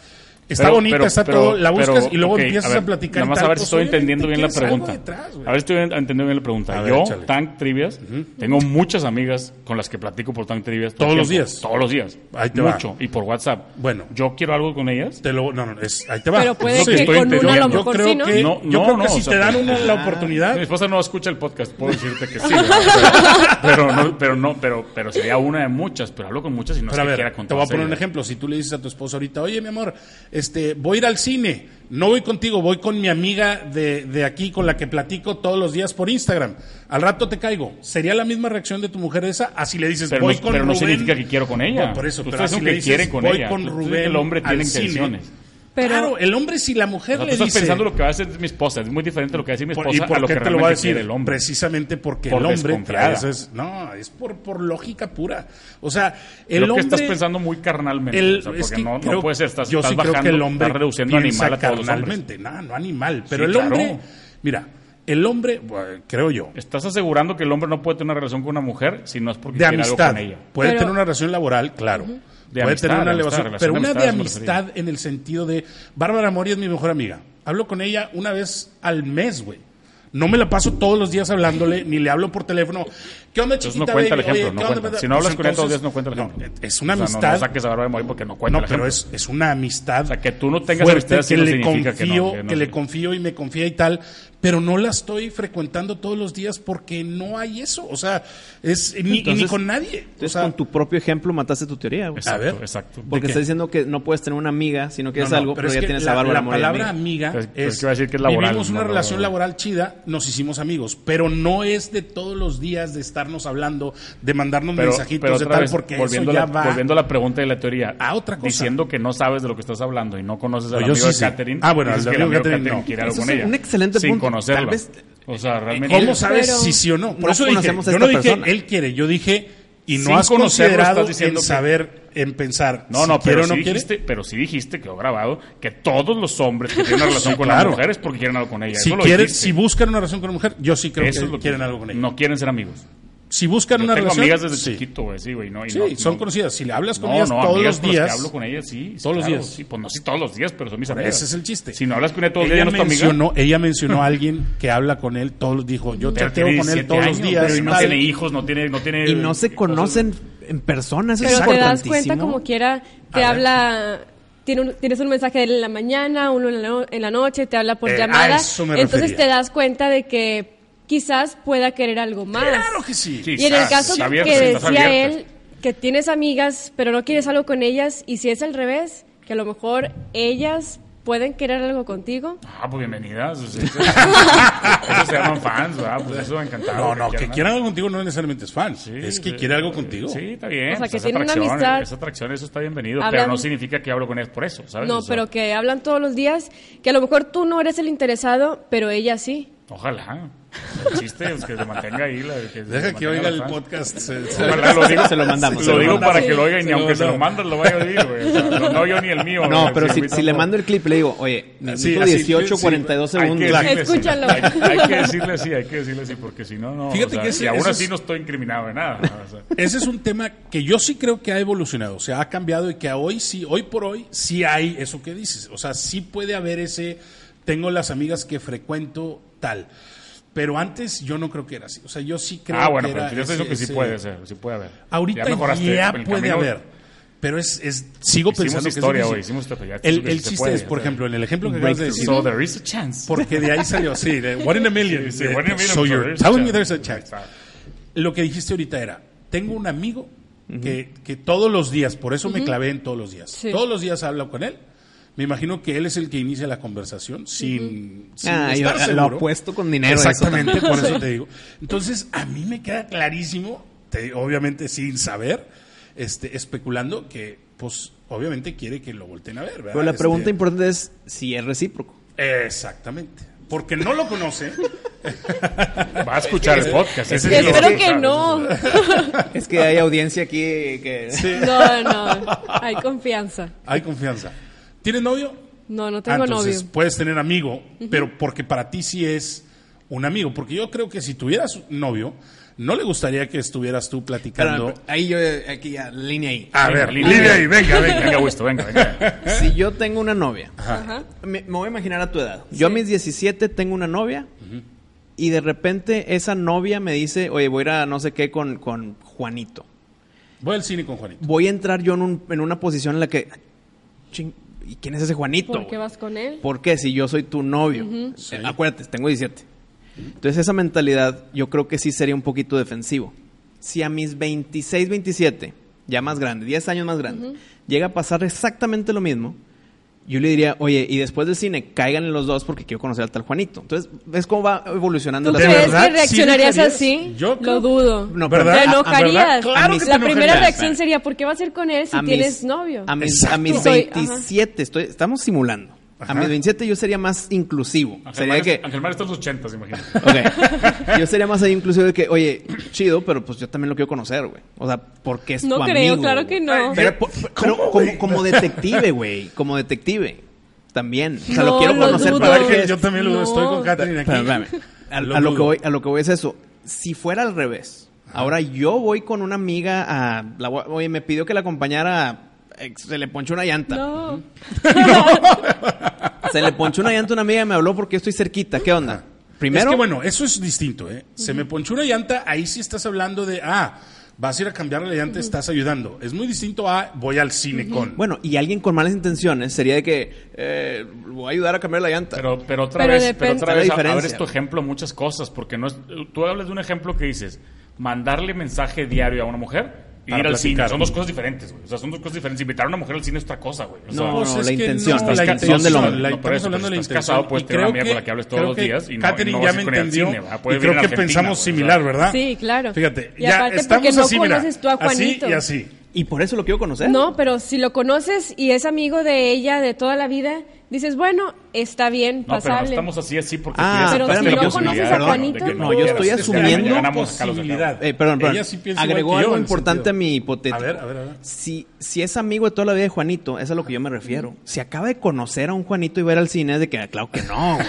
Speaker 1: Está
Speaker 3: Pero-
Speaker 1: bonita,
Speaker 3: pero-
Speaker 1: está
Speaker 3: pero-
Speaker 1: todo, la buscas
Speaker 3: pero,
Speaker 1: y luego
Speaker 3: ok,
Speaker 1: empiezas a,
Speaker 3: ver,
Speaker 1: platicar.
Speaker 3: Nada
Speaker 1: y
Speaker 3: más a
Speaker 1: tal,
Speaker 3: ver si
Speaker 1: pues,
Speaker 3: estoy
Speaker 1: obviamente
Speaker 3: entendiendo bien la
Speaker 1: quieres algo
Speaker 3: pregunta.
Speaker 1: detrás, güey.
Speaker 3: a ver si estoy entendiendo bien la pregunta.
Speaker 1: A ver,
Speaker 3: Yo,
Speaker 1: échale.
Speaker 3: Tank Trivias, tengo muchas amigas con las que platico por Tank Trivias. todo
Speaker 1: Todos
Speaker 3: el
Speaker 1: los
Speaker 3: tiempo,
Speaker 1: días.
Speaker 3: Todos los días.
Speaker 1: Ahí te va.
Speaker 3: Mucho. Y por WhatsApp.
Speaker 1: Bueno.
Speaker 3: Yo quiero algo con ellas.
Speaker 1: Te lo- no, no, es- ahí te va.
Speaker 4: Pero puede
Speaker 1: Sí.
Speaker 3: que
Speaker 1: Estoy
Speaker 3: con una a lo
Speaker 1: entendiendo.
Speaker 4: mejor
Speaker 1: yo creo
Speaker 4: sí, ¿no?
Speaker 1: que,
Speaker 3: No,
Speaker 1: yo
Speaker 3: no,
Speaker 1: creo que
Speaker 3: no,
Speaker 1: si
Speaker 3: o sea,
Speaker 1: te dan una, la
Speaker 3: Mi
Speaker 1: oportunidad,
Speaker 3: esposa no escucha el podcast, puedo decirte que sí. ¿verdad? Pero, pero no, pero, no pero, pero sería una de muchas, pero hablo con muchas y no
Speaker 1: Pero a
Speaker 3: es que
Speaker 1: ver,
Speaker 3: quiera
Speaker 1: te
Speaker 3: contar.
Speaker 1: voy a poner un ejemplo. Si tú le dices a tu esposa ahorita, oye, mi amor, este, voy a ir al cine, no voy contigo, voy con mi amiga de, de aquí con la que platico todos los días por Instagram. Al rato te caigo. ¿Sería la misma reacción de tu mujer esa? Así le dices,
Speaker 3: Pero,
Speaker 1: voy
Speaker 3: no,
Speaker 1: con
Speaker 3: pero no
Speaker 1: Rubén.
Speaker 3: significa que quiero con ella.
Speaker 1: No, por eso,
Speaker 3: Tú
Speaker 1: pero
Speaker 3: estás
Speaker 1: así
Speaker 3: diciendo
Speaker 1: le
Speaker 3: que
Speaker 1: dices,
Speaker 3: quieren con
Speaker 1: voy
Speaker 3: ella.
Speaker 1: con
Speaker 3: Tú dices que
Speaker 1: Rubén
Speaker 3: el hombre tiene
Speaker 1: al cine.
Speaker 3: intenciones.
Speaker 4: Pero-
Speaker 1: Claro, el hombre si la
Speaker 3: O
Speaker 1: mujer
Speaker 3: sea, tú
Speaker 1: le
Speaker 3: estás
Speaker 1: dice...
Speaker 3: pensando lo que va a hacer mi esposa. Es muy diferente lo que va a decir mi
Speaker 1: Por-
Speaker 3: esposa
Speaker 1: ¿Y por
Speaker 3: a lo
Speaker 1: qué
Speaker 3: que
Speaker 1: te lo va a
Speaker 3: realmente
Speaker 1: decir?
Speaker 3: quiere el hombre.
Speaker 1: Precisamente porque
Speaker 3: Por
Speaker 1: el hombre
Speaker 3: desconfiada.
Speaker 1: eso es, no, es por, por lógica pura. O sea, el
Speaker 3: Creo
Speaker 1: hombre
Speaker 3: que estás pensando muy carnalmente.
Speaker 1: El-
Speaker 3: o sea,
Speaker 1: es
Speaker 3: porque
Speaker 1: que
Speaker 3: no, no
Speaker 1: creo-
Speaker 3: puede ser. Estás,
Speaker 1: yo
Speaker 3: estás
Speaker 1: sí
Speaker 3: bajando,
Speaker 1: creo que el hombre
Speaker 3: estás reduciendo
Speaker 1: piensa
Speaker 3: animal a todos los hombres.
Speaker 1: carnalmente. No, no animal. Pero
Speaker 3: Sí,
Speaker 1: el hombre,
Speaker 3: claro.
Speaker 1: mira, el hombre, bueno, creo yo,
Speaker 3: Estás asegurando que el hombre no puede tener una relación con una mujer si no es porque
Speaker 1: de
Speaker 3: quiere
Speaker 1: amistad.
Speaker 3: algo con ella.
Speaker 1: Puede
Speaker 4: Pero-
Speaker 1: tener una relación laboral, claro.
Speaker 3: De
Speaker 1: Puede
Speaker 3: amistad,
Speaker 1: tener una
Speaker 3: de amistad,
Speaker 1: relación,
Speaker 3: relación
Speaker 1: pero
Speaker 3: de
Speaker 1: una
Speaker 3: amistad,
Speaker 1: de
Speaker 3: me refería.
Speaker 1: amistad en el sentido de Bárbara Mori es mi mejor amiga. Hablo con ella una vez al mes, güey. No me la paso todos los días hablándole, ni le hablo por teléfono. ¿Qué onda,
Speaker 3: Entonces
Speaker 1: chiquita?
Speaker 3: no cuenta el
Speaker 1: baby? Oye,
Speaker 3: ejemplo. no
Speaker 1: ¿qué onda,
Speaker 3: cuenta.
Speaker 1: verdad?
Speaker 3: Si no
Speaker 1: Pues
Speaker 3: hablas con ella todos los días,
Speaker 1: entonces,
Speaker 3: no cuenta el ejemplo.
Speaker 1: no, es una
Speaker 3: O sea,
Speaker 1: amistad.
Speaker 3: No, no saques a Bárbara de Mori porque no cuenta
Speaker 1: No,
Speaker 3: el ejemplo.
Speaker 1: pero es, es una amistad.
Speaker 3: O sea, que tú no tengas amistad así
Speaker 1: que
Speaker 3: no
Speaker 1: le
Speaker 3: significa que no,
Speaker 1: confío,
Speaker 3: que no.
Speaker 1: le confío y me confía y tal, pero no la estoy frecuentando todos los días porque no hay eso. O sea, es ni- ni,
Speaker 2: Entonces-
Speaker 1: con nadie. O
Speaker 2: Entonces,
Speaker 1: sea,
Speaker 2: con tu propio ejemplo mataste tu teoría, güey.
Speaker 1: a
Speaker 3: Exacto,
Speaker 1: ver.
Speaker 3: exacto.
Speaker 1: ¿de
Speaker 2: Porque
Speaker 1: qué?
Speaker 2: está diciendo que no puedes tener una amiga, sino que
Speaker 1: no,
Speaker 2: es
Speaker 1: no,
Speaker 2: algo, pero,
Speaker 1: es
Speaker 2: ya
Speaker 1: que
Speaker 2: tienes
Speaker 1: la,
Speaker 2: a Bárbara
Speaker 1: la
Speaker 2: Mori
Speaker 1: palabra
Speaker 2: amiga.
Speaker 1: amiga
Speaker 3: Pues-
Speaker 1: es,
Speaker 3: pues que iba a decir que es laboral,
Speaker 1: vivimos una
Speaker 3: no, no,
Speaker 1: relación
Speaker 3: no.
Speaker 1: laboral chida, nos hicimos amigos, pero no es de todos los días de estarnos hablando, de mandarnos mensajitos de
Speaker 3: otra
Speaker 1: tal,
Speaker 3: vez,
Speaker 1: porque eso
Speaker 3: volviendo,
Speaker 1: ya
Speaker 3: a la,
Speaker 1: va.
Speaker 3: volviendo a la pregunta de la teoría.
Speaker 1: A otra cosa.
Speaker 3: Diciendo que no sabes de lo que estás hablando y no conoces
Speaker 1: No,
Speaker 3: al
Speaker 1: yo
Speaker 3: amigo
Speaker 1: sí
Speaker 3: de
Speaker 1: sé.
Speaker 3: Catherine.
Speaker 1: Ah, bueno, al
Speaker 3: dices que
Speaker 1: amigo de
Speaker 3: de
Speaker 1: Catherine,
Speaker 3: Catherine
Speaker 1: no.
Speaker 3: quiere algo
Speaker 2: Eso
Speaker 3: con
Speaker 2: es
Speaker 3: ella.
Speaker 2: un excelente
Speaker 3: Sin
Speaker 2: punto.
Speaker 3: conocerla.
Speaker 2: Tal vez- eh,
Speaker 3: o sea, realmente...
Speaker 1: ¿Cómo sabes
Speaker 4: Pero-
Speaker 1: si sí o no? Por
Speaker 2: No
Speaker 1: eso dije,
Speaker 2: conocemos a
Speaker 1: yo
Speaker 2: esta
Speaker 1: no dije
Speaker 2: persona.
Speaker 1: él quiere, yo dije y no
Speaker 3: Sin
Speaker 1: has
Speaker 3: conocerlo, estás
Speaker 1: considerado en
Speaker 3: diciendo que-
Speaker 1: saber, en pensar.
Speaker 3: No,
Speaker 1: si
Speaker 3: no,
Speaker 1: quiere
Speaker 3: pero,
Speaker 1: o no
Speaker 3: sí
Speaker 1: quiere.
Speaker 3: dijiste, pero sí dijiste, quedó grabado, que todos los hombres que tienen una relación
Speaker 1: Sí,
Speaker 3: con
Speaker 1: claro.
Speaker 3: las mujeres porque quieren algo con ella.
Speaker 1: Si
Speaker 3: Eso lo
Speaker 1: quieren,
Speaker 3: dijiste.
Speaker 1: si buscan una relación con una mujer, yo sí creo
Speaker 3: Eso es
Speaker 1: que,
Speaker 3: lo que-
Speaker 1: quieren algo con ella.
Speaker 3: No quieren ser amigos.
Speaker 1: Si buscan
Speaker 3: Yo
Speaker 1: una
Speaker 3: tengo
Speaker 1: relación,
Speaker 3: amigas desde
Speaker 1: sí.
Speaker 3: chiquito, güey, sí, güey. No, y
Speaker 1: Sí,
Speaker 3: no-
Speaker 1: son
Speaker 3: no-
Speaker 1: conocidas. Si le hablas con
Speaker 3: No,
Speaker 1: ellas
Speaker 3: no,
Speaker 1: todos
Speaker 3: amigas
Speaker 1: los
Speaker 3: con las que
Speaker 1: días,
Speaker 3: hablo con ellas, sí.
Speaker 1: Todos los
Speaker 3: claro,
Speaker 1: días.
Speaker 3: Sí, pues no, sí, todos los días, pero son mis amigas.
Speaker 1: ese es el chiste.
Speaker 3: Si no hablas con ella todos los
Speaker 1: ella
Speaker 3: días, no es tu amiga.
Speaker 1: mencionó, ella mencionó a alguien que habla con él todos los dijo, yo
Speaker 3: Pero
Speaker 1: chateo
Speaker 3: tiene
Speaker 1: con él
Speaker 3: 17
Speaker 1: todos los
Speaker 3: años,
Speaker 1: días.
Speaker 3: pero y no
Speaker 1: tal.
Speaker 3: tiene hijos, no tiene, no tiene.
Speaker 2: Y no se conocen en persona, eso es
Speaker 4: Pero te das cuenta
Speaker 2: importantísimo.
Speaker 4: como quiera, te
Speaker 1: A ver.
Speaker 4: habla, tiene un- tienes un mensaje de él en la mañana, uno en la, no- en la noche, te habla por
Speaker 1: Eh, a
Speaker 4: llamada.
Speaker 1: eso me
Speaker 4: entonces
Speaker 1: refería.
Speaker 4: te das cuenta de que quizás pueda querer algo más.
Speaker 1: Claro que sí.
Speaker 3: Sí.
Speaker 4: Y en el
Speaker 3: Quizás,
Speaker 4: caso
Speaker 3: está abierto,
Speaker 4: que
Speaker 3: estás
Speaker 4: decía
Speaker 3: abierta.
Speaker 4: él, que tienes amigas, pero no quieres algo con ellas, y si es al revés, que a lo mejor ellas pueden querer algo contigo.
Speaker 3: Ah, pues bienvenidas. o sea, eso se llaman fans, ¿verdad? Pues eso encantado.
Speaker 1: No, no, que
Speaker 3: algo.
Speaker 1: quiera algo contigo no necesariamente es fan.
Speaker 3: Sí,
Speaker 1: es que
Speaker 3: sí,
Speaker 1: quiere algo
Speaker 3: sí,
Speaker 1: contigo.
Speaker 3: Sí, está bien.
Speaker 4: O sea,
Speaker 3: pues
Speaker 4: que
Speaker 3: es
Speaker 4: tienen una
Speaker 3: atracción,
Speaker 4: amistad.
Speaker 3: Es atracción, eso está bienvenido. Pero
Speaker 4: Hablan-
Speaker 3: no significa que hablo con ellos por eso, ¿sabes?
Speaker 4: No,
Speaker 3: O sea,
Speaker 4: pero que hablan todos los días, que a lo mejor tú no eres el interesado, pero ella sí.
Speaker 3: Ojalá. El chiste es que se mantenga ahí. La, que se
Speaker 1: Deja que
Speaker 3: mantenga
Speaker 1: oiga
Speaker 3: la
Speaker 1: el
Speaker 3: fan.
Speaker 1: podcast. se- se-
Speaker 3: Ojalá lo digo,
Speaker 2: Se lo mandamos, se
Speaker 3: Lo
Speaker 2: lo
Speaker 3: digo
Speaker 2: mandamos.
Speaker 3: para que lo oigan
Speaker 1: Se
Speaker 3: y
Speaker 1: lo
Speaker 3: aunque se lo
Speaker 1: mandamos.
Speaker 3: mandas lo vaya a oír, güey. O sea, no, no yo ni el mío.
Speaker 2: No,
Speaker 3: güey.
Speaker 2: pero
Speaker 3: Sí,
Speaker 2: si,
Speaker 3: a mí
Speaker 2: si le
Speaker 3: tampoco.
Speaker 2: mando el clip, le digo, oye,
Speaker 1: Sí,
Speaker 2: necesito
Speaker 1: así,
Speaker 2: 18,
Speaker 1: sí,
Speaker 2: 42
Speaker 3: Hay que
Speaker 2: segundos.
Speaker 3: decirle sí,
Speaker 4: Escúchalo.
Speaker 3: Hay, hay que decirle sí, hay que decirle sí, porque si no, no.
Speaker 1: Fíjate
Speaker 3: o sea,
Speaker 1: que ese-
Speaker 3: y aún
Speaker 1: ese
Speaker 3: así
Speaker 1: es-
Speaker 3: no estoy incriminado de nada. o sea.
Speaker 1: Ese es un tema que yo sí creo que ha evolucionado, o sea, ha cambiado y que a hoy sí, hoy por hoy sí hay eso que dices, o sea, sí puede haber ese, tengo las amigas que frecuento tal, pero antes yo no creo que era así, o sea, yo sí creo
Speaker 3: Ah, bueno,
Speaker 1: que
Speaker 3: pero
Speaker 1: era
Speaker 3: yo estoy diciendo
Speaker 1: ese-
Speaker 3: que sí
Speaker 1: ese-
Speaker 3: puede ser, sí puede haber.
Speaker 1: Ahorita ya,
Speaker 3: mejoraste, el
Speaker 1: puede
Speaker 3: camino-
Speaker 1: haber, pero es, es sigo
Speaker 3: Hicimos
Speaker 1: pensando que
Speaker 3: historia hoy,
Speaker 1: es difícil.
Speaker 3: hicimos historia, ya
Speaker 1: el,
Speaker 3: que
Speaker 1: el
Speaker 3: se
Speaker 1: chiste
Speaker 3: puede,
Speaker 1: es, por
Speaker 3: o sea.
Speaker 1: ejemplo, en el ejemplo que acabas de decir,
Speaker 3: So there is a chance.
Speaker 1: porque de ahí salió así, de One in a Million,
Speaker 3: Sí,
Speaker 1: de-
Speaker 3: bueno, mira,
Speaker 1: so
Speaker 3: so
Speaker 1: you're
Speaker 3: there is a
Speaker 1: telling me
Speaker 3: chance.
Speaker 1: there's a chance. lo que dijiste ahorita era, tengo un amigo que, que todos los días, por eso me clavé en todos los días,
Speaker 4: Sí.
Speaker 1: todos los días hablo con él. Me imagino que él es el que inicia la conversación sin, sin
Speaker 2: Ah, yo
Speaker 1: estar
Speaker 2: lo
Speaker 1: seguro.
Speaker 2: apuesto con dinero. eso
Speaker 1: Exactamente,
Speaker 2: también.
Speaker 1: por eso te digo. Entonces, a mí me queda clarísimo, te- obviamente sin saber, este, especulando que, pues, obviamente quiere que lo volteen a ver, ¿verdad?
Speaker 2: Pero la
Speaker 1: Este,
Speaker 2: pregunta importante es si es recíproco.
Speaker 1: Exactamente. Porque no lo conoce.
Speaker 3: Va a escuchar el podcast. ese
Speaker 4: Y
Speaker 3: sí lo va a
Speaker 4: espero que
Speaker 3: escuchar,
Speaker 4: no.
Speaker 3: ese sí.
Speaker 2: Es que hay audiencia aquí que...
Speaker 4: No, no, hay confianza.
Speaker 1: Hay confianza. ¿Tienes novio?
Speaker 4: No, no tengo
Speaker 1: Ah, Entonces,
Speaker 4: novio.
Speaker 1: puedes tener amigo, pero porque para ti sí es un amigo. Porque yo creo que si tuvieras novio, no le gustaría que estuvieras tú platicando.
Speaker 2: ahí yo, aquí ya, línea ahí.
Speaker 1: a
Speaker 3: Venga,
Speaker 1: ver,
Speaker 3: Lili,
Speaker 1: Lidia, ahí, venga,
Speaker 3: Venga,
Speaker 1: venga.
Speaker 3: venga, Augusto, venga, venga.
Speaker 2: Si yo tengo una novia,
Speaker 1: ah.
Speaker 4: Ajá.
Speaker 2: me, me voy a imaginar a tu edad. Yo a mis 17 tengo una novia y de repente esa novia me dice, oye, voy a ir a no sé qué con, con Juanito.
Speaker 1: Voy al cine con Juanito.
Speaker 2: Voy a entrar yo en, un- en una posición en la que... "Ching, ¿Y quién es ese Juanito?
Speaker 4: ¿Por qué
Speaker 2: güey?
Speaker 4: vas con él?
Speaker 2: ¿Por qué? Si yo soy tu novio. Eh, Acuérdate, tengo 17. Entonces, esa mentalidad yo creo que sí sería un poquito defensivo. Si a mis 26, 27, ya más grande, 10 años más grande, llega a pasar exactamente lo mismo, yo le diría, oye, y después del cine, caigan los dos porque quiero conocer al tal Juanito. Entonces, ¿ves cómo va evolucionando
Speaker 4: ¿Tú
Speaker 2: la
Speaker 1: ¿De
Speaker 4: crees
Speaker 1: verdad
Speaker 4: que
Speaker 1: sí
Speaker 4: reaccionarías
Speaker 1: dejarías?
Speaker 4: así?
Speaker 1: Yo creo-
Speaker 4: Lo dudo.
Speaker 2: No,
Speaker 1: ¿verdad?
Speaker 4: ¿Te
Speaker 1: ¿A- a
Speaker 4: enojarías?
Speaker 1: verdad? Claro
Speaker 2: A
Speaker 1: que
Speaker 2: mis-
Speaker 1: te
Speaker 4: La primera
Speaker 1: enojarías.
Speaker 4: reacción sería, ¿por qué vas a ir con él si
Speaker 2: A mis-
Speaker 4: tienes novio?
Speaker 2: A mis,
Speaker 1: Exacto.
Speaker 2: a mis
Speaker 4: Soy-
Speaker 2: 27, estoy, estamos simulando.
Speaker 1: Ajá.
Speaker 2: A mis 27 yo sería más inclusivo.
Speaker 3: Ángel
Speaker 2: sería
Speaker 3: Mario-
Speaker 2: que...
Speaker 3: Ángel Mario está en los ochentas, imagínate.
Speaker 2: Ok. Yo sería más ahí inclusive de que, oye, chido, pero pues yo también lo quiero conocer, güey. O sea, porque es
Speaker 4: No
Speaker 2: tu
Speaker 4: creo,
Speaker 2: amigo,
Speaker 4: claro
Speaker 2: güey.
Speaker 4: que no.
Speaker 2: Pero, po- pero como, como detective, güey. Como detective. También. O sea, lo
Speaker 4: No,
Speaker 2: quiero
Speaker 4: lo
Speaker 2: conocer
Speaker 4: dudo.
Speaker 2: para ver
Speaker 1: Ángel,
Speaker 2: qué es.
Speaker 1: yo también lo
Speaker 4: No.
Speaker 1: estoy con Catherine aquí.
Speaker 2: Espérame, espérame. A,
Speaker 1: Lo
Speaker 2: a lo que
Speaker 1: dudo.
Speaker 2: voy, a lo que voy es eso. Si fuera al revés, ahora yo voy con una amiga a... La, gua- oye, me pidió que la acompañara a- eh, Se le ponchó una llanta.
Speaker 4: No.
Speaker 2: Se le ponchó una llanta a una amiga y me habló porque yo estoy cerquita. ¿Qué onda? Primero...
Speaker 1: Es que bueno, eso es distinto, ¿eh? Se me ponchó una llanta, ahí sí estás hablando de, ah, vas a ir a cambiar la llanta, estás ayudando. Es muy distinto a, voy al cine con.
Speaker 2: Bueno, y alguien con malas intenciones sería de que eh, voy a ayudar a cambiar la llanta.
Speaker 3: Pero, pero otra
Speaker 4: Pero
Speaker 3: vez,
Speaker 4: depende.
Speaker 3: pero otra
Speaker 2: Está la
Speaker 3: vez, a-
Speaker 2: diferencia,
Speaker 3: abres tu
Speaker 2: güey.
Speaker 3: ejemplo a muchas cosas, porque no es, tú hablas de un ejemplo que dices, mandarle mensaje diario a una mujer y
Speaker 1: Para
Speaker 3: ir al cine.
Speaker 1: platicar.
Speaker 3: Son dos cosas diferentes, güey. O sea, son dos cosas diferentes. Invitar a una mujer al cine es otra cosa, güey. O sea,
Speaker 2: No,
Speaker 1: Pues
Speaker 2: no,
Speaker 1: es
Speaker 2: la
Speaker 1: que
Speaker 2: intención,
Speaker 1: no,
Speaker 2: la intención del hombre.
Speaker 1: la-
Speaker 3: No, por
Speaker 1: estamos
Speaker 3: eso,
Speaker 1: hablando de
Speaker 3: pero
Speaker 1: la
Speaker 3: estás
Speaker 1: intención.
Speaker 3: casado, puedes
Speaker 1: Y
Speaker 3: tener una
Speaker 1: creo
Speaker 3: amiga
Speaker 1: que-
Speaker 3: con la que hables todos
Speaker 1: creo
Speaker 3: los
Speaker 1: que
Speaker 3: días y no-
Speaker 1: Catherine
Speaker 3: no vas
Speaker 1: ya
Speaker 3: a
Speaker 1: me
Speaker 3: ir con ella al
Speaker 1: entendió.
Speaker 3: cine, ¿verdad?
Speaker 1: y
Speaker 3: Puedes
Speaker 1: creo
Speaker 3: venir a
Speaker 1: que
Speaker 3: Argentina,
Speaker 1: pensamos
Speaker 3: güey, o sea.
Speaker 1: similar, ¿verdad?
Speaker 4: Sí, claro.
Speaker 1: Fíjate,
Speaker 4: Y
Speaker 1: ya
Speaker 4: aparte
Speaker 1: estamos
Speaker 4: porque no
Speaker 1: así, mira.
Speaker 4: conoces tú a
Speaker 1: Así
Speaker 4: Juanito.
Speaker 1: y así.
Speaker 2: y por eso lo quiero conocer.
Speaker 4: No, pero si lo conoces y es amigo de ella de toda la vida, dices, bueno, está bien,
Speaker 3: No, pero no
Speaker 4: pasable.
Speaker 3: estamos así, así
Speaker 2: Ah,
Speaker 3: porque tú ya
Speaker 2: pero
Speaker 3: sacaste
Speaker 2: si
Speaker 3: la
Speaker 2: no
Speaker 3: posibilidad,
Speaker 2: conoces a
Speaker 3: ¿no?
Speaker 2: Juanito,
Speaker 3: De que
Speaker 2: no, yo
Speaker 3: quieras.
Speaker 2: estoy
Speaker 3: Ya
Speaker 2: asumiendo
Speaker 3: ganamos acá los de acá.
Speaker 1: posibilidad.
Speaker 2: Eh, perdón, perdón.
Speaker 1: Ella sí piensa igual
Speaker 2: Agregó
Speaker 1: que yo,
Speaker 2: algo
Speaker 1: en el
Speaker 2: importante a
Speaker 1: sentido.
Speaker 2: mi hipotético.
Speaker 1: A ver, a ver, a ver.
Speaker 2: Si, si es amigo de toda la vida de Juanito, es a lo que yo me refiero.
Speaker 1: Mm.
Speaker 2: Si acaba de conocer a un Juanito y ver al cine, es de que, ah, claro que no, güey.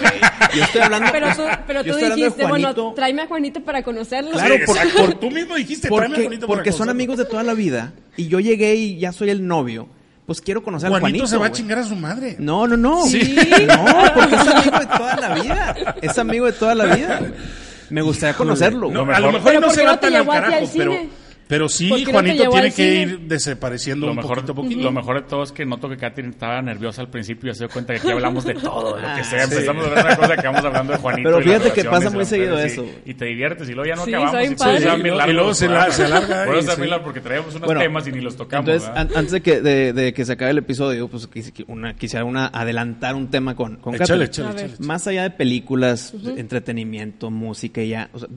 Speaker 2: Yo estoy hablando,
Speaker 4: Pero tú, pero
Speaker 2: yo estoy
Speaker 4: tú
Speaker 2: hablando de
Speaker 4: dijiste, bueno,
Speaker 2: Juanito.
Speaker 4: tráeme a Juanito para conocerlo.
Speaker 2: Claro,
Speaker 1: Sí,
Speaker 2: porque-
Speaker 1: exacto. tú mismo dijiste, tráeme a
Speaker 2: porque,
Speaker 1: Juanito para
Speaker 2: porque son
Speaker 1: conocerlo.
Speaker 2: amigos de toda la vida y yo llegué y ya soy el novio, pues quiero conocer
Speaker 1: Juanito,
Speaker 2: a Juanito.
Speaker 1: se va a
Speaker 2: güey.
Speaker 1: chingar a su madre.
Speaker 2: No, no, no.
Speaker 4: Sí.
Speaker 2: No, porque es amigo de toda la vida. Es amigo de toda la vida. Me gustaría conocerlo.
Speaker 1: No,
Speaker 2: güey.
Speaker 1: a
Speaker 3: mejor-
Speaker 1: lo mejor
Speaker 4: Pero
Speaker 1: no
Speaker 4: ¿por
Speaker 1: se
Speaker 4: qué
Speaker 1: va
Speaker 4: no te
Speaker 1: tan al
Speaker 4: llevó a ti
Speaker 1: carajo,
Speaker 4: al
Speaker 1: pero,
Speaker 4: cine?
Speaker 1: Pero sí,
Speaker 4: ¿Por qué no te
Speaker 1: Juanito
Speaker 4: llevó
Speaker 1: tiene
Speaker 4: al
Speaker 1: que
Speaker 4: cine?
Speaker 1: ir desapareciendo
Speaker 3: Lo
Speaker 1: un
Speaker 3: mejor,
Speaker 1: poquito a poquito.
Speaker 3: lo mejor de todo es que noto que Katherine estaba nerviosa al principio y se dio cuenta que aquí hablamos de todo, de lo que sea.
Speaker 1: Ah, sí.
Speaker 3: Empezamos a hablar de cosas que acabamos hablando de Juanito.
Speaker 2: Pero
Speaker 3: y las
Speaker 2: fíjate que pasa
Speaker 3: relaciones,
Speaker 2: muy
Speaker 3: las
Speaker 2: seguido
Speaker 3: mujeres,
Speaker 2: eso,
Speaker 3: y-
Speaker 2: güey.
Speaker 3: Y, te diviertes y luego ya no
Speaker 4: Sí,
Speaker 3: acabamos.
Speaker 4: soy
Speaker 3: y
Speaker 4: padre.
Speaker 3: se dan bien
Speaker 1: Y luego-
Speaker 3: largos
Speaker 1: y luego se la-
Speaker 3: programas.
Speaker 1: se alarga
Speaker 3: Por
Speaker 1: y
Speaker 3: eso
Speaker 1: sí.
Speaker 3: también la- porque traíamos unos
Speaker 2: Bueno,
Speaker 3: temas y ni los tocamos.
Speaker 2: Entonces,
Speaker 3: ¿verdad?
Speaker 2: an- antes de que, de, de que se acabe el episodio, pues quis- una, quisiera una, adelantar un tema con, con
Speaker 1: Échale,
Speaker 2: Catherine.
Speaker 1: échale,
Speaker 4: A ver.
Speaker 1: échale, échale.
Speaker 2: Más allá de películas, de entretenimiento, música y ya, o sea,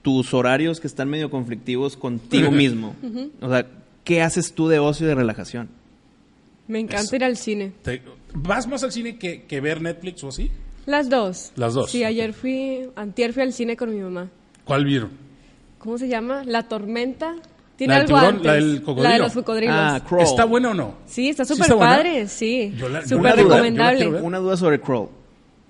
Speaker 2: tus horarios que están medio conflictivos contigo mismo. O sea, ¿qué haces tú de ocio y de relajación?
Speaker 4: Me encanta
Speaker 1: Eso.
Speaker 4: ir al cine.
Speaker 1: Te- ¿Vas más al cine que, que ver Netflix o así?
Speaker 4: Las dos.
Speaker 1: Las dos,
Speaker 4: Sí,
Speaker 1: ok.
Speaker 4: ayer fui, antier fui al cine con mi mamá.
Speaker 1: ¿Cuál vieron?
Speaker 4: ¿Cómo se llama? La tormenta. Tiene
Speaker 1: ¿La del
Speaker 4: algo
Speaker 1: tiburón?
Speaker 4: antes.
Speaker 1: ¿La del cocodrilo?
Speaker 4: La de los cocodrilos.
Speaker 2: Ah, Crawl.
Speaker 1: ¿Está buena o no?
Speaker 4: sí, está
Speaker 1: ¿Sí
Speaker 4: súper
Speaker 1: buena?
Speaker 4: padre, sí.
Speaker 1: Yo la- yo
Speaker 4: Súper
Speaker 2: la quiero ver, yo la
Speaker 4: recomendable.
Speaker 1: quiero ver.
Speaker 2: Una duda sobre Crawl.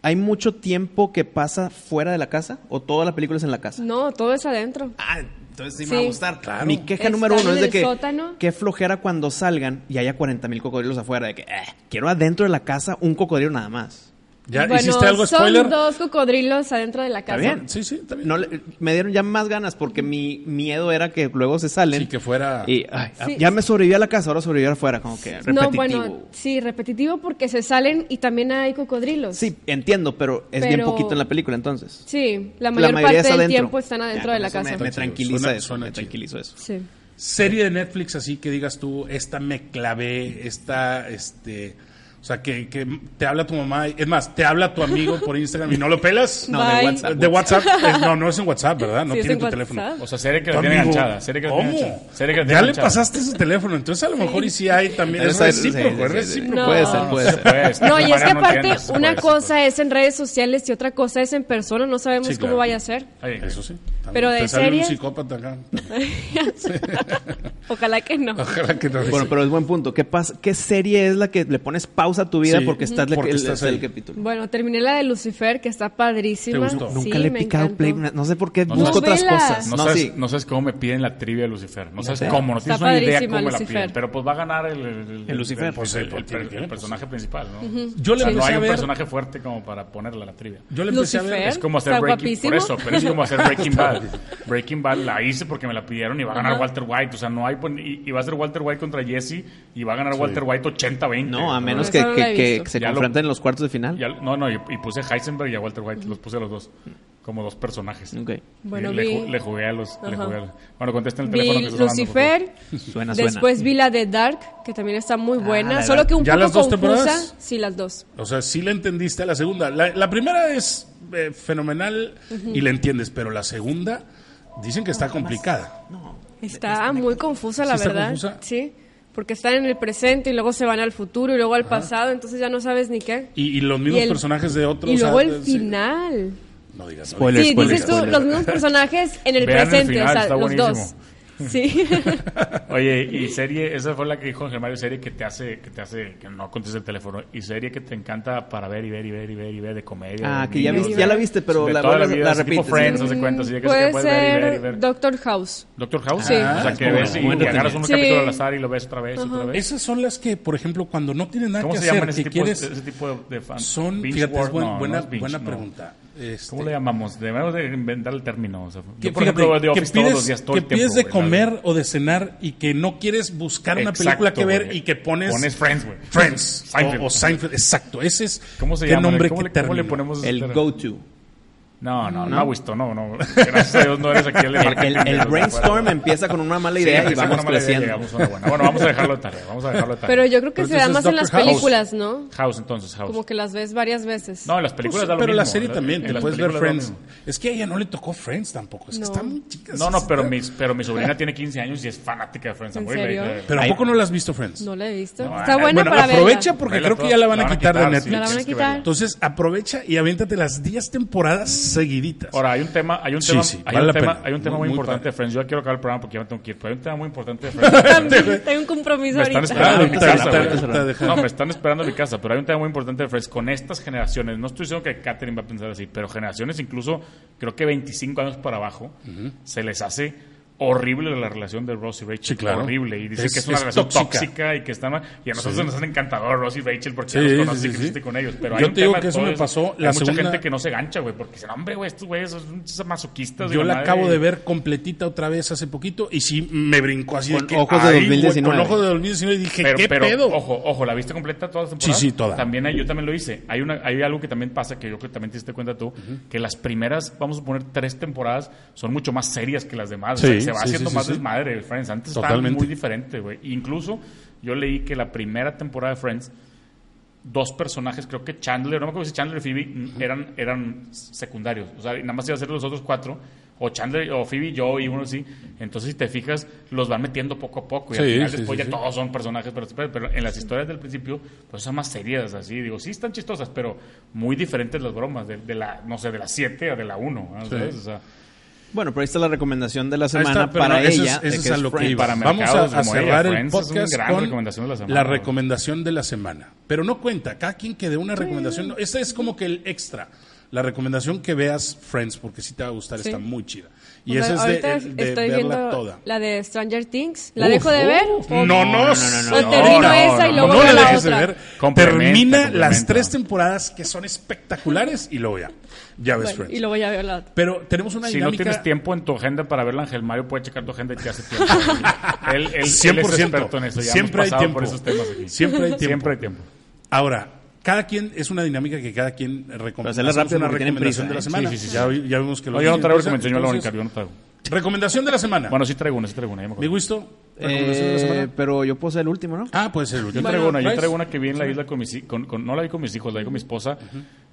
Speaker 2: ¿Hay mucho tiempo que pasa fuera de la casa o toda la película es en la casa?
Speaker 4: No, todo es adentro.
Speaker 2: Ah, entonces sí,
Speaker 4: me va a Sí.
Speaker 2: gustar.
Speaker 1: Claro.
Speaker 2: Mi queja
Speaker 4: Están
Speaker 2: número uno
Speaker 4: en
Speaker 2: es de
Speaker 4: el
Speaker 2: que
Speaker 4: sótano.
Speaker 2: qué flojera cuando salgan y haya 40 mil cocodrilos afuera. De que eh, quiero adentro de la casa un cocodrilo nada más.
Speaker 1: ¿Ya
Speaker 4: Bueno,
Speaker 1: hiciste algo spoiler?
Speaker 4: Son dos cocodrilos adentro de la casa.
Speaker 2: bien.
Speaker 1: Sí, sí, está bien.
Speaker 2: No le- me dieron ya más ganas porque mi miedo era que luego se salen.
Speaker 1: Sí, que fuera-
Speaker 2: Y ay, ah,
Speaker 4: Sí.
Speaker 2: ya me sobreviví a la casa, ahora sobreviví afuera, como que repetitivo.
Speaker 4: No, bueno, sí, repetitivo porque se salen y también hay cocodrilos.
Speaker 2: Sí, entiendo, pero es bien
Speaker 4: Pero-
Speaker 2: poquito en la película entonces.
Speaker 4: Sí, la mayor parte
Speaker 2: es
Speaker 4: del
Speaker 2: adentro.
Speaker 4: tiempo están adentro
Speaker 2: Ya,
Speaker 4: de
Speaker 2: con
Speaker 4: la
Speaker 2: eso Me,
Speaker 4: casa.
Speaker 2: me
Speaker 1: Está chido,
Speaker 2: tranquiliza
Speaker 1: suena-
Speaker 2: eso,
Speaker 1: suena
Speaker 2: me
Speaker 1: chido.
Speaker 2: tranquiliza eso.
Speaker 4: Sí.
Speaker 1: Serie de Netflix así que digas tú, esta me clavé, esta, este... O sea, que, que te habla tu mamá, y- es más, te habla tu amigo por Instagram y no lo pelas.
Speaker 2: No,
Speaker 4: Bye.
Speaker 2: de WhatsApp.
Speaker 1: De WhatsApp, eh, no, no es en WhatsApp, ¿verdad? No
Speaker 4: Sí, es
Speaker 1: tiene
Speaker 4: en
Speaker 1: tu
Speaker 4: WhatsApp.
Speaker 1: teléfono.
Speaker 3: O sea, serie que
Speaker 1: Tu
Speaker 3: la tiene
Speaker 1: amigo.
Speaker 3: enganchada. Serie que la tiene
Speaker 1: ¿Cómo?
Speaker 3: enganchada, serie que la tiene
Speaker 1: Ya le
Speaker 3: enganchada.
Speaker 1: pasaste su teléfono, entonces a lo mejor y sí hay también. Es
Speaker 2: Eso es-
Speaker 1: recíproco,
Speaker 2: sí, sí,
Speaker 1: es
Speaker 2: sí, sí.
Speaker 1: recíproco.
Speaker 4: No.
Speaker 2: Puede ser,
Speaker 4: No,
Speaker 2: puede
Speaker 3: se
Speaker 2: ser.
Speaker 3: puede, se
Speaker 4: No,
Speaker 3: puede,
Speaker 4: y es
Speaker 3: no
Speaker 4: que
Speaker 3: entiendo,
Speaker 4: aparte,
Speaker 3: se puede,
Speaker 4: una
Speaker 3: se puede.
Speaker 4: cosa es en redes sociales y otra cosa es en persona. No sabemos
Speaker 1: Sí,
Speaker 4: cómo
Speaker 1: claro.
Speaker 4: vaya a ser.
Speaker 3: Ay,
Speaker 1: Eso sí. también.
Speaker 4: Pero de
Speaker 1: Te sale un
Speaker 4: series-
Speaker 1: psicópata acá.
Speaker 4: Ojalá que no.
Speaker 1: Ojalá que no.
Speaker 2: Bueno, pero es buen punto. ¿Qué, pasa, ¿Qué serie es la que le pones pausa a tu vida
Speaker 1: Sí,
Speaker 2: porque estás, le-
Speaker 1: porque
Speaker 2: el,
Speaker 1: estás
Speaker 2: el
Speaker 1: ahí.
Speaker 2: capítulo?
Speaker 4: Bueno, terminé la de Lucifer, que está padrísima.
Speaker 1: ¿Te gustó?
Speaker 2: Nunca
Speaker 4: Sí,
Speaker 2: le he
Speaker 4: me
Speaker 2: picado
Speaker 4: encantó.
Speaker 2: play. No sé por qué.
Speaker 3: No,
Speaker 2: busco
Speaker 4: no.
Speaker 2: otras
Speaker 4: Novelas.
Speaker 2: cosas.
Speaker 3: No,
Speaker 2: No,
Speaker 3: sabes,
Speaker 2: sí.
Speaker 3: no sabes cómo me piden la trivia de Lucifer. No sabes
Speaker 2: sé.
Speaker 3: cómo, no
Speaker 4: Está
Speaker 3: tienes una idea
Speaker 4: padrísima,
Speaker 3: cómo
Speaker 4: Lucifer.
Speaker 3: la piden. Pero pues va a ganar el, el,
Speaker 2: El Lucifer.
Speaker 3: Pues el, el- el- el
Speaker 1: Pues,
Speaker 3: personaje principal, ¿no?
Speaker 1: Yo le
Speaker 3: O sea, no
Speaker 1: empecé
Speaker 3: hay
Speaker 1: a
Speaker 3: un
Speaker 1: ver-
Speaker 3: personaje fuerte como para ponerla a la trivia.
Speaker 1: Yo le empecé a ver.
Speaker 4: Lucifer.
Speaker 3: Es como hacer
Speaker 4: Está
Speaker 3: Breaking Por
Speaker 4: guapísimo.
Speaker 3: eso, pero es como hacer Breaking Bad. Breaking Bad la hice porque me la pidieron y va a ganar Walter White. O sea, no hay. pon- Y, y va a ser Walter White contra Jesse y va a ganar Walter White 80-20.
Speaker 2: No, a menos
Speaker 4: Esa
Speaker 2: que,
Speaker 4: no la
Speaker 2: que-
Speaker 4: he
Speaker 2: que
Speaker 4: visto.
Speaker 2: se
Speaker 3: Ya lo-
Speaker 2: confronten en los cuartos de final.
Speaker 3: Ya- no, no, y, y puse a Heisenberg y a Walter White. Los puse a los dos. Como dos personajes.
Speaker 2: Ok.
Speaker 4: Bueno,
Speaker 3: le,
Speaker 4: vi-
Speaker 3: ju- le jugué a los. le
Speaker 4: Ajá.
Speaker 3: jugué a los- Bueno, contesten el teléfono.
Speaker 4: Vi
Speaker 3: que está sonando, por favor.
Speaker 4: Lucifer.
Speaker 2: Suena, suena.
Speaker 4: Después vi la de Dark, que también está muy buena.
Speaker 2: Ah, la de
Speaker 4: solo que un
Speaker 1: ¿Ya
Speaker 4: poco
Speaker 1: las dos
Speaker 4: confusa.
Speaker 1: temporadas?
Speaker 4: Sí, las dos.
Speaker 1: O sea, sí le entendiste a la segunda. La, la primera es eh, fenomenal y la entiendes, pero la segunda dicen que está complicada.
Speaker 4: Está muy confusa, la
Speaker 1: ¿Sí está
Speaker 4: verdad.
Speaker 1: confusa?
Speaker 4: Sí, porque están en el presente y luego se van al futuro y luego al pasado, entonces ya no sabes ni qué.
Speaker 1: Y, y los mismos
Speaker 4: Y el-
Speaker 1: personajes de otros.
Speaker 4: Y
Speaker 1: o sea,
Speaker 4: luego el
Speaker 1: sí.
Speaker 4: final.
Speaker 1: No digas. no
Speaker 2: Spoiler,
Speaker 4: Sí,
Speaker 2: spoiler,
Speaker 4: dices tú,
Speaker 2: spoiler.
Speaker 4: los mismos personajes en el
Speaker 3: Vean el
Speaker 4: presente,
Speaker 3: final,
Speaker 4: o sea,
Speaker 3: está
Speaker 4: los
Speaker 3: buenísimo.
Speaker 4: dos. Sí.
Speaker 3: Oye, y serie, esa fue la que dijo Ángel Mario, serie que te hace, que te hace, que no conteste el teléfono, y serie que te encanta para ver y ver y ver y ver y ver de comedia.
Speaker 2: Ah,
Speaker 3: de
Speaker 2: que ya,
Speaker 3: niños,
Speaker 2: viste-
Speaker 3: de-
Speaker 2: ya la viste, pero
Speaker 3: de
Speaker 2: la,
Speaker 3: toda
Speaker 2: vuelves-
Speaker 3: vida,
Speaker 2: la
Speaker 3: así tipo
Speaker 2: repites.
Speaker 3: Friends, haz de cuenta, así de que es que
Speaker 4: Mm, Puede
Speaker 3: puedes ver y ver y
Speaker 4: ser
Speaker 3: ver.
Speaker 4: Doctor House.
Speaker 3: Doctor House,
Speaker 4: Sí.
Speaker 3: o sea, que
Speaker 1: Ah,
Speaker 3: ves
Speaker 1: es
Speaker 3: y,
Speaker 1: bueno,
Speaker 3: y agarras un
Speaker 4: Sí.
Speaker 3: capítulo al azar y lo ves otra vez, otra vez.
Speaker 1: Esas son las que, por ejemplo, cuando no tienes nada
Speaker 3: ¿Cómo
Speaker 1: que
Speaker 3: se
Speaker 1: hacer,
Speaker 3: llaman ese
Speaker 1: que
Speaker 3: tipo,
Speaker 1: quieres-
Speaker 3: ese tipo de, de fans?
Speaker 1: son,
Speaker 3: Binge
Speaker 1: fíjate, es
Speaker 3: word,
Speaker 1: buen-
Speaker 3: no,
Speaker 1: buena,
Speaker 3: no es binge,
Speaker 1: buena
Speaker 3: no.
Speaker 1: pregunta. Este,
Speaker 3: ¿Cómo le llamamos? Debemos de inventar el término. O sea, yo,
Speaker 1: que,
Speaker 3: por
Speaker 1: fíjate,
Speaker 3: ejemplo, veo The
Speaker 1: que
Speaker 3: Office todos
Speaker 1: pides,
Speaker 3: los días, todo
Speaker 1: que
Speaker 3: el tiempo.
Speaker 1: pides de
Speaker 3: güey, la
Speaker 1: comer
Speaker 3: verdad.
Speaker 1: o de cenar y que no quieres buscar una
Speaker 3: Exacto,
Speaker 1: película que ver
Speaker 3: güey.
Speaker 1: y que pones,
Speaker 3: Pones Friends, güey.
Speaker 1: Friends
Speaker 3: Seinfeld.
Speaker 1: O, o Seinfeld, exacto, ese es
Speaker 3: ¿Cómo se
Speaker 1: qué
Speaker 3: llama?
Speaker 1: nombre
Speaker 3: ¿Cómo
Speaker 1: que
Speaker 3: le, cómo le
Speaker 1: termina.
Speaker 3: ponemos ese
Speaker 2: El
Speaker 3: término?
Speaker 2: go-to.
Speaker 3: No, no, no, Wisto, no, no. Gracias a Dios no eres aquí el de
Speaker 2: El, el-
Speaker 3: marketing.
Speaker 2: el brainstorm empieza con una mala
Speaker 3: Sí,
Speaker 2: idea y
Speaker 3: empezamos
Speaker 2: vamos
Speaker 3: con una mala idea,
Speaker 2: creciendo.
Speaker 3: llegamos a una buena. Bueno, vamos a dejarlo de tarea, vamos a dejarlo de tarea.
Speaker 4: Pero yo creo que
Speaker 1: Pero
Speaker 4: se da
Speaker 1: entonces
Speaker 4: más en
Speaker 1: Dr.
Speaker 4: las
Speaker 1: House.
Speaker 4: películas, ¿no?
Speaker 3: House entonces, House.
Speaker 4: Como que las ves varias veces.
Speaker 3: No, en las películas
Speaker 1: Pues,
Speaker 3: da lo
Speaker 1: pero
Speaker 3: mismo.
Speaker 1: la serie
Speaker 3: En
Speaker 1: también,
Speaker 3: en
Speaker 1: te
Speaker 3: las
Speaker 1: puedes ver
Speaker 3: películas da
Speaker 1: Friends.
Speaker 3: lo mismo.
Speaker 1: Es que a ella no le tocó Friends tampoco, es que
Speaker 4: No.
Speaker 1: está muy chica.
Speaker 3: No,
Speaker 1: sí,
Speaker 3: no,
Speaker 1: sí,
Speaker 3: pero
Speaker 1: está-
Speaker 3: mi, pero mi sobrina tiene 15 años y es fanática de Friends.
Speaker 4: ¿En
Speaker 3: güey, la-
Speaker 4: serio?
Speaker 3: la-
Speaker 1: Pero ¿a
Speaker 2: Ay.
Speaker 1: poco no la has visto Friends?
Speaker 4: No la he visto.
Speaker 3: No,
Speaker 4: Está
Speaker 3: ay,
Speaker 4: buena
Speaker 1: eh, bueno,
Speaker 4: para
Speaker 1: aprovecha
Speaker 4: verla.
Speaker 1: porque
Speaker 3: Vela
Speaker 1: creo que
Speaker 3: toda.
Speaker 1: ya la van a quitar de
Speaker 3: sí,
Speaker 1: Netflix.
Speaker 4: La van a
Speaker 3: tienes que
Speaker 4: quitar.
Speaker 3: verla.
Speaker 1: Entonces aprovecha y aviéntate las 10 temporadas seguiditas.
Speaker 3: Ahora, hay un tema, hay un
Speaker 1: Sí,
Speaker 3: tema,
Speaker 1: sí,
Speaker 3: hay
Speaker 1: vale
Speaker 3: un
Speaker 1: la
Speaker 3: tema,
Speaker 1: pena.
Speaker 3: hay un tema
Speaker 1: Muy-
Speaker 3: muy,
Speaker 1: muy
Speaker 3: importante
Speaker 1: padre.
Speaker 3: de Friends. Yo ya quiero acabar el programa porque ya me tengo que ir, pero hay un tema muy importante de Friends.
Speaker 4: También tengo un compromiso
Speaker 3: Me están
Speaker 4: ahorita.
Speaker 3: esperando en mi
Speaker 1: Ahorita,
Speaker 3: casa,
Speaker 1: ahorita,
Speaker 3: güey.
Speaker 1: ahorita, deja-
Speaker 3: No, me están esperando en mi casa, pero hay un tema muy importante de Friends. Con estas generaciones, no estoy diciendo que Katherine va a pensar así, pero generaciones incluso, creo que 25 años para abajo, se les hace horrible la relación de Ross y Rachel.
Speaker 1: Sí, claro.
Speaker 3: Horrible. Y dice
Speaker 1: Es-
Speaker 3: que es una
Speaker 1: es
Speaker 3: relación
Speaker 1: tóxica.
Speaker 3: tóxica. y que están. Y a nosotros
Speaker 1: Sí.
Speaker 3: nos hacen encantador Ross y Rachel porque
Speaker 1: Sí,
Speaker 3: ya
Speaker 1: sí,
Speaker 3: los conoces
Speaker 1: sí,
Speaker 3: y
Speaker 1: sí.
Speaker 3: creciste con ellos. Pero
Speaker 1: Yo
Speaker 3: hay un
Speaker 1: te digo
Speaker 3: tema
Speaker 1: que
Speaker 3: de
Speaker 1: eso
Speaker 3: todo
Speaker 1: me
Speaker 3: esto.
Speaker 1: pasó
Speaker 3: Hay
Speaker 1: la
Speaker 3: mucha
Speaker 1: segunda-
Speaker 3: gente que no se gancha, güey, porque dicen, hombre, güey, estos güeyes son unos masoquistas. de
Speaker 1: Yo la
Speaker 3: madre".
Speaker 1: acabo de ver completita otra vez hace poquito y sí me brincó así
Speaker 2: Con
Speaker 1: de que,
Speaker 2: ojos de
Speaker 1: ay, güey,
Speaker 2: 2019.
Speaker 1: con ojos de 2019 y dije,
Speaker 3: Pero,
Speaker 1: ¿qué
Speaker 3: pero,
Speaker 1: pedo?
Speaker 3: Ojo, ojo, ¿la viste completa todas las temporadas?
Speaker 1: Sí, sí, toda.
Speaker 3: También hay- yo también lo hice. Hay una hay algo que también pasa, que yo creo que también te diste cuenta tú, que las primeras, vamos a poner tres temporadas, son mucho más serias que las demás. o sea,
Speaker 1: Sí,
Speaker 3: se va
Speaker 1: sí,
Speaker 3: haciendo
Speaker 1: sí, sí,
Speaker 3: más
Speaker 1: sí.
Speaker 3: desmadre. el Friends antes estaba
Speaker 1: Totalmente.
Speaker 3: muy diferente, güey. Incluso yo leí que la primera temporada de Friends, dos personajes, creo que Chandler, no me acuerdo si Chandler y Phoebe mm, eran, eran secundarios. O sea, nada más iba a ser los otros cuatro. O Chandler, o Phoebe, yo y uno así. Entonces, si te fijas, los van metiendo poco a poco. Y al
Speaker 1: Sí,
Speaker 3: final,
Speaker 1: sí,
Speaker 3: después
Speaker 1: sí,
Speaker 3: ya
Speaker 1: sí.
Speaker 3: todos son personajes. Pero, pero- pero en las historias del principio, pues son más serias, así. Digo, sí están chistosas, pero muy diferentes las bromas. De, de la, no sé, de la 7 a de la 1.
Speaker 1: Sí.
Speaker 3: O sea,
Speaker 2: Bueno, pero ahí está la recomendación de la
Speaker 1: Ahí
Speaker 2: semana
Speaker 1: está, pero
Speaker 2: para
Speaker 1: no, eso es-
Speaker 2: ella. de
Speaker 1: eso
Speaker 2: que
Speaker 1: es a
Speaker 2: es
Speaker 1: lo que
Speaker 2: Friends. Eh,
Speaker 1: iba.
Speaker 3: Para
Speaker 1: Vamos a,
Speaker 3: mercados
Speaker 1: a
Speaker 3: como ella,
Speaker 1: cerrar el
Speaker 3: Friends es una
Speaker 1: podcast
Speaker 3: gran
Speaker 1: con
Speaker 3: recomendación de la semana, güey.
Speaker 1: recomendación de la semana. Pero no cuenta, cada quien que dé una recomendación. No, Esta es como que el extra. La recomendación que veas Friends, porque si te va a gustar,
Speaker 4: Sí.
Speaker 1: está muy chida. Y
Speaker 4: Pues,
Speaker 1: esa es de,
Speaker 4: ahorita
Speaker 1: el- de
Speaker 4: estoy
Speaker 1: verla
Speaker 4: viendo
Speaker 1: toda.
Speaker 4: la de Stranger Things. ¿La
Speaker 1: Uf,
Speaker 4: dejo de
Speaker 1: uf.
Speaker 4: ver?
Speaker 1: No,
Speaker 4: ¿O
Speaker 1: Oh, no, no, no,
Speaker 4: O termino esa y luego
Speaker 1: no
Speaker 4: veo
Speaker 1: la
Speaker 4: la
Speaker 1: dejes de
Speaker 4: otra.
Speaker 1: ver.
Speaker 3: Complementa,
Speaker 1: Termina las
Speaker 3: complementa.
Speaker 1: tres temporadas que son espectaculares y luego ya. Ya ves
Speaker 4: Bueno, y
Speaker 1: Friends.
Speaker 4: luego ya veo la otra.
Speaker 1: Pero tenemos una
Speaker 3: si no
Speaker 1: dinámica.
Speaker 3: tienes tiempo en tu agenda para verla, Ángel Mario puede checar tu agenda que hace tiempo. él, él- él es
Speaker 1: 100%.
Speaker 3: experto en eso. Ya
Speaker 1: Siempre
Speaker 3: hemos
Speaker 1: hay
Speaker 3: pasado
Speaker 1: tiempo.
Speaker 3: por esos temas aquí.
Speaker 1: Siempre hay tiempo.
Speaker 3: Siempre hay tiempo.
Speaker 1: Ahora, cada quien es una dinámica que cada quien
Speaker 2: Pero
Speaker 1: recomienda.
Speaker 2: hacerla
Speaker 1: Hacemos
Speaker 2: rápido
Speaker 1: una
Speaker 2: porque tienen
Speaker 1: recomendación
Speaker 2: prisa,
Speaker 1: de la
Speaker 2: ¿eh?
Speaker 1: semana.
Speaker 3: Sí, sí, sí, sí.
Speaker 1: Ya, vi- ya vimos que
Speaker 3: No, yo no traigo
Speaker 1: empiezan,
Speaker 3: recomendación, yo la única,
Speaker 1: entonces,
Speaker 3: yo no traigo.
Speaker 1: Recomendación de la semana.
Speaker 3: Bueno, sí traigo una, sí traigo una, ya
Speaker 1: ¿Mi
Speaker 3: me acuerdo.
Speaker 1: gusto? ¿Recomendación de la
Speaker 2: Eh,
Speaker 1: semana?
Speaker 2: pero yo puedo ser el último, ¿no?
Speaker 1: Ah, puede ser.
Speaker 3: Yo traigo una, yo traigo una que vi en la isla con mis hi- con, con- no la vi con mis hijos, la vi con mi esposa.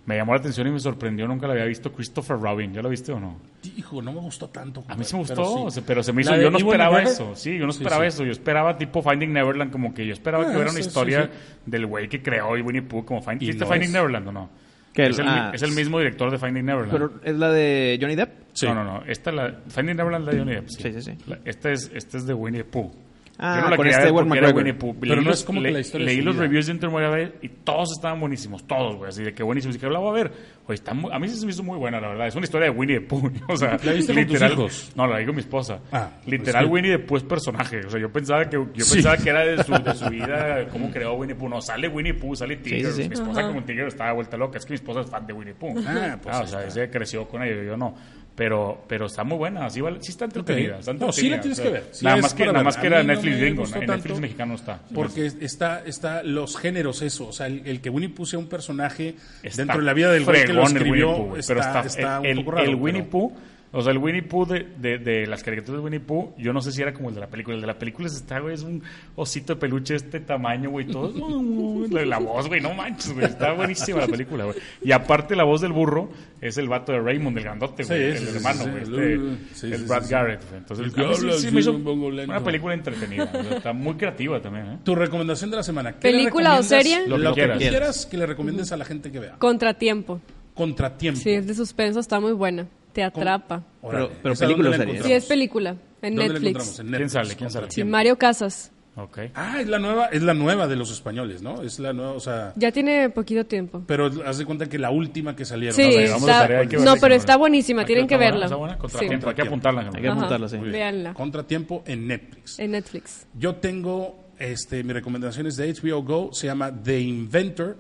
Speaker 3: Me llamó la atención y me sorprendió, nunca la había visto Christopher Robin. ¿Ya la viste o no?
Speaker 1: Hijo, no me gustó tanto.
Speaker 3: A mí sí me gustó,
Speaker 1: pero
Speaker 3: o sea,
Speaker 1: sí.
Speaker 3: pero, se me
Speaker 1: ¿La
Speaker 3: hizo,
Speaker 1: de
Speaker 3: yo no
Speaker 1: Ewan
Speaker 3: esperaba
Speaker 1: McGregor?
Speaker 3: eso, sí, yo no
Speaker 1: Sí,
Speaker 3: esperaba
Speaker 1: sí.
Speaker 3: eso, yo esperaba tipo Finding Neverland como que yo esperaba
Speaker 1: Ah,
Speaker 3: que hubiera una
Speaker 1: sí, sí,
Speaker 3: historia
Speaker 1: sí.
Speaker 3: del güey que creó y Winnie Pooh como
Speaker 1: Y
Speaker 3: Finding, ¿viste
Speaker 1: no
Speaker 3: Finding
Speaker 1: es.
Speaker 3: Neverland o no?
Speaker 2: Que
Speaker 3: es,
Speaker 2: el-
Speaker 3: el, mi-
Speaker 2: ah,
Speaker 3: es el mismo director de Finding Neverland.
Speaker 2: Pero es la de Johnny Depp.
Speaker 1: Sí.
Speaker 3: No, no, no, esta la Finding Neverland la de Johnny Depp. Sí,
Speaker 2: Sí, sí, sí.
Speaker 3: La- esta es esta es de Winnie Pooh.
Speaker 2: Ah,
Speaker 3: yo no la
Speaker 2: con
Speaker 3: quería
Speaker 2: este
Speaker 3: ver
Speaker 2: Ewan
Speaker 3: porque era
Speaker 2: McGregor.
Speaker 3: Winnie Pooh.
Speaker 1: Pero
Speaker 3: Leí
Speaker 1: no
Speaker 3: los-
Speaker 1: es como que la historia de
Speaker 3: Leí
Speaker 1: su
Speaker 3: los
Speaker 1: vida.
Speaker 3: reviews de Intermobile y todos estaban buenísimos, todos, güey, así de que buenísimos. Dije, la voy a ver. Oye, está muy- a mí sí se me hizo muy buena, la verdad. Es una historia de Winnie the Pooh. O sea,
Speaker 1: ¿La viste con tus
Speaker 3: literal.
Speaker 1: hijos?
Speaker 3: No, la vi con mi esposa.
Speaker 1: Ah,
Speaker 3: literal,
Speaker 1: pues sí.
Speaker 3: Winnie the Pooh es personaje. O sea, yo pensaba que, yo
Speaker 1: Sí.
Speaker 3: pensaba que era de su, de su vida, cómo creó Winnie the Pooh. No, sale Winnie the Pooh, sale Tigger.
Speaker 2: sí, sí.
Speaker 3: Mi esposa como Tigger estaba vuelta loca. Es que mi esposa es fan de Winnie the Pooh.
Speaker 1: Ah, pues
Speaker 3: Ah,
Speaker 1: ahí
Speaker 3: o sea,
Speaker 1: está.
Speaker 3: ese creció con ello, yo no. Pero, pero está muy buena, sí, vale- sí está entretenida.
Speaker 1: Ok.
Speaker 3: está
Speaker 1: No, sí la
Speaker 3: entretenida,
Speaker 1: tienes
Speaker 3: o sea,
Speaker 1: que ver. Sí
Speaker 3: nada
Speaker 1: es
Speaker 3: más que,
Speaker 1: para
Speaker 3: nada
Speaker 1: ver.
Speaker 3: más que
Speaker 1: A
Speaker 3: era
Speaker 1: mí no
Speaker 3: Netflix
Speaker 1: me
Speaker 3: gringo,
Speaker 1: gustó
Speaker 3: en
Speaker 1: tanto
Speaker 3: Netflix mexicano no está.
Speaker 1: Porque está, está los géneros, eso. O sea, el, el que Winnie Pooh sea un personaje
Speaker 3: Está
Speaker 1: dentro de la vida del güey que lo
Speaker 3: fregón el
Speaker 1: escribió.
Speaker 3: Winnie Pooh, güey,
Speaker 1: está,
Speaker 3: pero está,
Speaker 1: está
Speaker 3: el,
Speaker 1: un poco
Speaker 3: el-
Speaker 1: raro.
Speaker 3: el Winnie
Speaker 1: pero-
Speaker 3: Pooh, o sea, el Winnie Pooh de, de, de las caricaturas de Winnie Pooh, yo no sé si era como el de la película. El de la película es está, güey, es un osito de peluche de este tamaño, güey, todo. la, la voz, güey, no manches, güey, está buenísima la película, güey. Y aparte la voz del burro es el vato de Raymond, el grandote,
Speaker 1: Sí,
Speaker 3: güey, el
Speaker 1: sí, sí,
Speaker 3: hermano,
Speaker 1: sí,
Speaker 3: güey,
Speaker 1: sí.
Speaker 3: este,
Speaker 1: Uh, sí,
Speaker 3: el
Speaker 1: sí,
Speaker 3: Brad
Speaker 1: sí, sí.
Speaker 3: Garrett, güey. Entonces,
Speaker 1: El que
Speaker 3: a mí sí-
Speaker 1: habla
Speaker 3: sí
Speaker 1: así,
Speaker 3: me hizo
Speaker 1: un poco lento.
Speaker 3: una película entretenida, o sea, está muy creativa también, ¿eh?
Speaker 1: Tu recomendación de la semana. ¿Qué le
Speaker 4: ¿Película o
Speaker 1: recomiendas?
Speaker 4: serie?
Speaker 1: Lo,
Speaker 3: Lo que
Speaker 1: que
Speaker 3: quieras.
Speaker 1: quieras. que le recomiendes a la gente que vea.
Speaker 4: Contratiempo.
Speaker 1: Contratiempo.
Speaker 4: Sí, es de suspenso, está muy buena. Te
Speaker 1: Con-
Speaker 4: atrapa.
Speaker 1: Órale,
Speaker 2: Pero- pero
Speaker 1: ¿esa dónde
Speaker 2: película
Speaker 1: la
Speaker 2: sería.
Speaker 1: encontramos?
Speaker 4: Sí, es película. En
Speaker 1: ¿Dónde la
Speaker 4: Netflix.
Speaker 1: encontramos? En Netflix,
Speaker 3: sale? ¿Quién sale?
Speaker 4: Sí,
Speaker 1: Contratiempo.
Speaker 4: Mario Casas.
Speaker 3: Ok.
Speaker 1: Ah, es la nueva, es la nueva de los españoles, ¿no? Es la nueva, o sea,
Speaker 4: Ya tiene poquito tiempo.
Speaker 1: pero haz de cuenta que la última que salieron.
Speaker 4: Sí,
Speaker 1: A ver,
Speaker 3: vamos
Speaker 1: vamos
Speaker 3: a
Speaker 4: está-
Speaker 3: tarea, hay que
Speaker 4: no,
Speaker 3: verla,
Speaker 4: pero
Speaker 3: sí,
Speaker 4: está
Speaker 3: bueno.
Speaker 4: buenísima,
Speaker 3: Aquí
Speaker 4: tienen que
Speaker 3: está buena,
Speaker 4: verla.
Speaker 3: está buena.
Speaker 4: Sí.
Speaker 3: Contratiempo, hay que apuntarla.
Speaker 2: Hay
Speaker 3: Ángel.
Speaker 2: que apuntarla, sí.
Speaker 1: a- muy bien.
Speaker 4: Véanla.
Speaker 1: Contratiempo en Netflix.
Speaker 4: En Netflix.
Speaker 1: Yo tengo este mi recomendación es de HBO Go, se llama The Inventor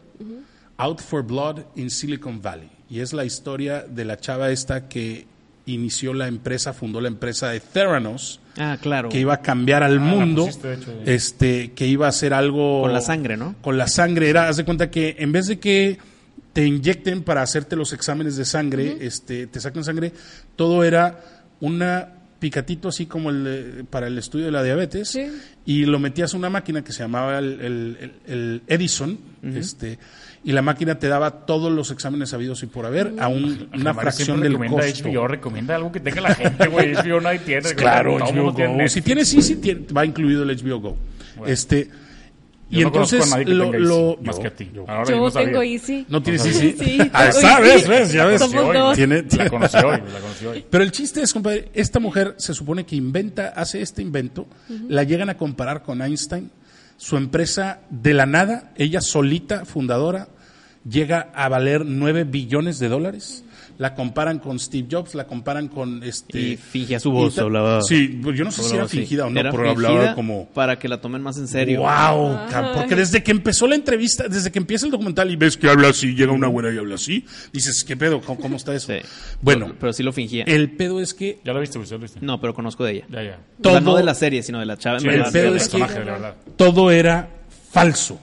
Speaker 1: Out for Blood in Silicon Valley y es la historia de la chava esta que inició la empresa, fundó la empresa de Theranos.
Speaker 2: Ah, claro.
Speaker 1: que iba a cambiar al mundo,
Speaker 3: Ah, pusiste, de hecho, ahí.
Speaker 1: este, que iba a hacer algo
Speaker 2: Con la sangre, ¿no?
Speaker 1: Con la sangre era, haz de cuenta que en vez de que te inyecten para hacerte los exámenes de sangre, este, te sacan sangre, todo era una picatito así como el de- para el estudio de la diabetes
Speaker 4: Sí.
Speaker 1: y lo metías a una máquina que se llamaba el, el- el- el Edison, este, y la máquina te daba todos los exámenes sabidos y por haber a un-
Speaker 3: Ángel
Speaker 1: una
Speaker 3: Mario
Speaker 1: fracción
Speaker 3: siempre
Speaker 1: del
Speaker 3: recomienda
Speaker 1: costo.
Speaker 3: HBO, recomienda algo que tenga la gente, Este güey. HBO nadie tiene. güey.
Speaker 1: Claro,
Speaker 3: Todo
Speaker 1: HBO
Speaker 3: mundo tiene
Speaker 1: Go.
Speaker 3: Netflix,
Speaker 1: si tienes, sí,
Speaker 3: güey.
Speaker 1: sí, tiene- va incluido el HBO Go.
Speaker 3: Bueno.
Speaker 1: Este,
Speaker 3: Yo
Speaker 1: y
Speaker 3: no conozco a
Speaker 1: entonces,
Speaker 3: nadie que
Speaker 1: lo,
Speaker 3: tenga Easy,
Speaker 1: lo-
Speaker 3: más
Speaker 1: yo-
Speaker 3: que a ti.
Speaker 1: yo.
Speaker 3: Ahora
Speaker 4: Yo
Speaker 3: no sabía.
Speaker 4: tengo Easy.
Speaker 1: No tienes Easy.
Speaker 4: Sí, tengo
Speaker 1: Ah,
Speaker 4: Easy.
Speaker 1: ¿Sabes? ¿Ves? Ya ves.
Speaker 4: Somos
Speaker 3: Sí, hoy,
Speaker 4: dos.
Speaker 1: Tiene-
Speaker 3: La conocí hoy, la conocí hoy.
Speaker 1: Pero el chiste es, compadre, esta mujer se supone que inventa, hace este invento, la llegan a comparar con Einstein, su empresa de la nada, ella solita, fundadora, llega a valer 9 billones de dólares, la comparan con Steve Jobs, la comparan con este...
Speaker 2: Y fingía su voz,
Speaker 1: y ta-
Speaker 2: hablaba-
Speaker 1: Sí, pues, yo no sé si era
Speaker 2: Sí.
Speaker 1: fingida o no,
Speaker 2: Era
Speaker 1: pero
Speaker 2: fingida
Speaker 1: hablaba como...
Speaker 2: Para que la tomen más en serio.
Speaker 1: Wow, porque desde que empezó la entrevista, desde que empieza el documental y ves que habla así, llega una güera y habla así, dices, ¿qué pedo? ¿Cómo, cómo está eso?
Speaker 2: Sí.
Speaker 1: Bueno,
Speaker 2: Pero sí lo fingía.
Speaker 1: el pedo es que
Speaker 3: Ya lo viste, Luis, ya lo viste.
Speaker 2: No, pero conozco de ella.
Speaker 3: Ya, ya.
Speaker 2: O
Speaker 1: Todo-
Speaker 2: sea, no de la serie, sino de la chava. en
Speaker 3: Sí,
Speaker 2: verdad.
Speaker 3: el
Speaker 1: pedo
Speaker 2: Sí,
Speaker 1: es que-
Speaker 3: personaje, la verdad.
Speaker 1: todo era falso.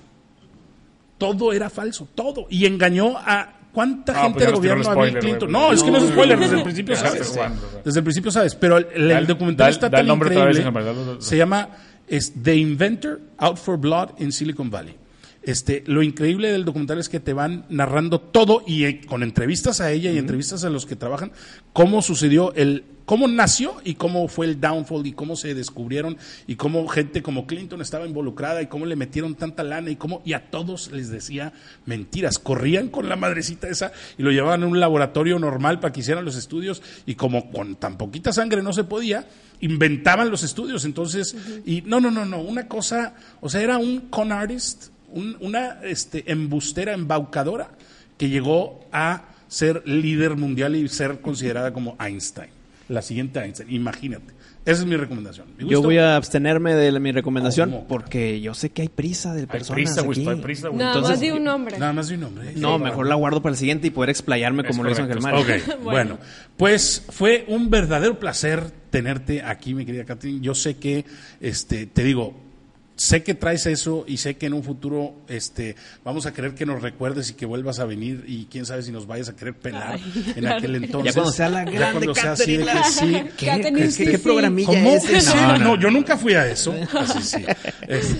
Speaker 1: Todo era falso, todo. Y engañó a cuánta
Speaker 3: Ah,
Speaker 1: gente
Speaker 3: pues ya
Speaker 1: del
Speaker 3: nos tiró el
Speaker 1: gobierno a Bill
Speaker 3: spoiler,
Speaker 1: Clinton.
Speaker 3: güey.
Speaker 1: No, es que no es
Speaker 3: No,
Speaker 1: spoiler,
Speaker 3: no,
Speaker 1: desde el
Speaker 3: no.
Speaker 1: principio
Speaker 3: Ya
Speaker 1: sabes.
Speaker 3: estás jugando, güey.
Speaker 1: Desde el principio sabes, pero el, el
Speaker 3: Dale-
Speaker 1: documental
Speaker 3: dale-
Speaker 1: está
Speaker 3: dale
Speaker 1: tan
Speaker 3: el nombre otra
Speaker 1: increíble.
Speaker 3: vez, Ángel, dale- dale-
Speaker 1: se llama es The Inventor Out for Blood in Silicon Valley. Este, lo increíble del documental es que te van narrando todo y eh, con entrevistas a ella y entrevistas a los que trabajan cómo sucedió el cómo nació y cómo fue el downfall y cómo se descubrieron y cómo gente como Clinton estaba involucrada y cómo le metieron tanta lana y cómo y a todos les decía mentiras, corrían con la madrecita esa y lo llevaban a un laboratorio normal para que hicieran los estudios y como con tan poquita sangre no se podía, inventaban los estudios. Entonces, y no, no, no, no, una cosa, o sea, era un con artist, un- una este, embustera, embaucadora, que llegó a ser líder mundial y ser considerada como Einstein, la siguiente Einstein, imagínate. Esa es mi recomendación. Mi
Speaker 2: Yo
Speaker 1: gusto.
Speaker 2: voy a abstenerme de la- mi recomendación
Speaker 1: ¿Cómo?
Speaker 2: porque yo sé que hay prisa del
Speaker 3: Hay
Speaker 2: personas
Speaker 3: prisa, güey,
Speaker 2: aquí.
Speaker 3: hay prisa, güey.
Speaker 4: Nada
Speaker 2: Entonces-
Speaker 4: más de un nombre.
Speaker 1: Nada más de un nombre.
Speaker 2: No, mejor la guardo para el siguiente y poder explayarme
Speaker 3: Es
Speaker 2: como lo hizo Ángel
Speaker 3: correcto.
Speaker 2: Mario.
Speaker 1: Ok, bueno. pues fue un verdadero placer tenerte aquí, mi querida Catherine. Yo sé que, este, te digo, sé que traes eso y sé que en un futuro, este, vamos a querer que nos recuerdes y que vuelvas a venir y quién sabe si nos vayas a querer pelar en aquel entonces.
Speaker 2: Ya cuando sea la
Speaker 1: Ya
Speaker 2: grande
Speaker 1: cuando sea así de que
Speaker 2: Catherine,
Speaker 1: sí.
Speaker 2: ¿Qué,
Speaker 4: Catherine,
Speaker 2: ¿Qué-
Speaker 4: sí,
Speaker 2: qué
Speaker 4: sí.
Speaker 2: programilla
Speaker 1: ¿Cómo
Speaker 2: es
Speaker 1: que
Speaker 2: ese?
Speaker 1: sí?
Speaker 2: No, no,
Speaker 1: No,
Speaker 2: no.
Speaker 1: yo nunca fui a eso. Así sí. Es-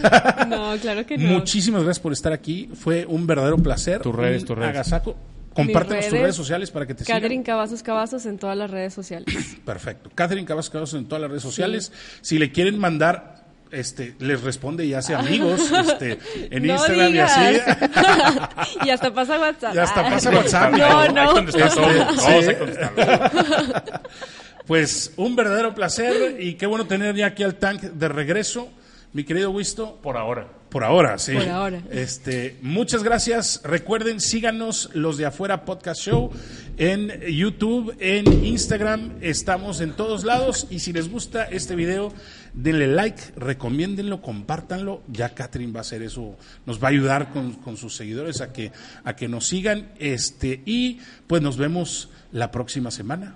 Speaker 4: No, claro que no.
Speaker 1: Muchísimas gracias por estar aquí. Fue un verdadero placer.
Speaker 3: Tus redes,
Speaker 1: Un
Speaker 3: tus redes.
Speaker 1: Agasaco. Compártenos tus
Speaker 4: redes,
Speaker 1: redes sociales para que te sigan.
Speaker 4: Catherine Cavazos Cavazos en todas las redes sociales.
Speaker 1: Perfecto. Catherine Cabas Cabas en todas las redes sociales. Si le quieren mandar, este, les responde y hace amigos este, en
Speaker 4: No
Speaker 1: Instagram
Speaker 4: digas.
Speaker 1: y así.
Speaker 4: y hasta pasa WhatsApp.
Speaker 1: Y hasta pasa WhatsApp.
Speaker 4: No, no.
Speaker 3: Ahí contestar todo.
Speaker 1: Sí.
Speaker 3: Todos hay que contestar.
Speaker 1: Pues un verdadero placer y qué bueno tener ya aquí al tank de regreso, mi querido Wisto.
Speaker 3: Por ahora.
Speaker 1: Por ahora, sí.
Speaker 4: Por ahora.
Speaker 1: Este, muchas gracias. Recuerden, síganos los de afuera Podcast Show en YouTube, en Instagram, estamos en todos lados y si les gusta este video, denle like, recomiéndenlo, compártanlo. Ya Catherine va a hacer eso, nos va a ayudar con, con sus seguidores a que a que nos sigan este y pues nos vemos la próxima semana.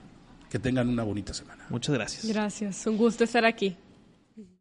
Speaker 1: Que tengan una bonita semana.
Speaker 2: Muchas gracias.
Speaker 4: Gracias, un gusto estar aquí.